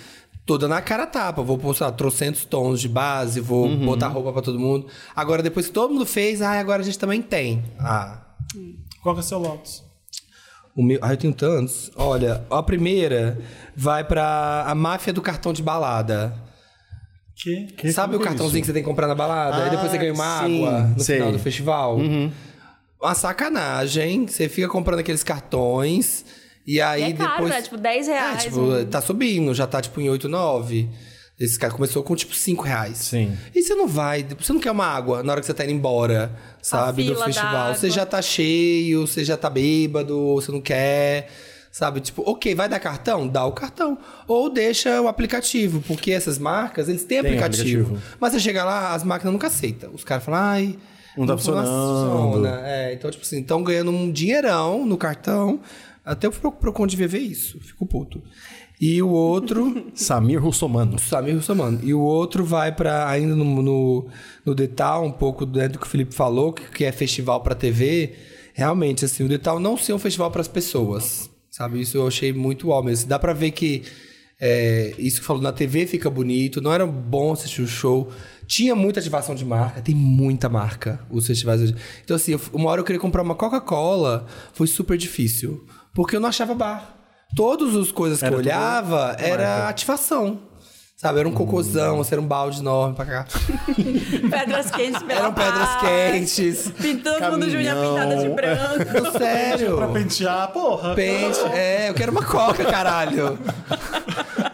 Speaker 3: toda na cara a tapa. Vou postar trocentos tons de base, vou
Speaker 2: Uhum.
Speaker 3: botar roupa pra todo mundo. Agora, depois que todo mundo fez, ai, agora a gente também tem. Ah.
Speaker 1: Qual que é o seu Lotus?
Speaker 3: O meu. Ai, eu tenho tantos. Olha, a primeira vai pra a máfia do cartão de balada.
Speaker 1: Que?
Speaker 3: Sabe o cartãozinho que você tem que comprar na balada?
Speaker 4: é Ah,
Speaker 3: e depois você ganha uma
Speaker 4: sim,
Speaker 3: água no
Speaker 4: sei. Uhum.
Speaker 3: final do festival? Uma sacanagem. Você fica comprando aqueles cartões e aí
Speaker 2: E é caro,
Speaker 3: depois.
Speaker 2: né? Tipo, 10 reais.
Speaker 3: É, tipo,
Speaker 2: um-
Speaker 3: tá subindo, já tá tipo em 8, 9. Esse cara começou com tipo 5 reais.
Speaker 4: Sim.
Speaker 3: E você não vai, você não quer uma água na hora que você tá indo embora, sabe? Do
Speaker 2: fila da
Speaker 3: festival.
Speaker 2: água.
Speaker 3: Você já tá cheio, você já tá bêbado, você não quer. Sabe, tipo, ok, vai dar cartão? Dá o cartão. Ou deixa o aplicativo, porque essas marcas, eles têm
Speaker 4: Tem
Speaker 3: aplicativo.
Speaker 4: aplicativo.
Speaker 3: Mas você chega lá, as máquinas nunca aceitam. Os caras falam, ai.
Speaker 4: Não tá funcionando.
Speaker 3: funciona. É, então, tipo assim, estão ganhando um dinheirão no cartão. Até o Pro- Procon devia ver isso, fico puto. E o outro.
Speaker 4: Samir Russomano.
Speaker 3: Samir Russomano. E o outro vai pra ainda no, no, no detal, um pouco né, do que o Felipe falou, que, que é festival pra TV. Realmente, assim, o detal não ser um festival pras pessoas, sabe? Isso eu achei muito uau mesmo. Dá pra ver que é, isso que falou na TV fica bonito, não era bom assistir o show. Tinha muita ativação de marca, tem muita marca os festivais. hoje. Então, assim, eu- uma hora eu queria comprar uma Coca-Cola, foi super difícil, porque eu não achava bar. Todas as coisas que
Speaker 4: Era
Speaker 3: eu
Speaker 4: tudo
Speaker 3: olhava era
Speaker 4: marca.
Speaker 3: ativação. Sabe, era um cocôzão, assim, era um balde enorme pra cá.
Speaker 2: um Pedras quentes pela
Speaker 3: Eram um pedras
Speaker 2: paz.
Speaker 3: quentes.
Speaker 2: Pintando todo mundo Júlia
Speaker 4: Caminhão.
Speaker 2: pintada de branco.
Speaker 3: Não, sério.
Speaker 1: Pra pentear, porra.
Speaker 3: Pente. É, eu quero uma coca, caralho.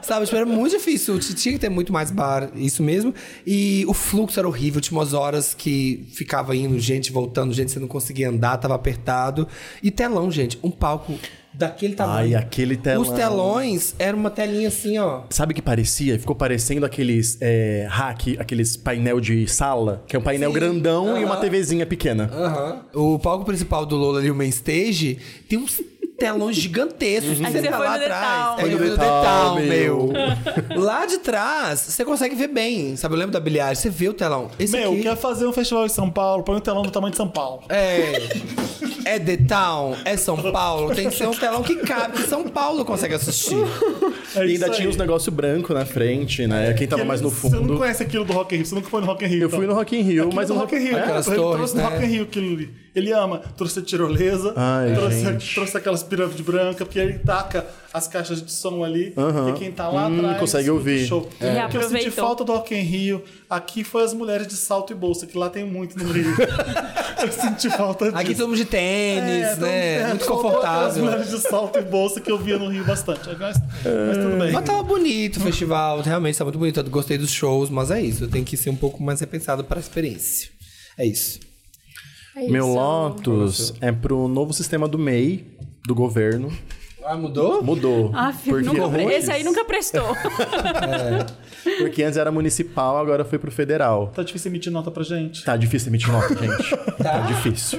Speaker 3: Sabe, tipo, era muito difícil. T- Tinha que ter muito mais bar, isso mesmo. E o fluxo era horrível. Tinha umas horas que ficava indo gente, voltando gente, você não conseguia andar, tava apertado. E telão, gente. Um palco daquele tamanho.
Speaker 4: Ai, aquele telão.
Speaker 3: Os telões eram uma telinha assim, ó.
Speaker 4: Sabe o que parecia? Ficou parecendo aqueles é, hack, aqueles painel de sala, que é um painel
Speaker 3: Sim.
Speaker 4: grandão e uma
Speaker 3: Aham.
Speaker 4: TVzinha pequena.
Speaker 3: Aham. O palco principal do Lola ali, o main stage, tem uns telões gigantescos.
Speaker 2: Uhum. Aí
Speaker 3: Você
Speaker 2: você
Speaker 3: tá
Speaker 2: foi
Speaker 3: lá
Speaker 2: no detalhe.
Speaker 3: atrás.
Speaker 2: Foi
Speaker 3: É,
Speaker 4: no
Speaker 3: eu fui
Speaker 4: detalhe,
Speaker 3: lá de trás, você consegue ver bem. Sabe, eu lembro da bilhar, você vê o telão. Esse
Speaker 1: Meu,
Speaker 3: aqui
Speaker 1: quer fazer um festival em São Paulo? Põe um telão do tamanho de São Paulo.
Speaker 3: é... É The Town, é São Paulo. Tem que ser um telão que cabe, que São Paulo consegue assistir.
Speaker 1: É
Speaker 4: e
Speaker 1: isso
Speaker 4: ainda tinha
Speaker 1: aí.
Speaker 4: os negócios branco na frente, né? Quem tava mais no
Speaker 1: Você não
Speaker 4: fundo.
Speaker 1: conhece aquilo do Rock in Rio, você nunca foi no Rock in Rio.
Speaker 4: Eu
Speaker 1: então.
Speaker 4: fui no Rock in Rio,
Speaker 1: Aquilo
Speaker 4: mas
Speaker 1: do
Speaker 4: no
Speaker 1: Rock in Rio,
Speaker 4: É,
Speaker 1: cara.
Speaker 3: aquelas
Speaker 1: Ele
Speaker 3: torres,
Speaker 1: trouxe
Speaker 3: né?
Speaker 1: do Rock in Rio aquilo ali. Ele ama, trouxe a tirolesa,
Speaker 4: Ai,
Speaker 1: trouxe,
Speaker 4: gente.
Speaker 1: trouxe aquelas pirâmides brancas, porque ele taca as caixas de som ali,
Speaker 4: Aham.
Speaker 1: e quem tá lá
Speaker 4: Hum,
Speaker 1: atrás
Speaker 4: consegue
Speaker 1: escuta o
Speaker 4: ouvir.
Speaker 1: Show.
Speaker 2: É.
Speaker 1: O que eu senti
Speaker 2: Reaproveitou.
Speaker 1: falta do Rock in Rio, aqui foi as mulheres de salto e bolsa, que lá tem muito no Rio. eu senti falta disso.
Speaker 3: Aqui todo mundo de tênis,
Speaker 1: É,
Speaker 3: né?
Speaker 1: então,
Speaker 3: Muito
Speaker 1: faltou aquelas
Speaker 3: confortável.
Speaker 2: né?
Speaker 1: mulheres de salto e bolsa que eu via no Rio bastante. Mas, mas tudo bem.
Speaker 3: Mas tava bonito o festival, realmente tava muito bonito. Eu gostei dos shows, mas é isso. Tem que ser um pouco mais repensado pra experiência. É isso.
Speaker 2: É
Speaker 4: Meu
Speaker 2: isso.
Speaker 4: Lotus é pro novo sistema do MEI, do governo.
Speaker 3: Ah, mudou?
Speaker 4: Mudou.
Speaker 2: Aff,
Speaker 4: porque,
Speaker 2: Ah, nunca-
Speaker 3: ruim
Speaker 2: esse aí
Speaker 3: isso.
Speaker 2: nunca prestou.
Speaker 4: porque antes era municipal, agora foi pro federal.
Speaker 1: Tá difícil emitir nota pra gente.
Speaker 4: Tá difícil emitir nota, gente. tá difícil.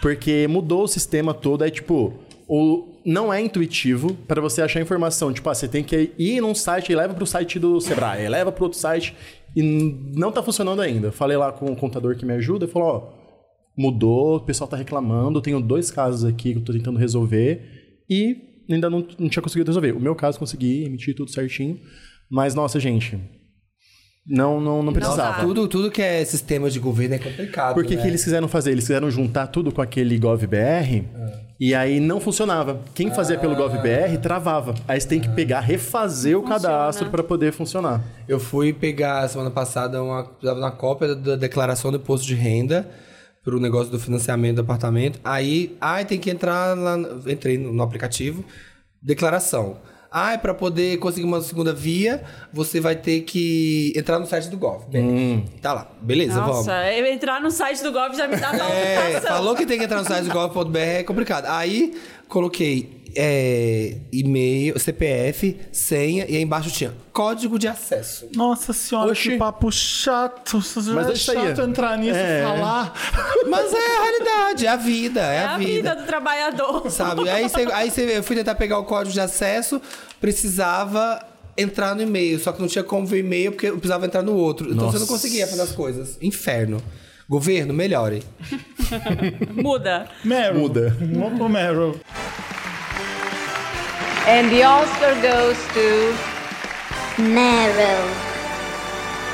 Speaker 4: Porque mudou o sistema todo, aí tipo, o não é intuitivo para você achar informação. Tipo, ah, você tem que ir num site e leva pro site do Sebrae, aí leva pro outro site e n- não tá funcionando ainda. Falei lá com o contador que me ajuda e falou, ó, mudou, o pessoal tá reclamando, eu tenho dois casos aqui que eu tô tentando resolver e ainda não, não tinha conseguido resolver. O meu caso consegui emitir tudo certinho, mas nossa, gente, não não, não precisava.
Speaker 2: dá.
Speaker 3: Tudo, tudo que é sistema de governo é complicado.
Speaker 4: Porque
Speaker 3: né?
Speaker 4: que eles quiseram fazer? Eles quiseram juntar tudo com aquele GovBR e aí não funcionava. Quem fazia
Speaker 3: Ah.
Speaker 4: pelo GovBR travava. Aí você tem que pegar, refazer o cadastro para poder funcionar.
Speaker 3: Eu fui pegar semana passada uma, precisava de uma cópia da declaração do imposto de renda pro negócio do financiamento do apartamento. Aí, ai, tem que entrar lá, no- entrei no, no aplicativo, declaração. Ai, para poder conseguir uma segunda via, você vai ter que entrar no site do Gov.
Speaker 4: Hum.
Speaker 3: Bem, Tá lá. Beleza, vamos.
Speaker 2: Nossa, eu entrar no site do Gov já me dá
Speaker 3: É,
Speaker 2: palpitação.
Speaker 3: falou que tem que entrar no site do gov.br, é complicado. Aí coloquei é, e-mail, CPF, senha e aí embaixo tinha código de acesso.
Speaker 1: Nossa senhora,
Speaker 4: Oxi.
Speaker 1: que papo chato.
Speaker 4: Mas
Speaker 1: é
Speaker 4: eu saía.
Speaker 1: chato entrar nisso
Speaker 4: É.
Speaker 1: e falar.
Speaker 3: Mas é a realidade, é a vida, é,
Speaker 2: É
Speaker 3: a, vida.
Speaker 2: do trabalhador.
Speaker 3: Sabe? Aí, você, aí você, eu fui tentar pegar o código de acesso, precisava entrar no e-mail, só que não tinha como ver o e-mail porque eu precisava entrar no outro. Então você não
Speaker 1: Nossa.
Speaker 3: conseguia fazer as coisas. Inferno. Governo, melhore.
Speaker 2: Muda.
Speaker 1: Meryl.
Speaker 4: Muda.
Speaker 1: Vamos pro Meryl.
Speaker 6: And the Oscar goes to.
Speaker 7: Meryl.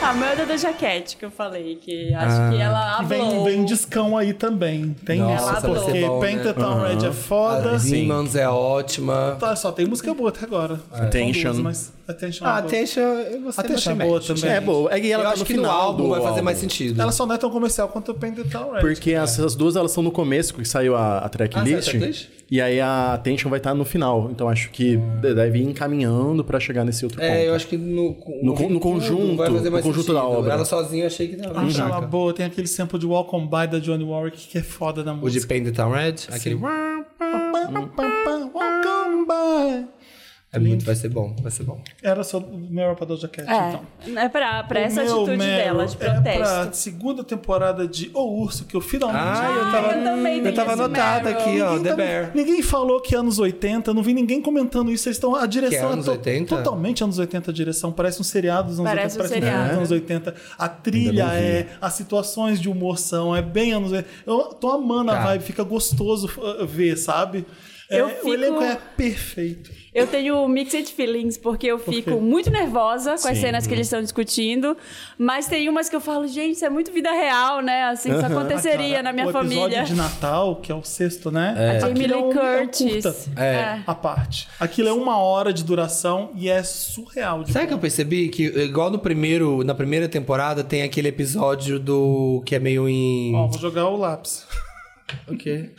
Speaker 2: A meu é da Doja Cat, que eu falei, que acho
Speaker 3: Ah,
Speaker 2: que ela
Speaker 1: E
Speaker 2: ablou.
Speaker 1: vem, vem discão aí também. Tem
Speaker 3: Nossa,
Speaker 1: essa,
Speaker 2: vai ser
Speaker 1: porque
Speaker 3: bom, né?
Speaker 1: Pentatown Red é foda.
Speaker 3: Simmons é ótima.
Speaker 1: Tá, só tem música boa até agora.
Speaker 4: Attention.
Speaker 1: São duas, mas Attention. é
Speaker 3: Ah,
Speaker 1: boa.
Speaker 3: deixa. Você
Speaker 1: Até
Speaker 3: deixa
Speaker 1: é boa também.
Speaker 4: É boa. É que ela
Speaker 3: eu
Speaker 4: tá
Speaker 3: acho
Speaker 4: no
Speaker 3: que
Speaker 4: final
Speaker 3: no álbum
Speaker 4: do
Speaker 3: vai fazer
Speaker 4: álbum.
Speaker 3: mais sentido.
Speaker 1: Ela só não é tão comercial quanto o Pentatown Red.
Speaker 4: Porque essas duas elas são no começo, que saiu a, a tracklist.
Speaker 3: Ah, saiu a tracklist?
Speaker 4: e aí a Attention vai estar no final. Então acho que deve ir encaminhando para chegar nesse outro ponto.
Speaker 3: É, eu acho que no,
Speaker 4: No con- no conjunto,
Speaker 3: vai fazer mais
Speaker 4: no conjunto
Speaker 3: sentido.
Speaker 4: da obra.
Speaker 3: Ela sozinha eu achei que tava
Speaker 1: Acho ela
Speaker 3: fraca.
Speaker 1: boa. Tem aquele sample de Walk On By da Johnny Warwick que é foda na
Speaker 3: O de
Speaker 1: música.
Speaker 3: Paint the Town Red, aquele.
Speaker 1: Walk On By.
Speaker 3: É muito, vai ser bom, vai ser bom.
Speaker 1: Era só o Meryl pra Doja Cat, então.
Speaker 2: É, é pra, pra
Speaker 1: O
Speaker 2: essa
Speaker 1: meu
Speaker 2: atitude
Speaker 1: Meryl
Speaker 2: dela, de
Speaker 1: É
Speaker 2: protesto.
Speaker 1: pra segunda temporada de O Urso, que eu finalmente...
Speaker 3: Ah, eu
Speaker 2: tava-
Speaker 3: tava,
Speaker 2: eu também eu tenho tava esse anotado
Speaker 3: anotado
Speaker 2: Meryl. aqui,
Speaker 3: aqui, ó,
Speaker 1: Ninguém
Speaker 3: The
Speaker 1: tá-
Speaker 3: Bear.
Speaker 1: Ninguém falou que anos 80, não vi ninguém comentando isso. Eles estão. A direção
Speaker 3: Que é anos
Speaker 1: to-
Speaker 3: 80?
Speaker 1: totalmente anos 80 a direção. Parece um seriado dos anos
Speaker 2: Parece
Speaker 1: 80.
Speaker 2: um seriado.
Speaker 1: dos anos 80. A trilha
Speaker 4: Ainda não vi.
Speaker 1: é. As situações de humor são. É bem anos 80. Eu tô amando
Speaker 3: Tá.
Speaker 1: a vibe, fica gostoso uh, ver, sabe?
Speaker 2: Eu
Speaker 1: é,
Speaker 2: fico-
Speaker 1: O elenco é perfeito.
Speaker 2: Eu tenho mixed feelings, porque eu fico muito nervosa com as cenas que eles estão discutindo, mas tem umas que eu falo, gente, isso é muito vida real, né? Assim, isso aconteceria
Speaker 1: Cara,
Speaker 2: na minha
Speaker 1: o
Speaker 2: família.
Speaker 1: episódio de Natal, que é o sexto, né?
Speaker 2: A Jamie
Speaker 1: Aquilo é
Speaker 2: Lee
Speaker 1: um- é um
Speaker 2: Curtis.
Speaker 1: curta.
Speaker 2: É.
Speaker 1: a parte. Aquilo é uma hora de duração e é surreal. De
Speaker 3: Sabe que eu percebi que igual no primeiro, na primeira temporada tem aquele episódio do que é meio em
Speaker 1: Ó, vou jogar o lápis.
Speaker 3: o quê?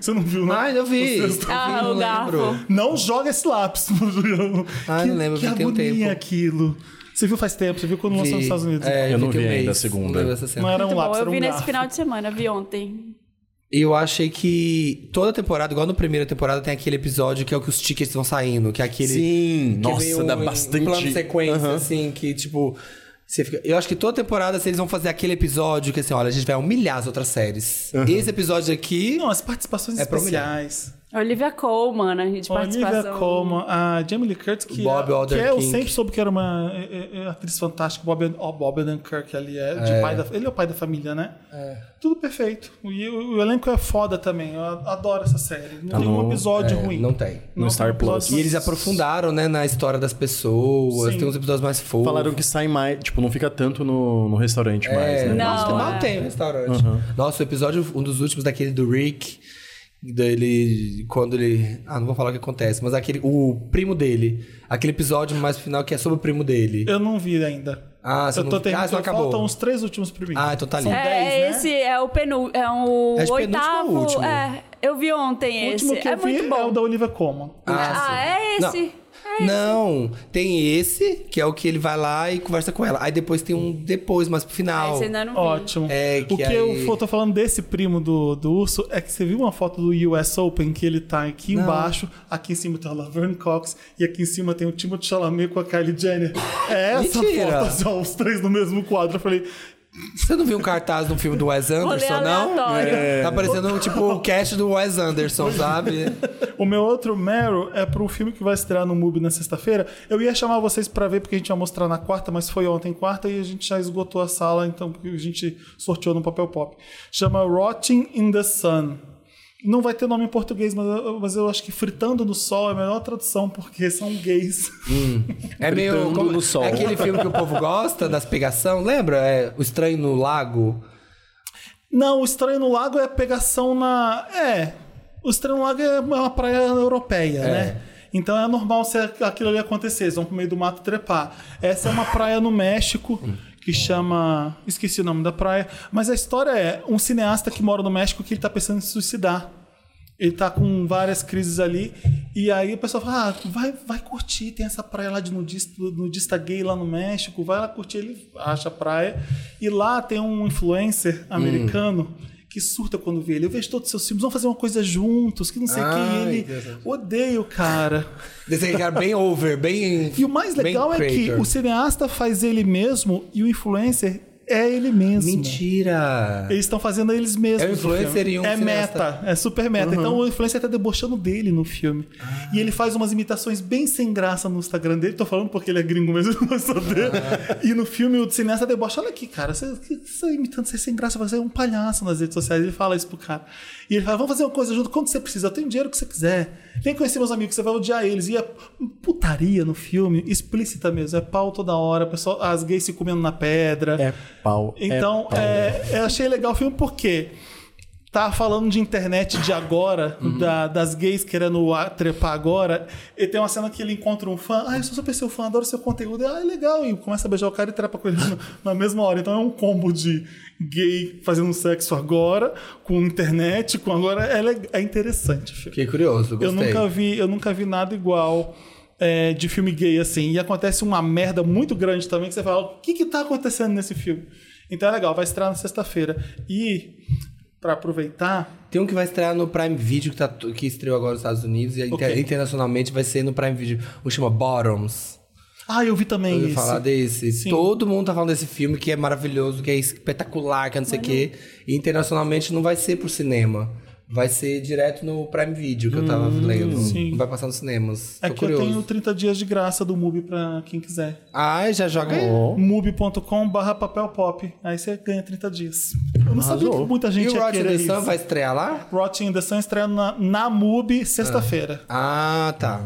Speaker 1: Você não viu, né?
Speaker 3: Ah, eu vi.
Speaker 1: Vocês tão-
Speaker 2: Ah,
Speaker 3: Eu
Speaker 2: o
Speaker 3: vi, não
Speaker 2: garfo.
Speaker 3: lembro.
Speaker 1: Não joga esse lápis.
Speaker 3: Ah,
Speaker 1: que,
Speaker 3: não lembro,
Speaker 1: que
Speaker 3: já tem um
Speaker 1: agonia
Speaker 3: tempo.
Speaker 1: aquilo. Você viu faz tempo, você viu quando lançou nos
Speaker 3: Vi.
Speaker 1: Estados Unidos.
Speaker 3: É, então.
Speaker 4: Eu não
Speaker 3: fiquei
Speaker 4: vi
Speaker 3: um
Speaker 4: ainda a
Speaker 3: mês,
Speaker 4: segunda.
Speaker 3: não lembro dessa cena.
Speaker 1: Não era um
Speaker 2: Muito bom,
Speaker 1: lápis, era
Speaker 2: Então, eu
Speaker 1: um
Speaker 2: vi nesse
Speaker 1: garfo.
Speaker 2: final de semana, vi ontem.
Speaker 3: E eu achei que toda temporada, igual na primeira temporada, tem aquele episódio que é o que os tickets vão saindo, que é aquele.
Speaker 4: Sim,
Speaker 3: que
Speaker 4: nossa,
Speaker 3: é meio
Speaker 4: dá
Speaker 3: em
Speaker 4: bastante-
Speaker 3: Plano sequência,
Speaker 4: Aham.
Speaker 3: assim, que tipo. você fica- Eu acho que toda temporada se eles vão fazer aquele episódio que assim, olha, a gente vai humilhar as outras séries. Esse episódio aqui.
Speaker 1: Não, as participações
Speaker 3: É pra
Speaker 1: especiais.
Speaker 2: Olivia Colman, né, de participação.
Speaker 1: Olivia Colman, a Jamie Lee Curtis, que,
Speaker 3: Bob
Speaker 1: é, que é, eu
Speaker 3: Odenkirk.
Speaker 1: sempre soube que era uma é, é, é, atriz fantástica. Bob, ó, Bob Odenkirk ali é, de Pai da, ele é o pai da família, né?
Speaker 3: É.
Speaker 1: Tudo perfeito. E o, o elenco é foda também. Eu adoro essa série. Não tem
Speaker 4: não-
Speaker 1: um episódio
Speaker 3: é,
Speaker 1: ruim.
Speaker 3: Não tem.
Speaker 4: No
Speaker 1: Não tem
Speaker 4: Star
Speaker 1: um episódio
Speaker 4: Plus.
Speaker 3: E eles aprofundaram, né, na história das pessoas,
Speaker 1: Sim.
Speaker 3: tem uns episódios mais fofos.
Speaker 4: Falaram que sai mais, tipo, não fica tanto no, no
Speaker 3: É.
Speaker 4: restaurante mais, né?
Speaker 3: Não,
Speaker 2: Não,
Speaker 3: Nossa, mal
Speaker 2: é.
Speaker 3: tem o restaurante. Nossa, o episódio, um dos últimos, daquele do Rick, dele. Quando ele. Ah, não vou falar o que acontece, mas aquele. O primo dele. Aquele episódio mais final que é sobre o primo dele.
Speaker 1: Eu não vi ainda.
Speaker 3: Ah, você
Speaker 1: eu
Speaker 3: não
Speaker 1: tô
Speaker 3: viu? Ah,
Speaker 1: terminando.
Speaker 3: só acabou.
Speaker 1: Faltam uns três últimos pra mim.
Speaker 3: Ah, então tá ali.
Speaker 1: São
Speaker 2: É,
Speaker 1: dez, né?
Speaker 2: esse é o penúltimo. É o
Speaker 3: Acho que penúltimo ou
Speaker 2: oitavo.
Speaker 3: último?
Speaker 2: É, eu vi ontem
Speaker 1: O
Speaker 2: esse.
Speaker 1: último que
Speaker 2: é
Speaker 1: eu vi
Speaker 2: muito
Speaker 1: é o
Speaker 2: bom.
Speaker 1: da Olivia Colman.
Speaker 2: Ah,
Speaker 3: sim.
Speaker 2: é esse.
Speaker 3: Não.
Speaker 2: É é esse?
Speaker 3: Não, tem esse, que é o que ele vai lá e conversa com ela. Aí depois tem um depois, mas pro
Speaker 2: Ah,
Speaker 3: final.
Speaker 2: esse ainda não vi.
Speaker 1: Ótimo.
Speaker 3: É, que
Speaker 1: o que
Speaker 3: aí-
Speaker 1: eu tô falando desse primo do, do urso é que você viu uma foto do US Open que ele tá aqui embaixo, aqui em cima tá o Laverne Cox e aqui em cima tem o Timothée Chalamet com a Kylie Jenner. É essa
Speaker 3: Mentira.
Speaker 1: foto, só os três no mesmo quadro. Eu falei,
Speaker 3: Você não viu um cartaz no filme do Wes Anderson, não?
Speaker 2: aleatório.
Speaker 3: Tá parecendo, tipo, o cast do Wes Anderson, sabe?
Speaker 1: O meu outro Meryl é pro filme que vai estrear no MUBI na sexta-feira. Eu ia chamar vocês pra ver, porque a gente ia mostrar na quarta, mas foi ontem quarta e a gente já esgotou a sala, então porque a gente sorteou no papel pop. Chama Rotting in the Sun. Não vai ter nome em português, mas eu, mas eu acho que Fritando no Sol é a melhor tradução, porque são gays.
Speaker 3: É meio.
Speaker 4: Gritando
Speaker 3: Como,
Speaker 4: no sol.
Speaker 3: É aquele filme que o povo gosta, das pegação, lembra? É O Estranho no Lago.
Speaker 1: Não, o Estranho no Lago é pegação na. É. O Estranho no Lago é uma praia europeia, né? Então é normal se aquilo ali acontecer. Eles vão pro meio do mato trepar. Essa é uma praia no México que chama. Esqueci o nome da praia. Mas a história é um cineasta que mora no México que ele tá pensando em se suicidar. Ele tá com várias crises ali. E aí o pessoal fala: ah, vai, vai curtir, tem essa praia lá de nudista, nudista gay lá no México, vai lá curtir. Ele acha a praia. E lá tem um
Speaker 3: Hum.
Speaker 1: influencer americano que surta quando vê ele. Eu vejo todos os seus filmes, vamos fazer uma coisa juntos, que não sei o
Speaker 3: Ah,
Speaker 1: que. E Ele
Speaker 3: interessante.
Speaker 1: odeia o cara.
Speaker 3: Desse cara bem over, bem.
Speaker 1: E o mais
Speaker 3: bem
Speaker 1: legal é que
Speaker 3: creator.
Speaker 1: o cineasta faz ele mesmo e o influencer é ele mesmo.
Speaker 3: Mentira!
Speaker 1: Eles estão fazendo eles mesmos.
Speaker 3: É um
Speaker 1: no
Speaker 3: influencer
Speaker 1: filme.
Speaker 3: e um
Speaker 1: É
Speaker 3: cineasta. Uhum.
Speaker 1: meta, é super meta. Então o influencer tá debochando dele no filme.
Speaker 3: Ah.
Speaker 1: E ele faz umas imitações bem sem graça no Instagram dele. Tô falando porque ele é gringo mesmo, eu não
Speaker 3: Ah.
Speaker 1: sou dele. E no filme o cineasta debocha. Olha aqui, cara, você, que- que você tá imitando, você é sem graça, você é um palhaço nas redes sociais. Ele fala isso pro cara. E ele fala, vamos fazer uma coisa junto, quando você precisa, eu tenho dinheiro que você quiser. Vem conhecer meus amigos, você vai odiar eles. E é putaria no filme, explícita mesmo. É pau toda hora, pessoal, as gays se comendo na pedra.
Speaker 4: É pau. é
Speaker 1: Então,
Speaker 4: pau.
Speaker 1: é, eu achei legal o filme porque tá falando de internet de agora, da- das gays querendo a- trepar agora. E tem uma cena que ele encontra um fã. Ah, eu sou super seu fã, adoro seu conteúdo. Ah, legal. E começa a beijar o cara e trepa com ele no- na mesma hora. Então é um combo de gay fazendo sexo agora, com internet, com agora. É, le- é interessante o filme.
Speaker 3: Fiquei curioso,
Speaker 1: Eu
Speaker 3: gostei.
Speaker 1: nunca vi, eu nunca vi nada igual é, de filme gay assim. E acontece uma merda muito grande também que você fala, o que que tá acontecendo nesse filme? Então é legal, vai estrear na sexta-feira. E pra aproveitar,
Speaker 3: Tem um que vai estrear no Prime Video, que, tá, que estreou agora nos Estados Unidos, e inter-
Speaker 1: Ok.
Speaker 3: internacionalmente vai ser no Prime Video. Um chama Bottoms.
Speaker 1: ah, eu vi
Speaker 3: Eu
Speaker 1: também
Speaker 3: ouvi
Speaker 1: isso.
Speaker 3: falar desse.
Speaker 1: Sim.
Speaker 3: Todo mundo tá falando desse filme, que é maravilhoso, que é espetacular, que é não sei o quê. E internacionalmente não vai ser pro cinema. Vai ser direto no Prime Video, que eu tava lendo.
Speaker 1: Hum, sim.
Speaker 3: Vai passar nos cinemas.
Speaker 1: É
Speaker 3: Tô
Speaker 1: que eu
Speaker 3: curioso.
Speaker 1: tenho 30 dias de graça do Mubi pra quem quiser.
Speaker 3: Ai, já joga aí.
Speaker 1: Oh. mubi.com barra papel pop. Aí você ganha 30 dias. Eu não sabia que muita
Speaker 3: E
Speaker 1: gente
Speaker 3: o
Speaker 1: ia
Speaker 3: Rotten
Speaker 1: querer
Speaker 3: The
Speaker 1: isso.
Speaker 3: Sun vai estrear lá?
Speaker 1: Rotting in the Sun estreia na, na Mubi sexta-feira.
Speaker 3: Ah, tá.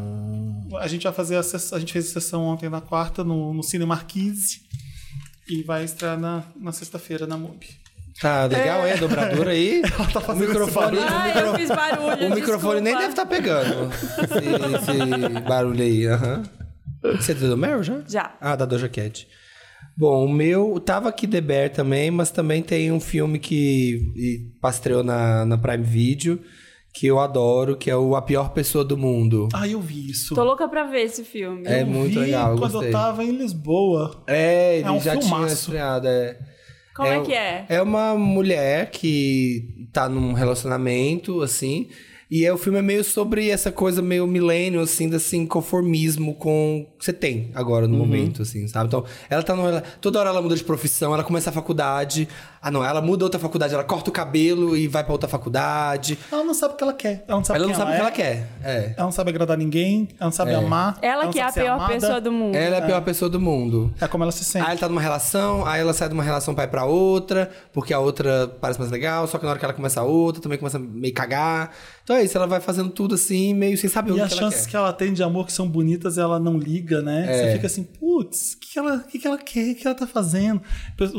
Speaker 1: A gente vai fazer a, sess- a gente fez a sessão ontem na quarta no, no Cine Marquise e vai estrear na, na sexta-feira na MUBI.
Speaker 3: Tá legal, é, a dobradura aí.
Speaker 1: tá
Speaker 3: o
Speaker 1: fazendo esse
Speaker 3: microfone,
Speaker 1: barulho.
Speaker 3: o
Speaker 2: Ah,
Speaker 3: microfone
Speaker 2: eu fiz barulho.
Speaker 3: O microfone nem deve tá
Speaker 2: desculpa.
Speaker 3: estar pegando esse, esse barulho aí. aham. Você deu do Meryl já?
Speaker 2: Já.
Speaker 3: Ah, da Doja Cat. Bom, o meu tava aqui The Bear também, mas também tem um filme que e pastreou na, na Prime Video, que eu adoro, que é o A Pior Pessoa do Mundo.
Speaker 1: Ah, eu vi isso.
Speaker 2: Tô louca pra ver esse filme.
Speaker 3: é
Speaker 1: Eu
Speaker 3: muito
Speaker 1: vi
Speaker 3: legal, eu
Speaker 1: quando
Speaker 3: gostei.
Speaker 1: eu tava em Lisboa.
Speaker 3: É, ele
Speaker 1: É um
Speaker 3: já tinha
Speaker 1: filmaço.
Speaker 3: estreado, é.
Speaker 2: Como é que é?
Speaker 3: É uma mulher que tá num relacionamento, assim. E é, o filme é meio sobre essa coisa meio milênio, assim, desse conformismo com o que você tem agora
Speaker 1: Uhum.
Speaker 3: no momento, assim, sabe? Então, ela tá num. rela- Toda hora ela muda de profissão, ela começa a faculdade. Ah, não, ela muda outra faculdade, ela corta o cabelo e vai pra outra faculdade.
Speaker 1: Ela não sabe o que ela quer. Ela não sabe,
Speaker 3: ela
Speaker 1: quem
Speaker 3: não sabe o que
Speaker 1: é.
Speaker 3: ela quer. É.
Speaker 1: Ela não sabe agradar ninguém. Ela não sabe amar.
Speaker 2: Ela
Speaker 3: Então
Speaker 1: não
Speaker 2: que é
Speaker 1: sabe
Speaker 2: a
Speaker 1: ser
Speaker 2: pior
Speaker 1: amada.
Speaker 2: pessoa do mundo.
Speaker 3: Ela é a pior pessoa do mundo.
Speaker 1: É como ela se sente.
Speaker 3: Aí ela tá numa relação, aí ela sai de uma relação pra ir pra outra, porque a outra parece mais legal, só que na hora que ela começa a outra, também começa a meio cagar. Então é isso, ela vai fazendo tudo assim, meio sem saber
Speaker 1: e
Speaker 3: o
Speaker 1: as
Speaker 3: que ela
Speaker 1: chances
Speaker 3: quer. É.
Speaker 1: que ela tem de amor que são bonitas, ela não liga, né? Você fica assim, putz, o que, que ela- que, que ela quer? O que ela tá fazendo?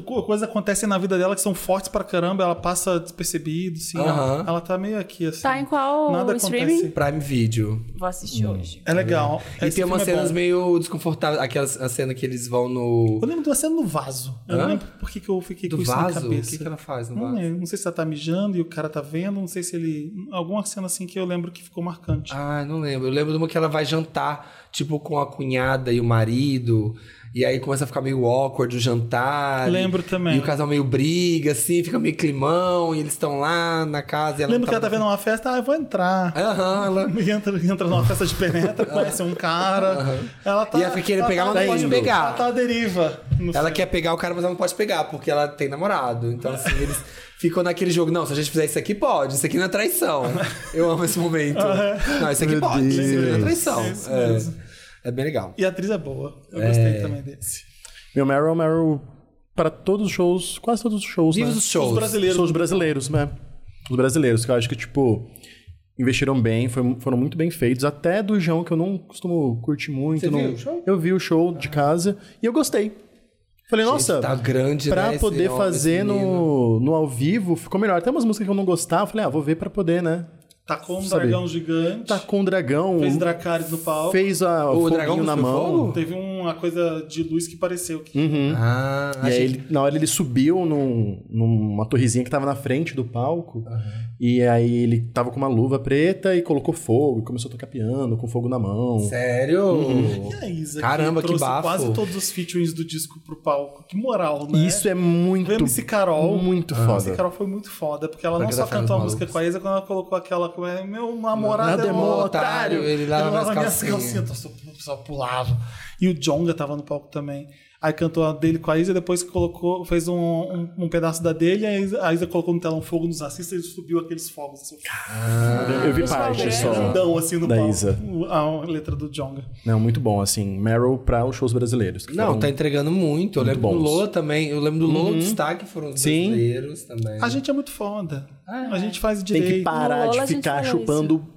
Speaker 1: Co- Coisas acontecem na vida dela que são fortes pra caramba, ela passa despercebido, assim.
Speaker 3: Aham.
Speaker 1: Ela, ela tá meio aqui, assim.
Speaker 2: Tá em qual
Speaker 1: Nada
Speaker 2: streaming?
Speaker 1: acontece.
Speaker 3: Prime Video.
Speaker 2: Vou assistir hoje.
Speaker 1: É legal.
Speaker 3: E
Speaker 1: Esse
Speaker 3: tem umas
Speaker 1: filme é
Speaker 3: cenas
Speaker 1: bom.
Speaker 3: meio desconfortáveis, aquela a cena que eles vão no.
Speaker 1: Eu lembro de uma cena no vaso. Eu
Speaker 3: Hã?
Speaker 1: não lembro por que, que eu fiquei
Speaker 3: Do
Speaker 1: com isso na
Speaker 3: vaso? O
Speaker 1: cabeça.
Speaker 3: que, que ela faz no
Speaker 1: Não
Speaker 3: vaso?
Speaker 1: lembro. Não sei se ela tá mijando e o cara tá vendo, não sei se ele. Alguma cena cena assim que eu lembro que ficou marcante.
Speaker 3: Ah, não lembro. Eu lembro de uma que ela vai jantar, tipo, com a cunhada e o marido. E aí começa a ficar meio awkward o jantar.
Speaker 1: Lembro
Speaker 3: E-
Speaker 1: também.
Speaker 3: E o casal meio briga, assim, fica meio climão. E eles estão lá na casa. E ela
Speaker 1: lembro que
Speaker 3: não
Speaker 1: ela tá vendo uma festa, ah, eu vou entrar.
Speaker 3: Aham, ela...
Speaker 1: Entra, entra numa festa de penetra, conhece um cara. Ela tá,
Speaker 3: E ela fica querendo pegar, mas não pode
Speaker 1: indo.
Speaker 3: pegar.
Speaker 1: Ela tá à deriva. no
Speaker 3: Ela
Speaker 1: filme.
Speaker 3: quer pegar o cara, mas ela não pode pegar, porque ela tem namorado. Então, assim, eles ficam naquele jogo. Não, se a gente fizer isso aqui, pode. Isso aqui não é traição. Eu amo esse momento. Não, isso aqui
Speaker 4: Meu
Speaker 3: pode. Isso aqui não é
Speaker 4: Deus.
Speaker 3: traição.
Speaker 1: É isso
Speaker 3: É, é bem legal.
Speaker 1: E a atriz é boa. Eu gostei também desse.
Speaker 4: Meu Meryl, é um Meryl pra todos os shows, quase todos os shows,
Speaker 3: Vivos
Speaker 4: né?
Speaker 3: os shows.
Speaker 1: Os brasileiros.
Speaker 4: São os brasileiros, né? Os brasileiros, que eu acho que, tipo, investiram bem, foi- foram muito bem feitos. Até do João, que eu não costumo curtir muito.
Speaker 3: Você
Speaker 4: não-
Speaker 3: viu o show?
Speaker 4: Eu vi o show de casa e eu gostei. Falei, nossa,
Speaker 3: tá grande,
Speaker 4: pra
Speaker 3: né, esse
Speaker 4: poder
Speaker 3: homem,
Speaker 4: fazer
Speaker 3: esse
Speaker 4: no, no ao vivo, ficou melhor. Até umas músicas que eu não gostava, eu falei, ah, vou ver pra poder, né?
Speaker 1: Tacou um
Speaker 4: Sabe.
Speaker 1: dragão gigante.
Speaker 4: Tá com o dragão.
Speaker 3: um
Speaker 1: Fez Dracarys no palco.
Speaker 4: Fez a,
Speaker 3: O
Speaker 4: o
Speaker 3: dragão
Speaker 4: na
Speaker 3: cuspiu
Speaker 4: mão. Uhum.
Speaker 3: fogo?
Speaker 1: Teve uma coisa de luz que pareceu que.
Speaker 3: Ah,
Speaker 4: Hum? E aí,
Speaker 3: achei
Speaker 4: ele- na hora ele subiu num- numa torrezinha que tava na frente do palco. E aí ele tava com uma luva preta e colocou fogo e começou a tocar piano com fogo na mão.
Speaker 3: que- Sério?
Speaker 4: Uhum.
Speaker 1: E a Isa,
Speaker 3: Caramba, que
Speaker 1: que trouxe
Speaker 3: bafo.
Speaker 1: quase todos os featurings do disco pro palco. Que moral, né?
Speaker 4: E Isso é muito.
Speaker 1: O MC Carol.
Speaker 4: Muito
Speaker 1: A
Speaker 4: foda.
Speaker 1: MC Carol foi muito foda, porque ela
Speaker 3: Pra
Speaker 1: não só
Speaker 3: agradar
Speaker 1: cantou a
Speaker 3: os
Speaker 1: música com a Isa, quando ela colocou aquela. como é, Meu namorado
Speaker 4: Nada
Speaker 1: é um otário.
Speaker 3: ele lava minhas
Speaker 1: minhas
Speaker 3: calcinhas.
Speaker 1: calcinhas, eu só, só pulava. E o Jonga tava no palco também. Aí cantou a dele com a Isa, depois que colocou, fez um, um, um pedaço da dele, a Isa, a Isa colocou no telão fogo nos assistas e subiu aqueles fogos. Assim,
Speaker 4: Eu vi parte
Speaker 2: Grande.
Speaker 4: só.
Speaker 1: grandão assim no
Speaker 4: da
Speaker 1: palco.
Speaker 4: Isa.
Speaker 1: O- A letra do Jonga.
Speaker 4: Não, muito bom, assim. Meryl pra os shows brasileiros. que
Speaker 3: Não,
Speaker 4: foram-
Speaker 3: tá entregando muito. Eu lembro do
Speaker 4: bons. Uhum.
Speaker 3: Lô também. Eu lembro do Lô, o destaque foram os
Speaker 4: Sim.
Speaker 3: brasileiros também.
Speaker 1: A gente é muito foda. A gente faz
Speaker 4: Tem
Speaker 1: direito.
Speaker 4: que parar
Speaker 2: No Lola a
Speaker 4: de
Speaker 2: gente
Speaker 4: ficar
Speaker 2: falou
Speaker 4: chupando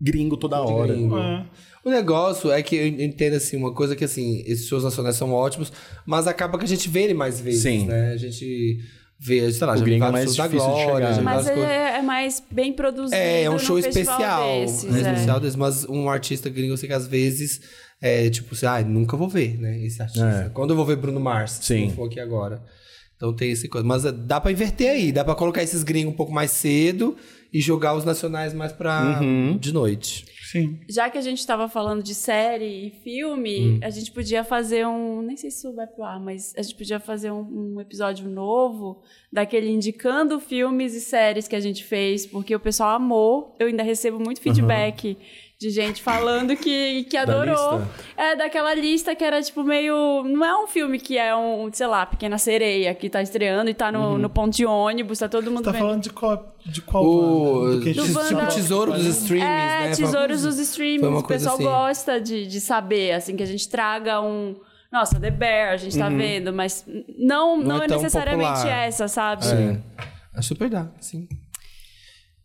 Speaker 4: gringo toda hora.
Speaker 3: gringo.
Speaker 1: É.
Speaker 3: O negócio é que eu entendo assim uma coisa que assim, esses shows nacionais são ótimos, mas acaba que a gente vê ele mais vezes,
Speaker 4: Sim.
Speaker 3: né? A gente vê, sei lá,
Speaker 4: O
Speaker 3: já vi
Speaker 4: gringo é mais
Speaker 3: vários shows da
Speaker 4: difícil de
Speaker 3: Glória,
Speaker 4: chegar,
Speaker 3: já vi
Speaker 4: né?
Speaker 2: Mas
Speaker 3: várias
Speaker 2: ele
Speaker 3: coisas.
Speaker 2: é é mais bem produzido.
Speaker 3: É, é um
Speaker 2: num
Speaker 3: show
Speaker 2: festival
Speaker 3: especial.
Speaker 2: desses,
Speaker 3: é um
Speaker 2: é.
Speaker 3: especial desse, mas um artista gringo, eu sei que às vezes é tipo assim, ah, nunca vou ver, né? Esse artista.
Speaker 4: É.
Speaker 3: Quando eu vou ver Bruno Mars, se
Speaker 4: Sim.
Speaker 3: não for aqui agora. Então tem esse coisa. Mas é, dá pra inverter aí, dá pra colocar esses gringos um pouco mais cedo e jogar os nacionais mais pra de noite.
Speaker 1: Sim.
Speaker 2: Já que a gente estava falando de série e filme, a gente podia fazer um. Nem sei se isso vai pro ar, mas a gente podia fazer um, um episódio novo daquele indicando filmes e séries que a gente fez, porque o pessoal amou. Eu ainda recebo muito feedback de gente falando que, que adorou.
Speaker 4: lista?
Speaker 2: é daquela lista que era tipo meio. Não é um filme que é um, sei lá, Pequena Sereia, que tá estreando e tá no, no ponto de ônibus, tá todo mundo
Speaker 1: Tá
Speaker 2: vendo.
Speaker 1: falando de qual, de qual
Speaker 3: O,
Speaker 1: banda? Do que a gente
Speaker 2: Do
Speaker 1: tá
Speaker 2: Wanda-
Speaker 3: tipo
Speaker 1: falando?
Speaker 3: tesouro dos streamings,
Speaker 2: É,
Speaker 3: né?
Speaker 2: tesouros
Speaker 3: Foi uma
Speaker 2: dos
Speaker 3: coisa-
Speaker 2: streamings.
Speaker 3: foi uma
Speaker 2: O
Speaker 3: coisa
Speaker 2: pessoal
Speaker 3: assim.
Speaker 2: gosta de, de saber, assim, que a gente traga um. Nossa, The Bear, a gente tá vendo, mas não,
Speaker 3: Uhum. Não
Speaker 2: não,
Speaker 3: é
Speaker 2: é,
Speaker 3: tão
Speaker 2: necessariamente
Speaker 3: popular.
Speaker 2: essa, sabe?
Speaker 3: É super dá, sim.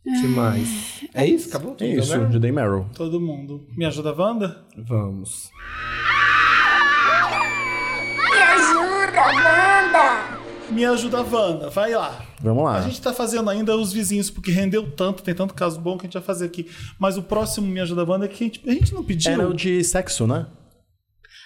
Speaker 3: Demais. É isso? Acabou?
Speaker 4: É isso,
Speaker 3: Né?
Speaker 4: já dei Meryl.
Speaker 1: Todo mundo. Me ajuda, Wanda?
Speaker 3: Vamos.
Speaker 7: Me ajuda, Wanda!
Speaker 1: Me ajuda, Wanda. Vai lá.
Speaker 4: Vamos lá.
Speaker 1: A gente tá fazendo ainda os vizinhos, porque rendeu tanto, tem tanto caso bom que a gente vai fazer aqui. Mas o próximo Me Ajuda, Wanda, é que a gente, a gente não pediu.
Speaker 4: Era o de sexo, né?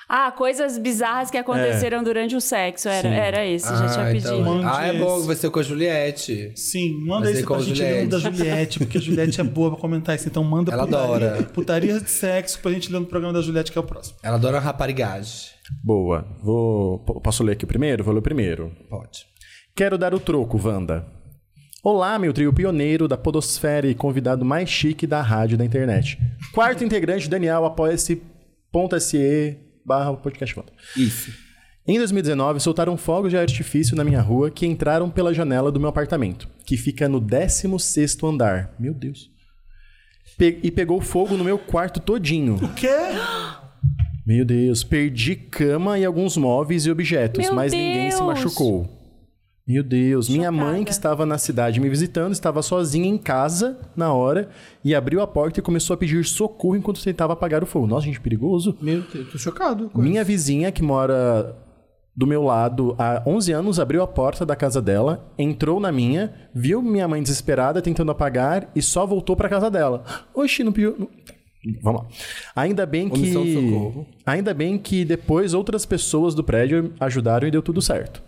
Speaker 2: Ah, coisas bizarras que
Speaker 3: É.
Speaker 2: aconteceram durante o sexo. Era, era esse, já tinha pedido.
Speaker 1: Mande
Speaker 3: Ah, é bom,
Speaker 1: esse.
Speaker 3: vai ser com a Juliette.
Speaker 1: Sim, manda
Speaker 3: Mas é
Speaker 1: esse
Speaker 3: com
Speaker 1: pra
Speaker 3: a
Speaker 1: gente
Speaker 3: Juliette.
Speaker 1: lendo da Juliette, porque a Juliette é boa pra comentar isso. Então manda
Speaker 3: Ela
Speaker 1: putaria,
Speaker 3: adora.
Speaker 1: putaria de sexo pra gente ler no programa da Juliette, que é o próximo.
Speaker 3: Ela adora raparigagem.
Speaker 4: Boa. Vou. p- Posso ler aqui o primeiro? Vou ler o primeiro.
Speaker 3: Pode.
Speaker 4: Quero dar o troco, Wanda. Olá, meu trio pioneiro da podosfera e convidado mais chique da rádio e da internet. Quarto integrante, Daniel, apoia-se ponto SE barra podcast Wanda.
Speaker 3: Isso.
Speaker 4: Em 2019, soltaram fogos de artifício na minha rua que entraram pela janela do meu apartamento, que fica no 16º andar. Meu Deus. Pe- e pegou fogo no meu quarto todinho.
Speaker 1: O quê?
Speaker 4: Meu Deus, perdi cama e alguns móveis e objetos,
Speaker 2: Meu
Speaker 4: mas ninguém se
Speaker 2: Deus!
Speaker 4: machucou. Meu Deus, minha mãe,
Speaker 2: Chocada.
Speaker 4: que estava na cidade me visitando, estava sozinha em casa na hora e abriu a porta e começou a pedir socorro enquanto tentava apagar o fogo. Nossa, gente, perigoso.
Speaker 3: Meu Deus, tô chocado.
Speaker 4: Minha vizinha, que mora do meu lado há 11 anos, abriu a porta da casa dela, entrou na minha, viu minha mãe desesperada tentando apagar e só voltou pra casa dela. Oxi, não pediu. não- Vamos lá. Ainda bem que.
Speaker 3: Omissão de socorro.
Speaker 4: Ainda bem que depois outras pessoas do prédio ajudaram e deu tudo certo.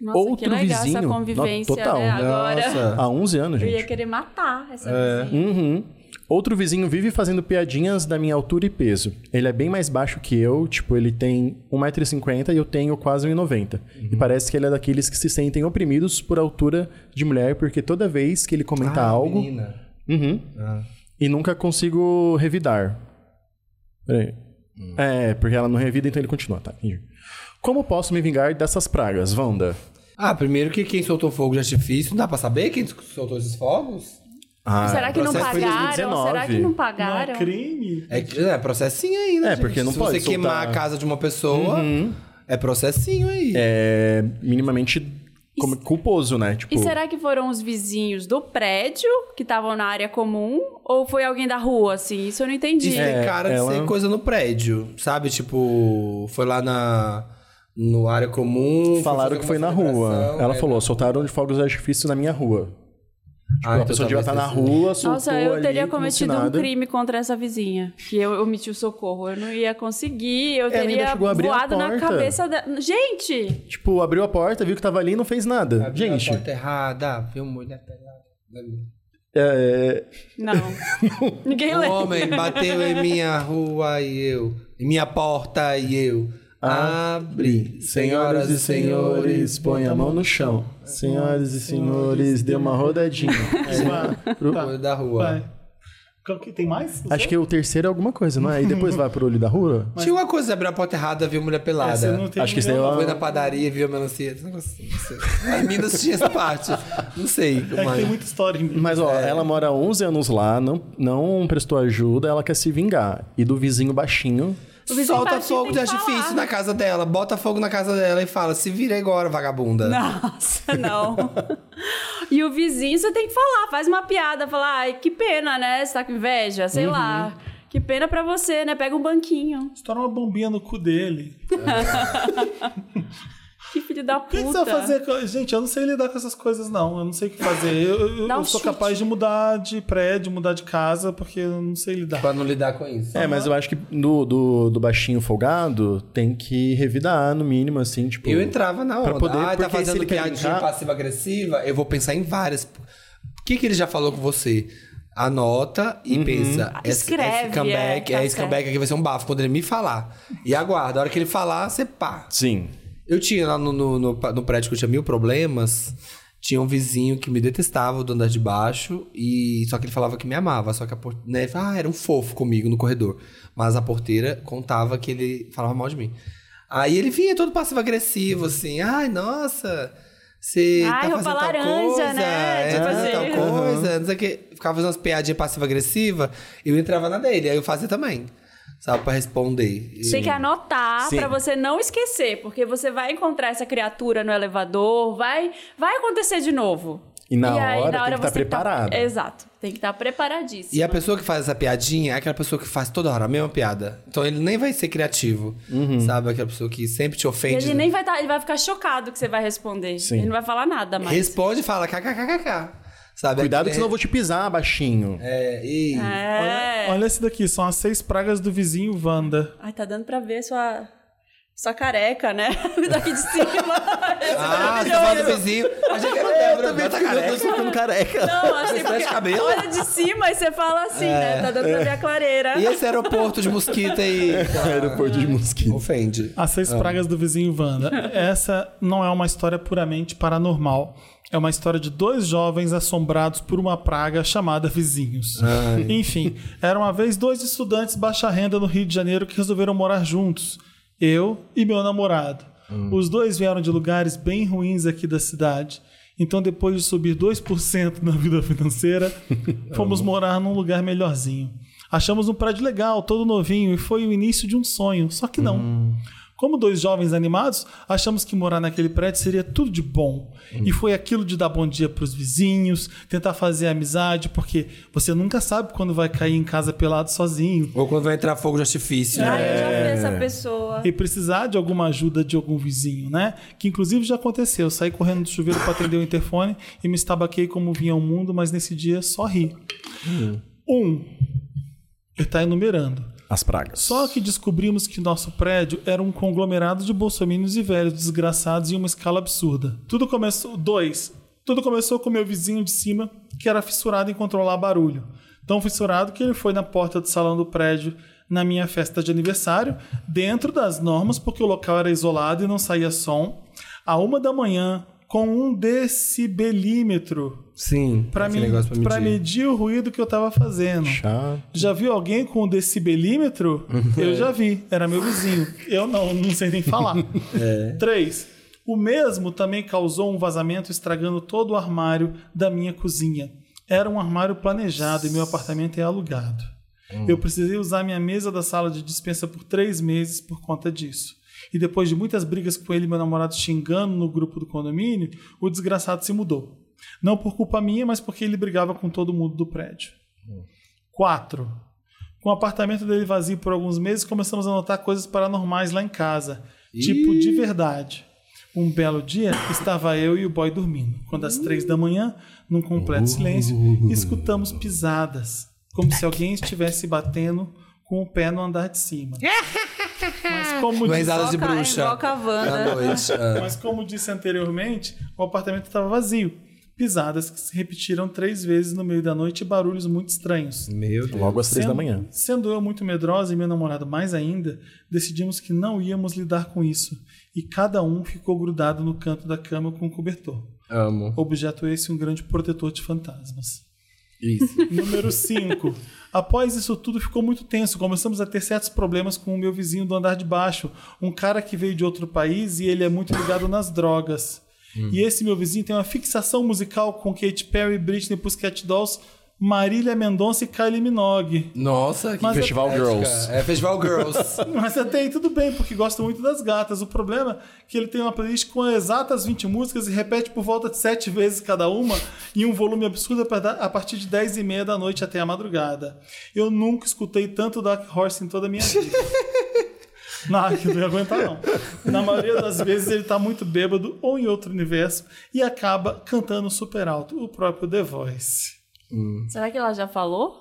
Speaker 2: Nossa, que
Speaker 4: Outro
Speaker 2: legal essa
Speaker 4: vizinho.
Speaker 2: convivência,
Speaker 4: Nossa, total.
Speaker 3: Ah.
Speaker 2: né? Agora.
Speaker 3: Nossa. É.
Speaker 4: Há 11 anos,
Speaker 2: Eu ia
Speaker 4: gente.
Speaker 2: querer matar essa vizinha.
Speaker 4: Uhum. Outro vizinho vive fazendo piadinhas da minha altura e peso. Ele é bem mais baixo que eu, tipo, ele tem 1,50m e eu tenho quase 1,90m. E parece que ele é daqueles que se sentem oprimidos por altura de mulher, porque toda vez que ele comenta Tá algo.
Speaker 3: Ah, Menina.
Speaker 4: Uhum.
Speaker 3: Ah.
Speaker 4: E nunca consigo revidar. Peraí.
Speaker 3: Hum.
Speaker 4: É, porque ela não revida, então ele continua, tá? entendi. Como posso me vingar dessas pragas, Wanda?
Speaker 3: Ah, primeiro que quem soltou fogo de artifício, não dá pra saber quem soltou esses fogos?
Speaker 4: Ah,
Speaker 2: Será que não
Speaker 3: processo foi em
Speaker 2: pagaram? Será
Speaker 4: 2019.
Speaker 2: que não
Speaker 1: Não é
Speaker 2: pagaram?
Speaker 1: crime?
Speaker 3: É, que- é processinho aí, né?
Speaker 4: É, porque
Speaker 3: gente?
Speaker 4: não
Speaker 3: Se
Speaker 4: pode
Speaker 3: você
Speaker 4: soltar- Uhum.
Speaker 3: queimar a casa de uma pessoa, é processinho aí.
Speaker 4: É minimamente como- culposo, né? Tipo,
Speaker 2: E será que foram os vizinhos do prédio que estavam na área comum? Ou foi alguém da rua, assim? Isso eu não
Speaker 3: Isso
Speaker 2: entendi.
Speaker 4: É,
Speaker 3: tem cara de
Speaker 4: ela-
Speaker 3: ser coisa no prédio, sabe? Tipo, foi lá na no área comum. foi
Speaker 4: falaram
Speaker 3: fazer
Speaker 4: que foi na
Speaker 3: alguma
Speaker 4: rua.
Speaker 3: celebração,
Speaker 4: Ela
Speaker 3: é.
Speaker 4: falou, soltaram de fogos de artifício na minha rua. Tipo,
Speaker 3: Ah,
Speaker 4: a
Speaker 3: então
Speaker 4: pessoa devia
Speaker 3: talvez
Speaker 4: estar na
Speaker 3: tenha
Speaker 4: rua, soltou
Speaker 2: Nossa, eu
Speaker 4: ali,
Speaker 2: teria
Speaker 4: como se
Speaker 2: cometido um
Speaker 4: nada.
Speaker 2: crime contra essa vizinha. Que eu omiti o socorro. Eu não ia conseguir. Eu
Speaker 4: Ela ainda
Speaker 2: teria
Speaker 4: chegou a abrir a
Speaker 2: voado na
Speaker 4: porta.
Speaker 2: cabeça da. Gente!
Speaker 4: Tipo, abriu a porta, viu que tava ali e não fez nada.
Speaker 3: Abriu a
Speaker 4: Gente,
Speaker 3: porta errada, viu mulher pelada.
Speaker 4: é,
Speaker 2: Não. Ninguém
Speaker 3: Um
Speaker 1: é.
Speaker 2: lembra.
Speaker 3: homem bateu em minha rua e eu, em minha porta e eu. Abri, Ah. senhoras e senhores,
Speaker 4: põe a mão no chão. Senhoras e senhores, dê uma rodadinha.
Speaker 1: Vai, tá,
Speaker 3: olho da rua.
Speaker 1: vai. Qual que- Tem mais? Não
Speaker 4: Acho
Speaker 1: sei.
Speaker 4: que o terceiro é alguma coisa, não é? E depois vai pro olho da rua?
Speaker 3: Tinha uma coisa de abrir a porta errada, viu mulher pelada.
Speaker 1: Essa eu não tenho
Speaker 4: Acho que isso daí é
Speaker 1: nenhuma-
Speaker 3: Foi na padaria, viu a melancia. esse negócio, Não sei. As Minas tinha essa parte. Não sei.
Speaker 1: É que
Speaker 3: mas-
Speaker 1: tem muita história em
Speaker 4: Mas ó,
Speaker 3: É.
Speaker 4: ela mora 11 anos lá, não, não prestou ajuda, ela quer se vingar. E do vizinho baixinho.
Speaker 2: O vizinho
Speaker 3: Solta
Speaker 2: baixinho
Speaker 3: fogo de
Speaker 2: tem que
Speaker 3: artifício
Speaker 2: falar.
Speaker 3: na casa dela, bota fogo na casa dela e fala: se vira agora, vagabunda.
Speaker 2: Nossa, não. e o vizinho, você tem que falar, faz uma piada, falar, ai, que pena, né? Você tá com inveja, sei lá.
Speaker 4: Uhum.
Speaker 2: Que pena pra você, né? Pega um banquinho.
Speaker 1: Estoura uma bombinha no cu dele.
Speaker 2: Que filho da
Speaker 1: O
Speaker 2: puta.
Speaker 1: que, que
Speaker 4: tá
Speaker 1: você vai fazer? com- Gente, eu não sei lidar com essas coisas, não. Eu não sei o que fazer. Eu, eu-
Speaker 2: Dá um
Speaker 1: eu sou
Speaker 2: chute.
Speaker 1: capaz de mudar de prédio, mudar de casa, porque eu não sei lidar.
Speaker 3: Pra não lidar com isso.
Speaker 4: É, mas eu acho que do, do, do baixinho folgado tem que revidar, no mínimo, assim, tipo.
Speaker 3: Eu entrava na
Speaker 4: Pra
Speaker 3: onda.
Speaker 4: poder-
Speaker 3: ah, tá
Speaker 4: porque se
Speaker 3: fazendo
Speaker 4: ele quer
Speaker 3: piadinha
Speaker 4: brincar-
Speaker 3: passiva-agressiva? Eu vou pensar em várias. O que, que ele já falou com você? Anota
Speaker 4: Uhum.
Speaker 3: e pensa. Esse,
Speaker 2: Ah, Escreve,
Speaker 3: esse comeback,
Speaker 2: é, tá
Speaker 3: é, esse comeback aqui vai ser um bafo quando ele me falar. E aguarda. A hora que ele falar, você pá.
Speaker 4: Sim.
Speaker 3: Eu tinha lá no, no, no, no prédio que eu tinha mil problemas. Tinha um vizinho que me detestava do andar de baixo, e só que ele falava que me amava. Só que a porteira. Né, ah, era um fofo comigo no corredor. Mas a porteira contava que ele falava mal de mim. Aí ele vinha todo passivo-agressivo, assim. Ai, nossa, você
Speaker 2: Ai,
Speaker 3: tá
Speaker 2: roupa
Speaker 3: fazendo tal
Speaker 2: laranja,
Speaker 3: coisa,
Speaker 2: né?
Speaker 3: é,
Speaker 2: Tipo
Speaker 3: tá fazendo
Speaker 2: assim.
Speaker 3: tal coisa, não sei o que. Ficava fazendo umas piadinhas passivo-agressivas, eu entrava na dele. Aí eu fazia também, sabe, pra responder. E-
Speaker 2: Tem que anotar
Speaker 3: Sim.
Speaker 2: pra você não esquecer, porque você vai encontrar essa criatura no elevador, vai, vai acontecer de novo.
Speaker 4: E na
Speaker 2: aí,
Speaker 4: hora tem que tá
Speaker 2: você tá-
Speaker 4: preparado.
Speaker 2: Exato, tem que estar preparadíssimo.
Speaker 3: E a pessoa que faz essa piadinha é aquela pessoa que faz toda hora a mesma piada. Então ele nem vai ser criativo.
Speaker 4: Uhum.
Speaker 3: Sabe? Aquela pessoa que sempre te ofende.
Speaker 2: Ele nem vai tá- ele vai ficar chocado que você vai responder.
Speaker 4: Sim.
Speaker 2: Ele não vai falar nada mais.
Speaker 3: Responde e fala kkkk. Sabe?
Speaker 4: Cuidado
Speaker 3: É-
Speaker 4: que senão eu vou te pisar, baixinho.
Speaker 3: É, e.
Speaker 2: É.
Speaker 1: Olha, olha esse daqui, são as seis pragas do vizinho Wanda.
Speaker 2: Ai, tá dando pra ver sua, sua careca, né? Daqui de cima. é
Speaker 3: Ah, você fala do vizinho. A gente quer eu também tá
Speaker 4: Eu tô ficando careca.
Speaker 2: Não, assim,
Speaker 3: Você fecha o
Speaker 2: porque
Speaker 3: cabelo?
Speaker 2: olha de cima e você fala assim,
Speaker 4: É.
Speaker 2: né? Tá dando pra ver a clareira.
Speaker 3: E esse aeroporto de mosquito aí? tá?
Speaker 4: Aeroporto de mosquito.
Speaker 3: Ofende.
Speaker 1: As seis pragas do vizinho Wanda. Essa não é uma história puramente paranormal. É uma história de dois jovens assombrados por uma praga chamada vizinhos. Enfim, era uma vez dois estudantes baixa renda no Rio de Janeiro que resolveram morar juntos. Eu e meu namorado. Os dois vieram de lugares bem ruins aqui da cidade. Então, depois de subir 2% na vida financeira, fomos morar num lugar melhorzinho. Achamos um prédio legal, todo novinho, e foi o início de um sonho. Só que não. Como dois jovens animados, achamos que morar naquele prédio seria tudo de bom. E foi aquilo de dar bom dia pros vizinhos, tentar fazer amizade, porque você nunca sabe quando vai cair em casa pelado sozinho.
Speaker 3: Ou quando vai entrar fogo de artifício, né?
Speaker 2: Ai, eu já vi
Speaker 4: É.
Speaker 2: essa pessoa.
Speaker 1: E precisar de alguma ajuda de algum vizinho, né? Que inclusive já aconteceu. Eu saí correndo do chuveiro para atender o interfone e me estabaquei como vinha ao mundo, mas nesse dia só ri. Um, ele tá enumerando.
Speaker 4: As pragas.
Speaker 1: Só que descobrimos que nosso prédio era um conglomerado de bolsominions e velhos desgraçados em uma escala absurda. Tudo começou. Dois. Tudo começou com meu vizinho de cima, que era fissurado em controlar barulho. Tão fissurado que ele foi na porta do salão do prédio na minha festa de aniversário, dentro das normas, porque o local era isolado e não saía som, a uma da manhã, com um decibelímetro
Speaker 3: Sim.
Speaker 1: para
Speaker 3: esse
Speaker 1: me-
Speaker 3: negócio pra
Speaker 1: pra medir.
Speaker 3: medir.
Speaker 1: o ruído que eu tava fazendo.
Speaker 4: Chato.
Speaker 1: Já viu alguém com um decibelímetro? Eu já vi, era meu vizinho. Eu não, não sei nem falar. Três. O mesmo também causou um vazamento estragando todo o armário da minha cozinha. Era um armário planejado e meu apartamento é alugado. Eu precisei usar minha mesa da sala de dispensa por três meses por conta disso. E depois de muitas brigas com ele e meu namorado xingando no grupo do condomínio, o desgraçado se mudou. Não por culpa minha, mas porque ele brigava com todo mundo do prédio. 4. Com o apartamento dele vazio por alguns meses, começamos a notar coisas paranormais lá em casa. Tipo, de verdade. Um belo dia, estava eu e o boy dormindo. Quando às três da manhã, num completo silêncio, escutamos pisadas. Como se alguém estivesse batendo com o pé no andar de cima. Mas como diz-
Speaker 3: Risadas de
Speaker 2: Invoca-
Speaker 3: bruxa.
Speaker 2: invoca a Wanda.
Speaker 3: À noite. ah.
Speaker 1: mas como disse anteriormente, o apartamento estava vazio. Pisadas que se repetiram três vezes no meio da noite e barulhos muito estranhos.
Speaker 3: Meu Deus.
Speaker 4: Logo às três da manhã.
Speaker 1: Sendo eu muito medrosa e meu namorado mais ainda, decidimos que não íamos lidar com isso. E cada um ficou grudado no canto da cama com um cobertor.
Speaker 3: Amo.
Speaker 1: Objeto esse um grande protetor de fantasmas.
Speaker 3: Isso.
Speaker 1: Número 5. Após isso tudo ficou muito tenso. Começamos a ter certos problemas com o meu vizinho do andar de baixo, um cara que veio de outro país e ele é muito ligado nas drogas.
Speaker 4: Hum.
Speaker 1: E esse meu vizinho tem uma fixação musical com Katy Perry, Britney, Pussycat Dolls, Marília Mendonça e Kylie Minogue.
Speaker 3: Nossa, que
Speaker 1: Mas-
Speaker 4: Festival
Speaker 3: patética.
Speaker 4: Girls.
Speaker 3: É, Festival Girls.
Speaker 1: Mas até aí tudo bem, porque gosta muito das gatas. O problema é que ele tem uma playlist com exatas 20 músicas e repete por volta de 7 vezes cada uma, em um volume absurdo a parda- a partir de 10 e meia da noite até a madrugada. Eu nunca escutei tanto Dark Horse em toda a minha vida. Não, que não ia aguentar, não. Na maioria das vezes ele tá muito bêbado ou em outro universo e acaba cantando super alto, o próprio The Voice.
Speaker 2: Será que ela já falou?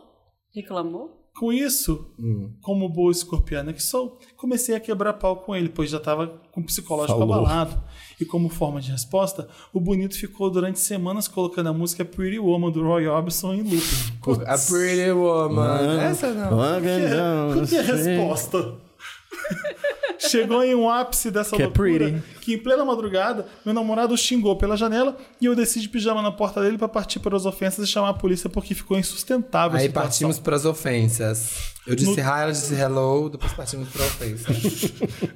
Speaker 2: Reclamou?
Speaker 1: Com isso,
Speaker 4: Hum.
Speaker 1: como boa escorpiana que sou, comecei a quebrar pau com ele, pois já estava com o psicológico
Speaker 4: Falou.
Speaker 1: abalado. E como forma de resposta, o bonito ficou durante semanas colocando a música Pretty Woman do Roy Orbison em looping.
Speaker 3: A Pretty Woman. Essa não.
Speaker 1: Qual que é a resposta? Chegou em um ápice dessa
Speaker 4: Que é
Speaker 1: loucura
Speaker 4: pretty.
Speaker 1: que em plena madrugada meu namorado o xingou pela janela e eu desci de pijama na porta dele para partir para as ofensas e chamar a polícia porque ficou insustentável a
Speaker 3: Aí
Speaker 1: situação.
Speaker 3: partimos pras ofensas. Eu disse hi, ela disse hello, depois partimos pra ofensa.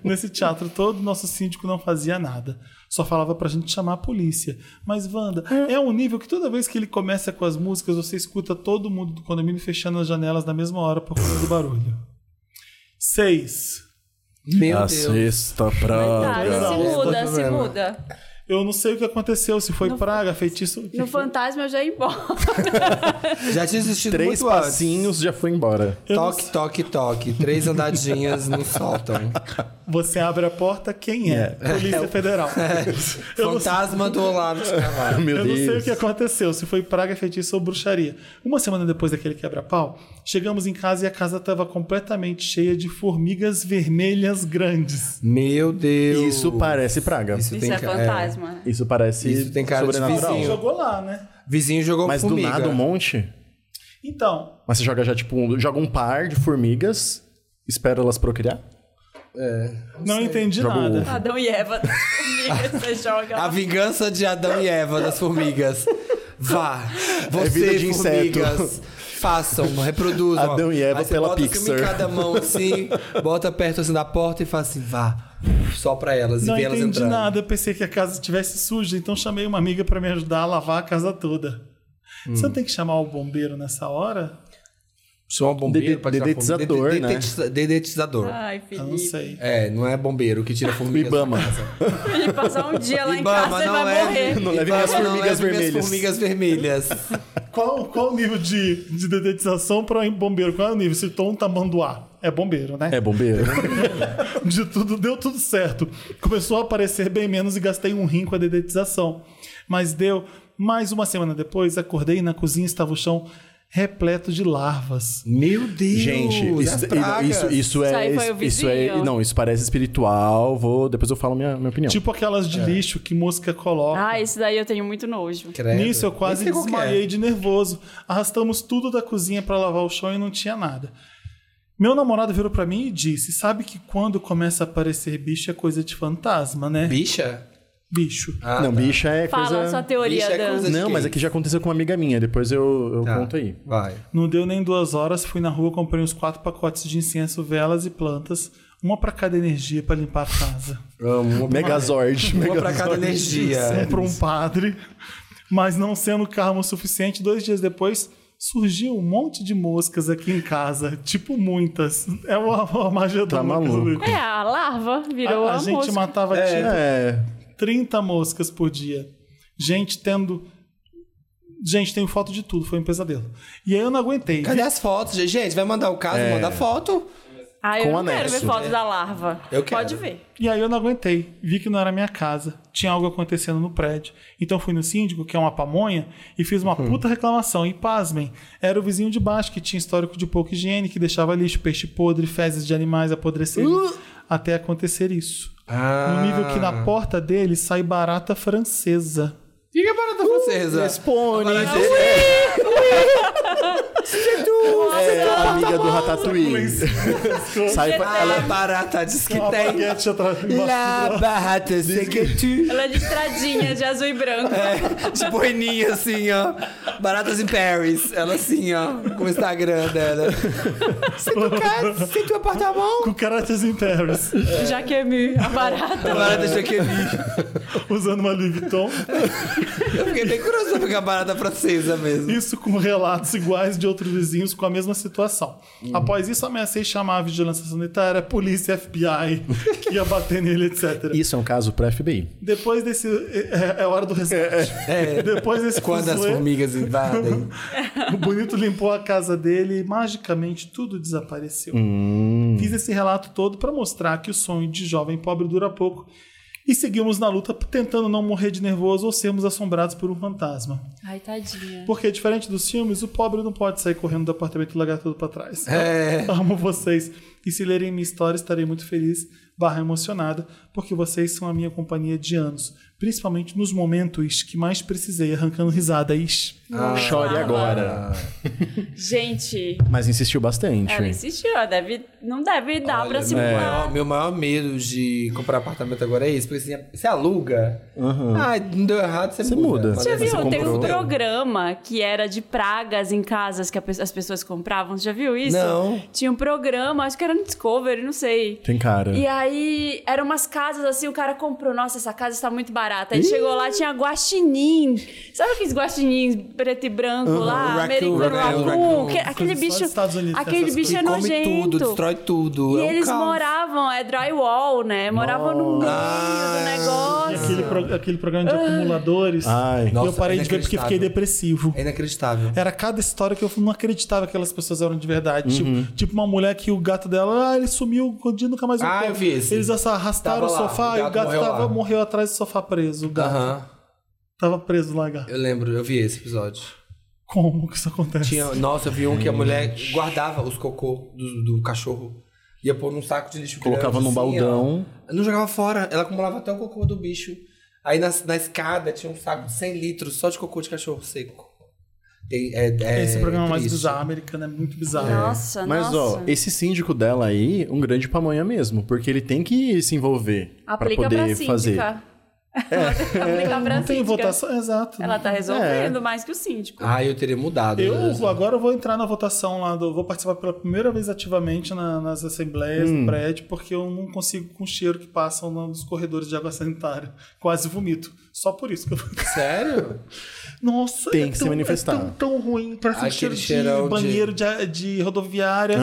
Speaker 1: Nesse teatro todo, nosso síndico não fazia nada. Só falava pra gente chamar a polícia. Mas, Wanda, é um nível que toda vez que ele começa com as músicas, você escuta todo mundo do condomínio fechando as janelas na mesma hora por conta do barulho. 6.
Speaker 3: Meu
Speaker 4: A
Speaker 3: Deus.
Speaker 4: sexta
Speaker 2: tá,
Speaker 4: praga.
Speaker 2: ele se
Speaker 3: Esse é o
Speaker 2: muda, se
Speaker 3: problema.
Speaker 2: muda.
Speaker 1: Eu não sei o que aconteceu, se foi praga, feitiço. o que
Speaker 2: No
Speaker 1: foi.
Speaker 2: fantasma eu já ia embora.
Speaker 3: Já tinha existido
Speaker 4: Três
Speaker 3: muito antes.
Speaker 4: passinhos já foi embora.
Speaker 1: Eu não
Speaker 3: Toque, toque, toque. Três andadinhas não soltam.
Speaker 1: Você abre a porta, quem é? Polícia Federal. Eu não sei-
Speaker 3: Fantasma do Olavo de Carvalho.
Speaker 4: Meu
Speaker 1: eu não
Speaker 4: Deus.
Speaker 1: sei o
Speaker 3: é
Speaker 1: que aconteceu, se foi praga, feitiço ou bruxaria. Uma semana depois daquele quebra-pau, chegamos em casa e a casa estava completamente cheia de formigas vermelhas grandes.
Speaker 3: Meu Deus.
Speaker 4: Isso parece praga. Isso,
Speaker 2: Isso é
Speaker 3: ca-
Speaker 2: fantasma.
Speaker 4: parece
Speaker 3: Isso tem cara de
Speaker 4: sobrenatural.
Speaker 3: vizinho.
Speaker 1: Jogou lá, né?
Speaker 3: Vizinho jogou é.
Speaker 4: Mas
Speaker 3: formiga.
Speaker 4: do nada um monte.
Speaker 1: Então,
Speaker 4: Mas você joga já, tipo, um- joga um par de formigas, espera elas procriar.
Speaker 1: não entendi
Speaker 4: Joga o
Speaker 1: nada.
Speaker 4: ovo.
Speaker 2: Adão e Eva, formiga, você joga.
Speaker 3: A vingança de Adão e Eva das formigas. Vá.
Speaker 4: É vida de
Speaker 3: Vocês,
Speaker 4: inseto.
Speaker 3: formigas, façam, reproduzam.
Speaker 4: Adão e Eva
Speaker 3: Aí você
Speaker 4: pela
Speaker 3: bota
Speaker 4: Pixar.
Speaker 3: Assim, em cada mão assim, bota perto assim da porta e fala assim, vá. Só pra elas
Speaker 1: Não
Speaker 3: e vê elas
Speaker 1: entendi
Speaker 3: entrando.
Speaker 1: nada, eu pensei que a casa estivesse suja, então chamei uma amiga pra me ajudar a lavar a casa toda. Você não tem que chamar o bombeiro nessa hora?
Speaker 3: Chama bombeiro
Speaker 4: Dede-
Speaker 3: é pra tirar
Speaker 4: dedetizador,
Speaker 3: formiga. Dede-
Speaker 4: né?
Speaker 3: dedetiza- Dedetizador.
Speaker 2: Ai,
Speaker 1: Eu não
Speaker 2: Felipe.
Speaker 1: sei.
Speaker 3: É, não é bombeiro que tira
Speaker 4: O
Speaker 3: formiga.
Speaker 4: Ibama.
Speaker 2: Ele passar um dia
Speaker 1: é
Speaker 2: lá em
Speaker 3: Ibama,
Speaker 2: casa, ele
Speaker 3: não é.
Speaker 2: vai
Speaker 3: leve-
Speaker 2: morrer.
Speaker 4: Não leve minhas
Speaker 3: Ibama, não
Speaker 4: formigas
Speaker 3: leve minhas
Speaker 4: vermelhas.
Speaker 3: formigas vermelhas.
Speaker 1: Qual, qual o nível de, de dedetização pra um bombeiro? Qual é o nível? Se tom tamanduá. É bombeiro, né?
Speaker 4: É bombeiro.
Speaker 1: De tudo, deu tudo certo. Começou a aparecer bem menos e gastei um rim com a dedetização. Mas deu. Mais uma semana depois, acordei e na cozinha estava o chão repleto de larvas.
Speaker 3: Meu Deus!
Speaker 4: Gente,
Speaker 3: as
Speaker 4: isso,
Speaker 3: pragas.
Speaker 4: isso, isso
Speaker 2: Isso
Speaker 4: é.
Speaker 2: aí foi o
Speaker 4: isso é.
Speaker 2: vizinho.
Speaker 4: Não, isso parece espiritual. Vou, depois eu falo minha, minha opinião.
Speaker 1: Tipo aquelas
Speaker 3: É.
Speaker 1: de lixo que mosca coloca.
Speaker 2: Ah, esse daí eu tenho muito nojo.
Speaker 3: Credo.
Speaker 1: Nisso eu quase
Speaker 3: Nem sei qual que é.
Speaker 1: desmaiei de nervoso. Arrastamos tudo da cozinha pra lavar o chão e não tinha nada. Meu namorado virou pra mim e disse: Sabe que quando começa a aparecer bicho é coisa de fantasma, né?
Speaker 3: Bicha?
Speaker 1: Bicho.
Speaker 3: Ah,
Speaker 4: não,
Speaker 3: tá.
Speaker 4: bicha é
Speaker 2: Fala
Speaker 4: coisa.
Speaker 2: a sua teoria,
Speaker 3: Bicho é
Speaker 2: Dan.
Speaker 3: coisa de
Speaker 4: Não,
Speaker 3: quem?
Speaker 4: mas aqui já aconteceu com uma amiga minha. Depois eu, eu
Speaker 3: Tá.
Speaker 4: conto aí.
Speaker 3: Vai.
Speaker 1: Não deu nem duas horas, fui na rua, comprei uns quatro pacotes de incenso, velas e plantas, uma pra cada energia pra limpar a casa.
Speaker 4: Megazord.
Speaker 3: Uma pra cada
Speaker 4: Megazord.
Speaker 1: Um
Speaker 3: energia.
Speaker 1: pra um padre. Mas não sendo karma o suficiente, dois dias depois surgiu um monte de moscas aqui em casa. Tipo muitas. É o Armagedon.
Speaker 4: Tá maluco.
Speaker 2: É, a larva virou
Speaker 1: a,
Speaker 2: a,
Speaker 1: a gente
Speaker 2: mosca.
Speaker 1: matava tipo,
Speaker 4: É.
Speaker 1: 30 moscas por dia. Gente tendo. Gente, tenho foto de tudo, foi um pesadelo. E aí eu não aguentei.
Speaker 3: Cadê as fotos? gente? Gente, vai mandar o caso,
Speaker 1: É.
Speaker 3: manda foto.
Speaker 2: Ah, eu
Speaker 4: com
Speaker 2: não
Speaker 4: anexo.
Speaker 2: quero ver foto da larva.
Speaker 3: Eu quero.
Speaker 2: Pode ver.
Speaker 1: E aí eu não aguentei. Vi que não era minha casa. Tinha algo acontecendo no prédio. Então fui no síndico, que é uma pamonha, e fiz uma puta reclamação. E pasmem, era o vizinho de baixo que tinha histórico de pouca higiene, que deixava lixo, peixe podre, fezes de animais apodrecerem. Até acontecer isso.
Speaker 3: Ah.
Speaker 1: No nível que na porta dele sai barata francesa.
Speaker 3: Fica para da
Speaker 1: Uh,
Speaker 3: francesa.
Speaker 4: Responde.
Speaker 3: Barata francesa.
Speaker 4: É a amiga do Ratatouille. Sai pra...
Speaker 3: Ela barata Ah, tá, diz que tem.
Speaker 1: Paquete atrás-
Speaker 3: La barata, sei que tu. É,
Speaker 2: Ela é listradinha de azul e branco.
Speaker 3: De boininha, assim, ó. Baratas em Paris. Ela assim, ó. Com o Instagram dela. Você tu quer? Sei tu aperta a mão?
Speaker 1: Com caratas em Paris.
Speaker 2: Já que é meio barata.
Speaker 3: Barata Jaqueline.
Speaker 1: Usando uma Louis Vuitton.
Speaker 3: Eu fiquei bem curioso pra ficar barata francesa mesmo.
Speaker 1: Isso com relatos iguais de outros vizinhos com a mesma situação.
Speaker 3: Hum.
Speaker 1: Após isso, ameacei chamar a vigilância sanitária, polícia, FBI, que ia bater nele, etc.
Speaker 4: Isso é um caso pra FBI.
Speaker 1: Depois desse. É, é hora do resgate.
Speaker 3: É.
Speaker 1: Depois desse
Speaker 3: Quando as
Speaker 1: fuzuê,
Speaker 3: formigas invadem.
Speaker 1: o Bonito limpou a casa dele e magicamente tudo desapareceu.
Speaker 3: Hum.
Speaker 1: Fiz esse relato todo para mostrar que o sonho de jovem pobre dura pouco. E seguimos na luta tentando não morrer de nervoso ou sermos assombrados por um fantasma.
Speaker 2: Ai, tadinha.
Speaker 1: Porque, diferente dos filmes, o pobre não pode sair correndo do apartamento e largar tudo pra trás.
Speaker 3: É.
Speaker 1: Amo vocês. E se lerem minha história, estarei muito feliz, barra emocionada, porque vocês são a minha companhia de anos. Principalmente nos momentos que mais precisei, arrancando risada. Ixi.
Speaker 3: Ah.
Speaker 4: Chore agora.
Speaker 2: Gente,
Speaker 4: Mas insistiu bastante.
Speaker 2: ela insistiu. ela deve, não deve dar pra se
Speaker 3: meu,
Speaker 4: É.
Speaker 2: mudar.
Speaker 3: maior, Tipo, ah, meu maior medo de comprar apartamento agora é isso, porque assim, você aluga. Ah, não deu errado, você,
Speaker 4: Uhum. Você muda.
Speaker 3: muda. Mas
Speaker 2: Você
Speaker 3: aí
Speaker 2: viu? Tem um
Speaker 3: comprou.
Speaker 2: programa que era de pragas em casas que a pe- as pessoas compravam. Você já viu isso?
Speaker 3: Não.
Speaker 2: Tinha um programa, acho que era no Discovery, não sei.
Speaker 4: Tem cara.
Speaker 2: E aí, eram umas casas assim, o cara comprou, nossa, essa casa está muito barata. Aí chegou lá, tinha guaxinim. Sabe aqueles guaxinins preto e branco lá?
Speaker 3: raccoon,
Speaker 2: americano,
Speaker 3: raccoon,
Speaker 2: raccoon.
Speaker 3: raccoon.
Speaker 2: Que- é
Speaker 1: Coisa
Speaker 2: Aquele
Speaker 1: só
Speaker 2: bicho,
Speaker 1: dos Estados Unidos,
Speaker 2: aquele
Speaker 1: essas
Speaker 2: bicho é
Speaker 3: E come
Speaker 2: nojento.
Speaker 3: tudo, destrói tudo.
Speaker 2: e
Speaker 3: é um
Speaker 2: eles
Speaker 3: caos.
Speaker 2: moravam, é drywall, né? Moravam no meio do
Speaker 1: E
Speaker 2: negócio.
Speaker 1: aquele, pro- aquele programa de acumuladores.
Speaker 4: Ai.
Speaker 1: E eu
Speaker 3: Ah, Nossa, é
Speaker 1: parei de ver porque fiquei
Speaker 3: inacreditável.
Speaker 1: depressivo.
Speaker 3: É inacreditável.
Speaker 1: Era cada história que eu não acreditava que aquelas pessoas eram de verdade.
Speaker 3: Uhum.
Speaker 1: Tipo, tipo uma mulher que o gato dela, ah, ele sumiu, o dia nunca mais
Speaker 3: Ah,
Speaker 1: voltou.
Speaker 3: eu vi esse.
Speaker 1: Eles assa- arrastaram
Speaker 3: Tava
Speaker 1: o
Speaker 3: lá,
Speaker 1: sofá
Speaker 3: o
Speaker 1: e o
Speaker 3: gato
Speaker 1: gato
Speaker 3: morreu
Speaker 1: morreu, tava,
Speaker 3: lá.
Speaker 1: morreu atrás do sofá preso. O gato
Speaker 3: Aham.
Speaker 1: tava preso lá, gato.
Speaker 3: Eu lembro, eu vi esse episódio.
Speaker 1: Como que isso acontece?
Speaker 3: Tinha, nossa, eu vi um que a mulher guardava os cocô do, do cachorro. Ia pôr num saco de lixo
Speaker 4: Colocava
Speaker 3: grande,
Speaker 4: num
Speaker 3: assim,
Speaker 4: baldão.
Speaker 3: ó. Não jogava fora. Ela acumulava até o cocô do bicho. Aí na, na escada tinha um saco de 100 litros só de cocô de cachorro seco. Tem- é- é
Speaker 1: Esse programa é mais
Speaker 3: triste.
Speaker 1: bizarro, americano, é muito bizarro.
Speaker 2: Nossa,
Speaker 4: Mas,
Speaker 2: nossa.
Speaker 4: ó, esse síndico dela aí, um grande pamonha mesmo. Porque ele tem que se envolver
Speaker 2: Aplica
Speaker 4: pra poder
Speaker 2: pra síndica.
Speaker 4: fazer.
Speaker 2: Tá Aplica pra
Speaker 1: Não tem
Speaker 2: síndica.
Speaker 1: votação, exato.
Speaker 2: Ela
Speaker 3: É.
Speaker 2: tá resolvendo mais que o síndico.
Speaker 3: Ah, eu teria mudado.
Speaker 1: Eu
Speaker 3: né?
Speaker 1: agora eu vou entrar na votação lá do. Vou participar pela primeira vez ativamente na- nas assembleias
Speaker 3: Hum.
Speaker 1: do prédio, porque eu não consigo com o cheiro que passam nos corredores de água sanitária. Quase vomito. Só por isso que eu vou.
Speaker 3: Sério?
Speaker 1: Nossa,
Speaker 4: Tem
Speaker 1: é
Speaker 4: que se
Speaker 1: tão,
Speaker 4: manifestar.
Speaker 1: É tão, tão ruim. Parece um cheiro
Speaker 3: Aquele cheirão
Speaker 1: de
Speaker 3: de-
Speaker 1: banheiro de, de rodoviária.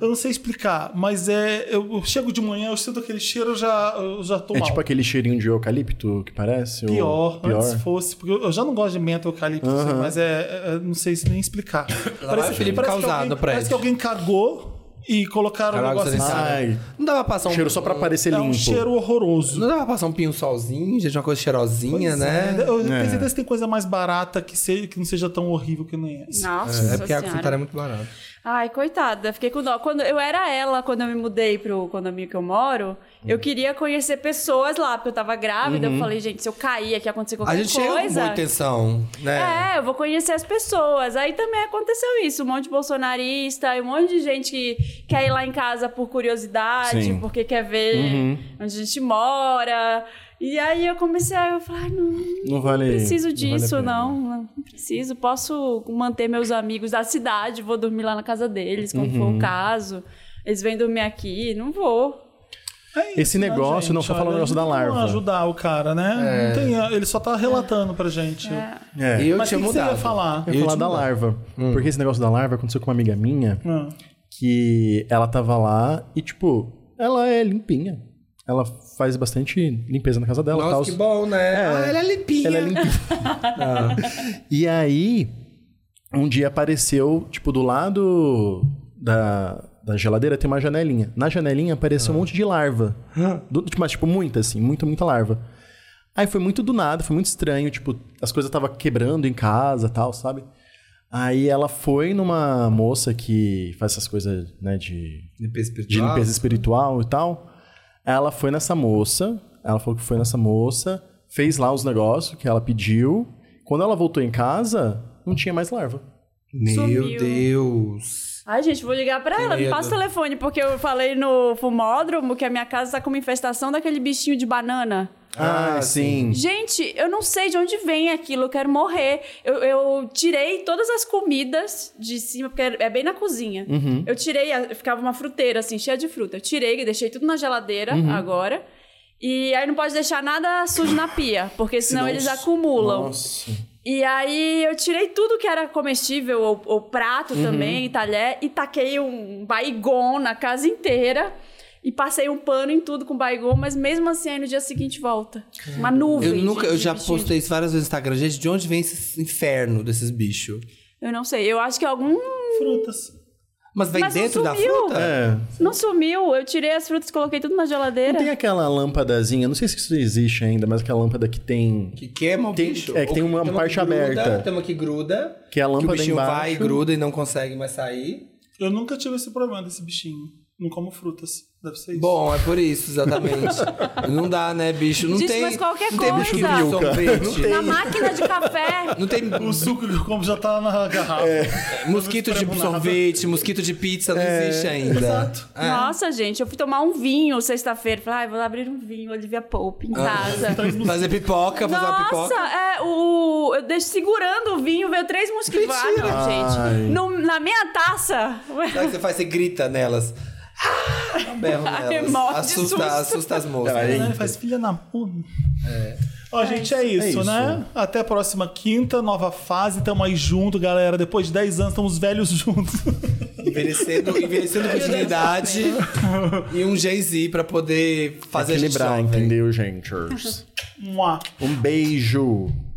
Speaker 1: Eu não sei explicar, mas é. Eu, eu chego de manhã, eu sinto aquele cheiro, eu já, eu já tô
Speaker 4: É
Speaker 1: mal.
Speaker 4: tipo aquele cheirinho de eucalipto que parece? ou
Speaker 1: Pior,
Speaker 4: pior.
Speaker 1: antes fosse, porque eu eu já não gosto de menta eucalipto, assim, mas é, é- é- não sei se nem explicar.
Speaker 3: vai o Felipe
Speaker 1: parece
Speaker 3: causar
Speaker 1: que alguém,
Speaker 3: no prédio.
Speaker 1: parece que alguém cagou e colocaram um
Speaker 3: Era água
Speaker 1: negócio em
Speaker 3: sanitária.
Speaker 1: cima.
Speaker 4: Ai.
Speaker 3: Não dava pra passar um.
Speaker 4: Cheiro só pra parecer
Speaker 1: É
Speaker 4: Ah, limpo.
Speaker 1: um cheiro horroroso.
Speaker 3: Não dava pra passar um pinho solzinho, gente, uma coisa cheirosinha, né?
Speaker 1: Eu tenho
Speaker 4: É.
Speaker 1: certeza que tem coisa mais barata que, seja, que não seja tão horrível que nem essa.
Speaker 2: Nossa,
Speaker 3: É porque a
Speaker 2: senhora.
Speaker 3: água sanitária é muito barata.
Speaker 2: Ai, coitada, fiquei com dó. Quando eu era ela, quando eu me mudei pro condomínio que eu moro, eu queria conhecer pessoas lá, porque eu tava grávida. Eu falei, gente, se eu cair aqui acontecer qualquer
Speaker 3: A
Speaker 2: coisa.
Speaker 3: gente chega com muita intenção, né?
Speaker 2: É, eu vou conhecer as pessoas. Aí também aconteceu isso, um monte de bolsonarista, e um monte de gente que quer ir lá em casa por curiosidade,
Speaker 4: Sim. Uhum.
Speaker 2: porque quer ver onde a gente mora. E aí eu comecei a eu falar, "Ai, não,
Speaker 4: Não vale.
Speaker 2: não preciso
Speaker 4: vale a
Speaker 2: disso,
Speaker 4: pena.
Speaker 2: não. Não preciso. Posso manter meus amigos da cidade, vou dormir lá na casa deles, como
Speaker 4: Uhum.
Speaker 2: for o caso. Eles vêm dormir aqui, não vou.
Speaker 1: É
Speaker 4: Esse negócio, não, só
Speaker 1: olha,
Speaker 4: fala o negócio da
Speaker 1: Não
Speaker 4: larva.
Speaker 1: ajudar o cara, né? Não tem- ele só tá relatando pra gente.
Speaker 4: É.
Speaker 3: E eu
Speaker 1: Mas o
Speaker 3: tinha
Speaker 1: que que você
Speaker 3: mudado.
Speaker 1: ia falar?
Speaker 4: Eu ia falar
Speaker 3: te Hum.
Speaker 4: da
Speaker 3: mudar.
Speaker 4: larva. Porque esse negócio da larva aconteceu com uma amiga minha
Speaker 1: Ah.
Speaker 4: que ela tava lá e, tipo, ela é limpinha. Ela faz bastante limpeza na casa dela.
Speaker 3: Nossa,
Speaker 4: tal.
Speaker 3: que bom, né? Ah, ela é limpinha.
Speaker 4: Ela é limpinha. E aí, um dia apareceu, tipo, do lado da, da geladeira tem uma janelinha. Na janelinha apareceu um monte de larva. Do- tipo, mas, tipo, muita, assim, muita, muita larva. Aí foi muito do nada, foi muito estranho, tipo, as coisas estavam quebrando em casa tal, sabe? Aí ela foi numa moça que faz essas coisas, né, de
Speaker 3: Limpeza
Speaker 4: de
Speaker 3: espiritual.
Speaker 4: limpeza espiritual e tal. Ela foi nessa moça, ela falou que foi nessa moça, fez lá os negócios que ela pediu. Quando ela voltou em casa, não tinha mais larva.
Speaker 3: Meu
Speaker 2: Sumiu.
Speaker 3: Deus.
Speaker 2: Ai, gente, vou ligar pra ela, me
Speaker 3: medo.
Speaker 2: passa o telefone, porque eu falei no fumódromo que a minha casa tá com uma infestação daquele bichinho de banana.
Speaker 3: Ah, sim.
Speaker 2: Gente, eu não sei de onde vem aquilo, eu quero morrer. Eu, eu tirei todas as comidas de cima, porque é bem na cozinha. Eu tirei, a- ficava uma fruteira assim, cheia de fruta. Eu tirei, deixei tudo na geladeira agora. E aí não pode deixar nada sujo na pia, porque senão eles acumulam.
Speaker 4: Nossa.
Speaker 2: E aí eu tirei tudo que era comestível, ou, ou prato
Speaker 3: Uhum.
Speaker 2: também, e talher, e taquei um baigon na casa inteira. E passei um pano em tudo com baigon, mas mesmo assim aí no dia seguinte volta. Uma nuvem.
Speaker 3: Eu
Speaker 2: de-
Speaker 3: nunca, eu
Speaker 2: de
Speaker 3: já
Speaker 2: bichinho.
Speaker 3: postei isso várias vezes no Instagram. Gente, de onde vem esse inferno desses bichos?
Speaker 2: Eu não sei, eu acho que algum
Speaker 1: Frutas.
Speaker 3: Mas vem
Speaker 2: Mas não
Speaker 3: dentro da
Speaker 2: sumiu.
Speaker 3: fruta?
Speaker 4: É.
Speaker 2: não sumiu. Eu tirei as frutas, coloquei tudo na
Speaker 4: Não
Speaker 2: geladeira.
Speaker 4: tem aquela lâmpadazinha, não sei se isso existe ainda, mas aquela lâmpada que tem.
Speaker 3: Que queima o
Speaker 4: Tem-
Speaker 3: bicho.
Speaker 4: é que
Speaker 3: Ou
Speaker 4: tem uma
Speaker 3: que
Speaker 4: parte
Speaker 3: gruda,
Speaker 4: aberta.
Speaker 3: Tem uma que gruda.
Speaker 4: Que a
Speaker 3: que
Speaker 4: lâmpada
Speaker 3: o bichinho
Speaker 4: embaixo.
Speaker 3: vai e gruda e não consegue mais sair.
Speaker 1: Eu nunca tive esse problema desse bichinho. Não como frutas. Deve ser isso.
Speaker 3: Bom, é por isso, exatamente. não dá, né, bicho? Não
Speaker 2: Gente,
Speaker 3: tem.
Speaker 2: mas qualquer
Speaker 3: não tem bicho
Speaker 2: coisa.
Speaker 3: que sorvete.
Speaker 2: Na máquina de café.
Speaker 3: Não tem
Speaker 1: o suco que eu como já tá na garrafa.
Speaker 4: É.
Speaker 3: mosquito de sorvete, mosquito de pizza, não
Speaker 4: É.
Speaker 3: existe ainda. É. Exato.
Speaker 2: Nossa, gente, eu fui tomar um vinho sexta-feira. Falei, ah, vou abrir um vinho, Olivia Pope,
Speaker 3: Ah.
Speaker 2: em casa.
Speaker 3: Fazer pipoca, fazer uma
Speaker 2: Nossa,
Speaker 3: pipoca.
Speaker 2: é, o, eu deixo segurando o vinho, veio três mosquitos. Ah, não, gente. No- na minha taça.
Speaker 3: Sabe o que você faz? Você grita nelas. Ah, dá um berro
Speaker 2: Ai,
Speaker 3: nelas.
Speaker 2: morre de
Speaker 3: assusta,
Speaker 2: É susto.
Speaker 3: assusta as moças.
Speaker 4: Ai.
Speaker 1: Né? Faz filha na puta. Ó, gente, é isso,
Speaker 4: isso.
Speaker 1: né? Até a próxima quinta, nova fase. Tamo aí junto, galera. Depois de 10 anos, estamos velhos juntos.
Speaker 3: Envelhecendo, envelhecendo com dignidade e um Gen Z pra poder fazer a gente
Speaker 4: Equilibrar,
Speaker 3: jovem.
Speaker 4: entendeu, gente?
Speaker 1: Mua.
Speaker 4: Um beijo.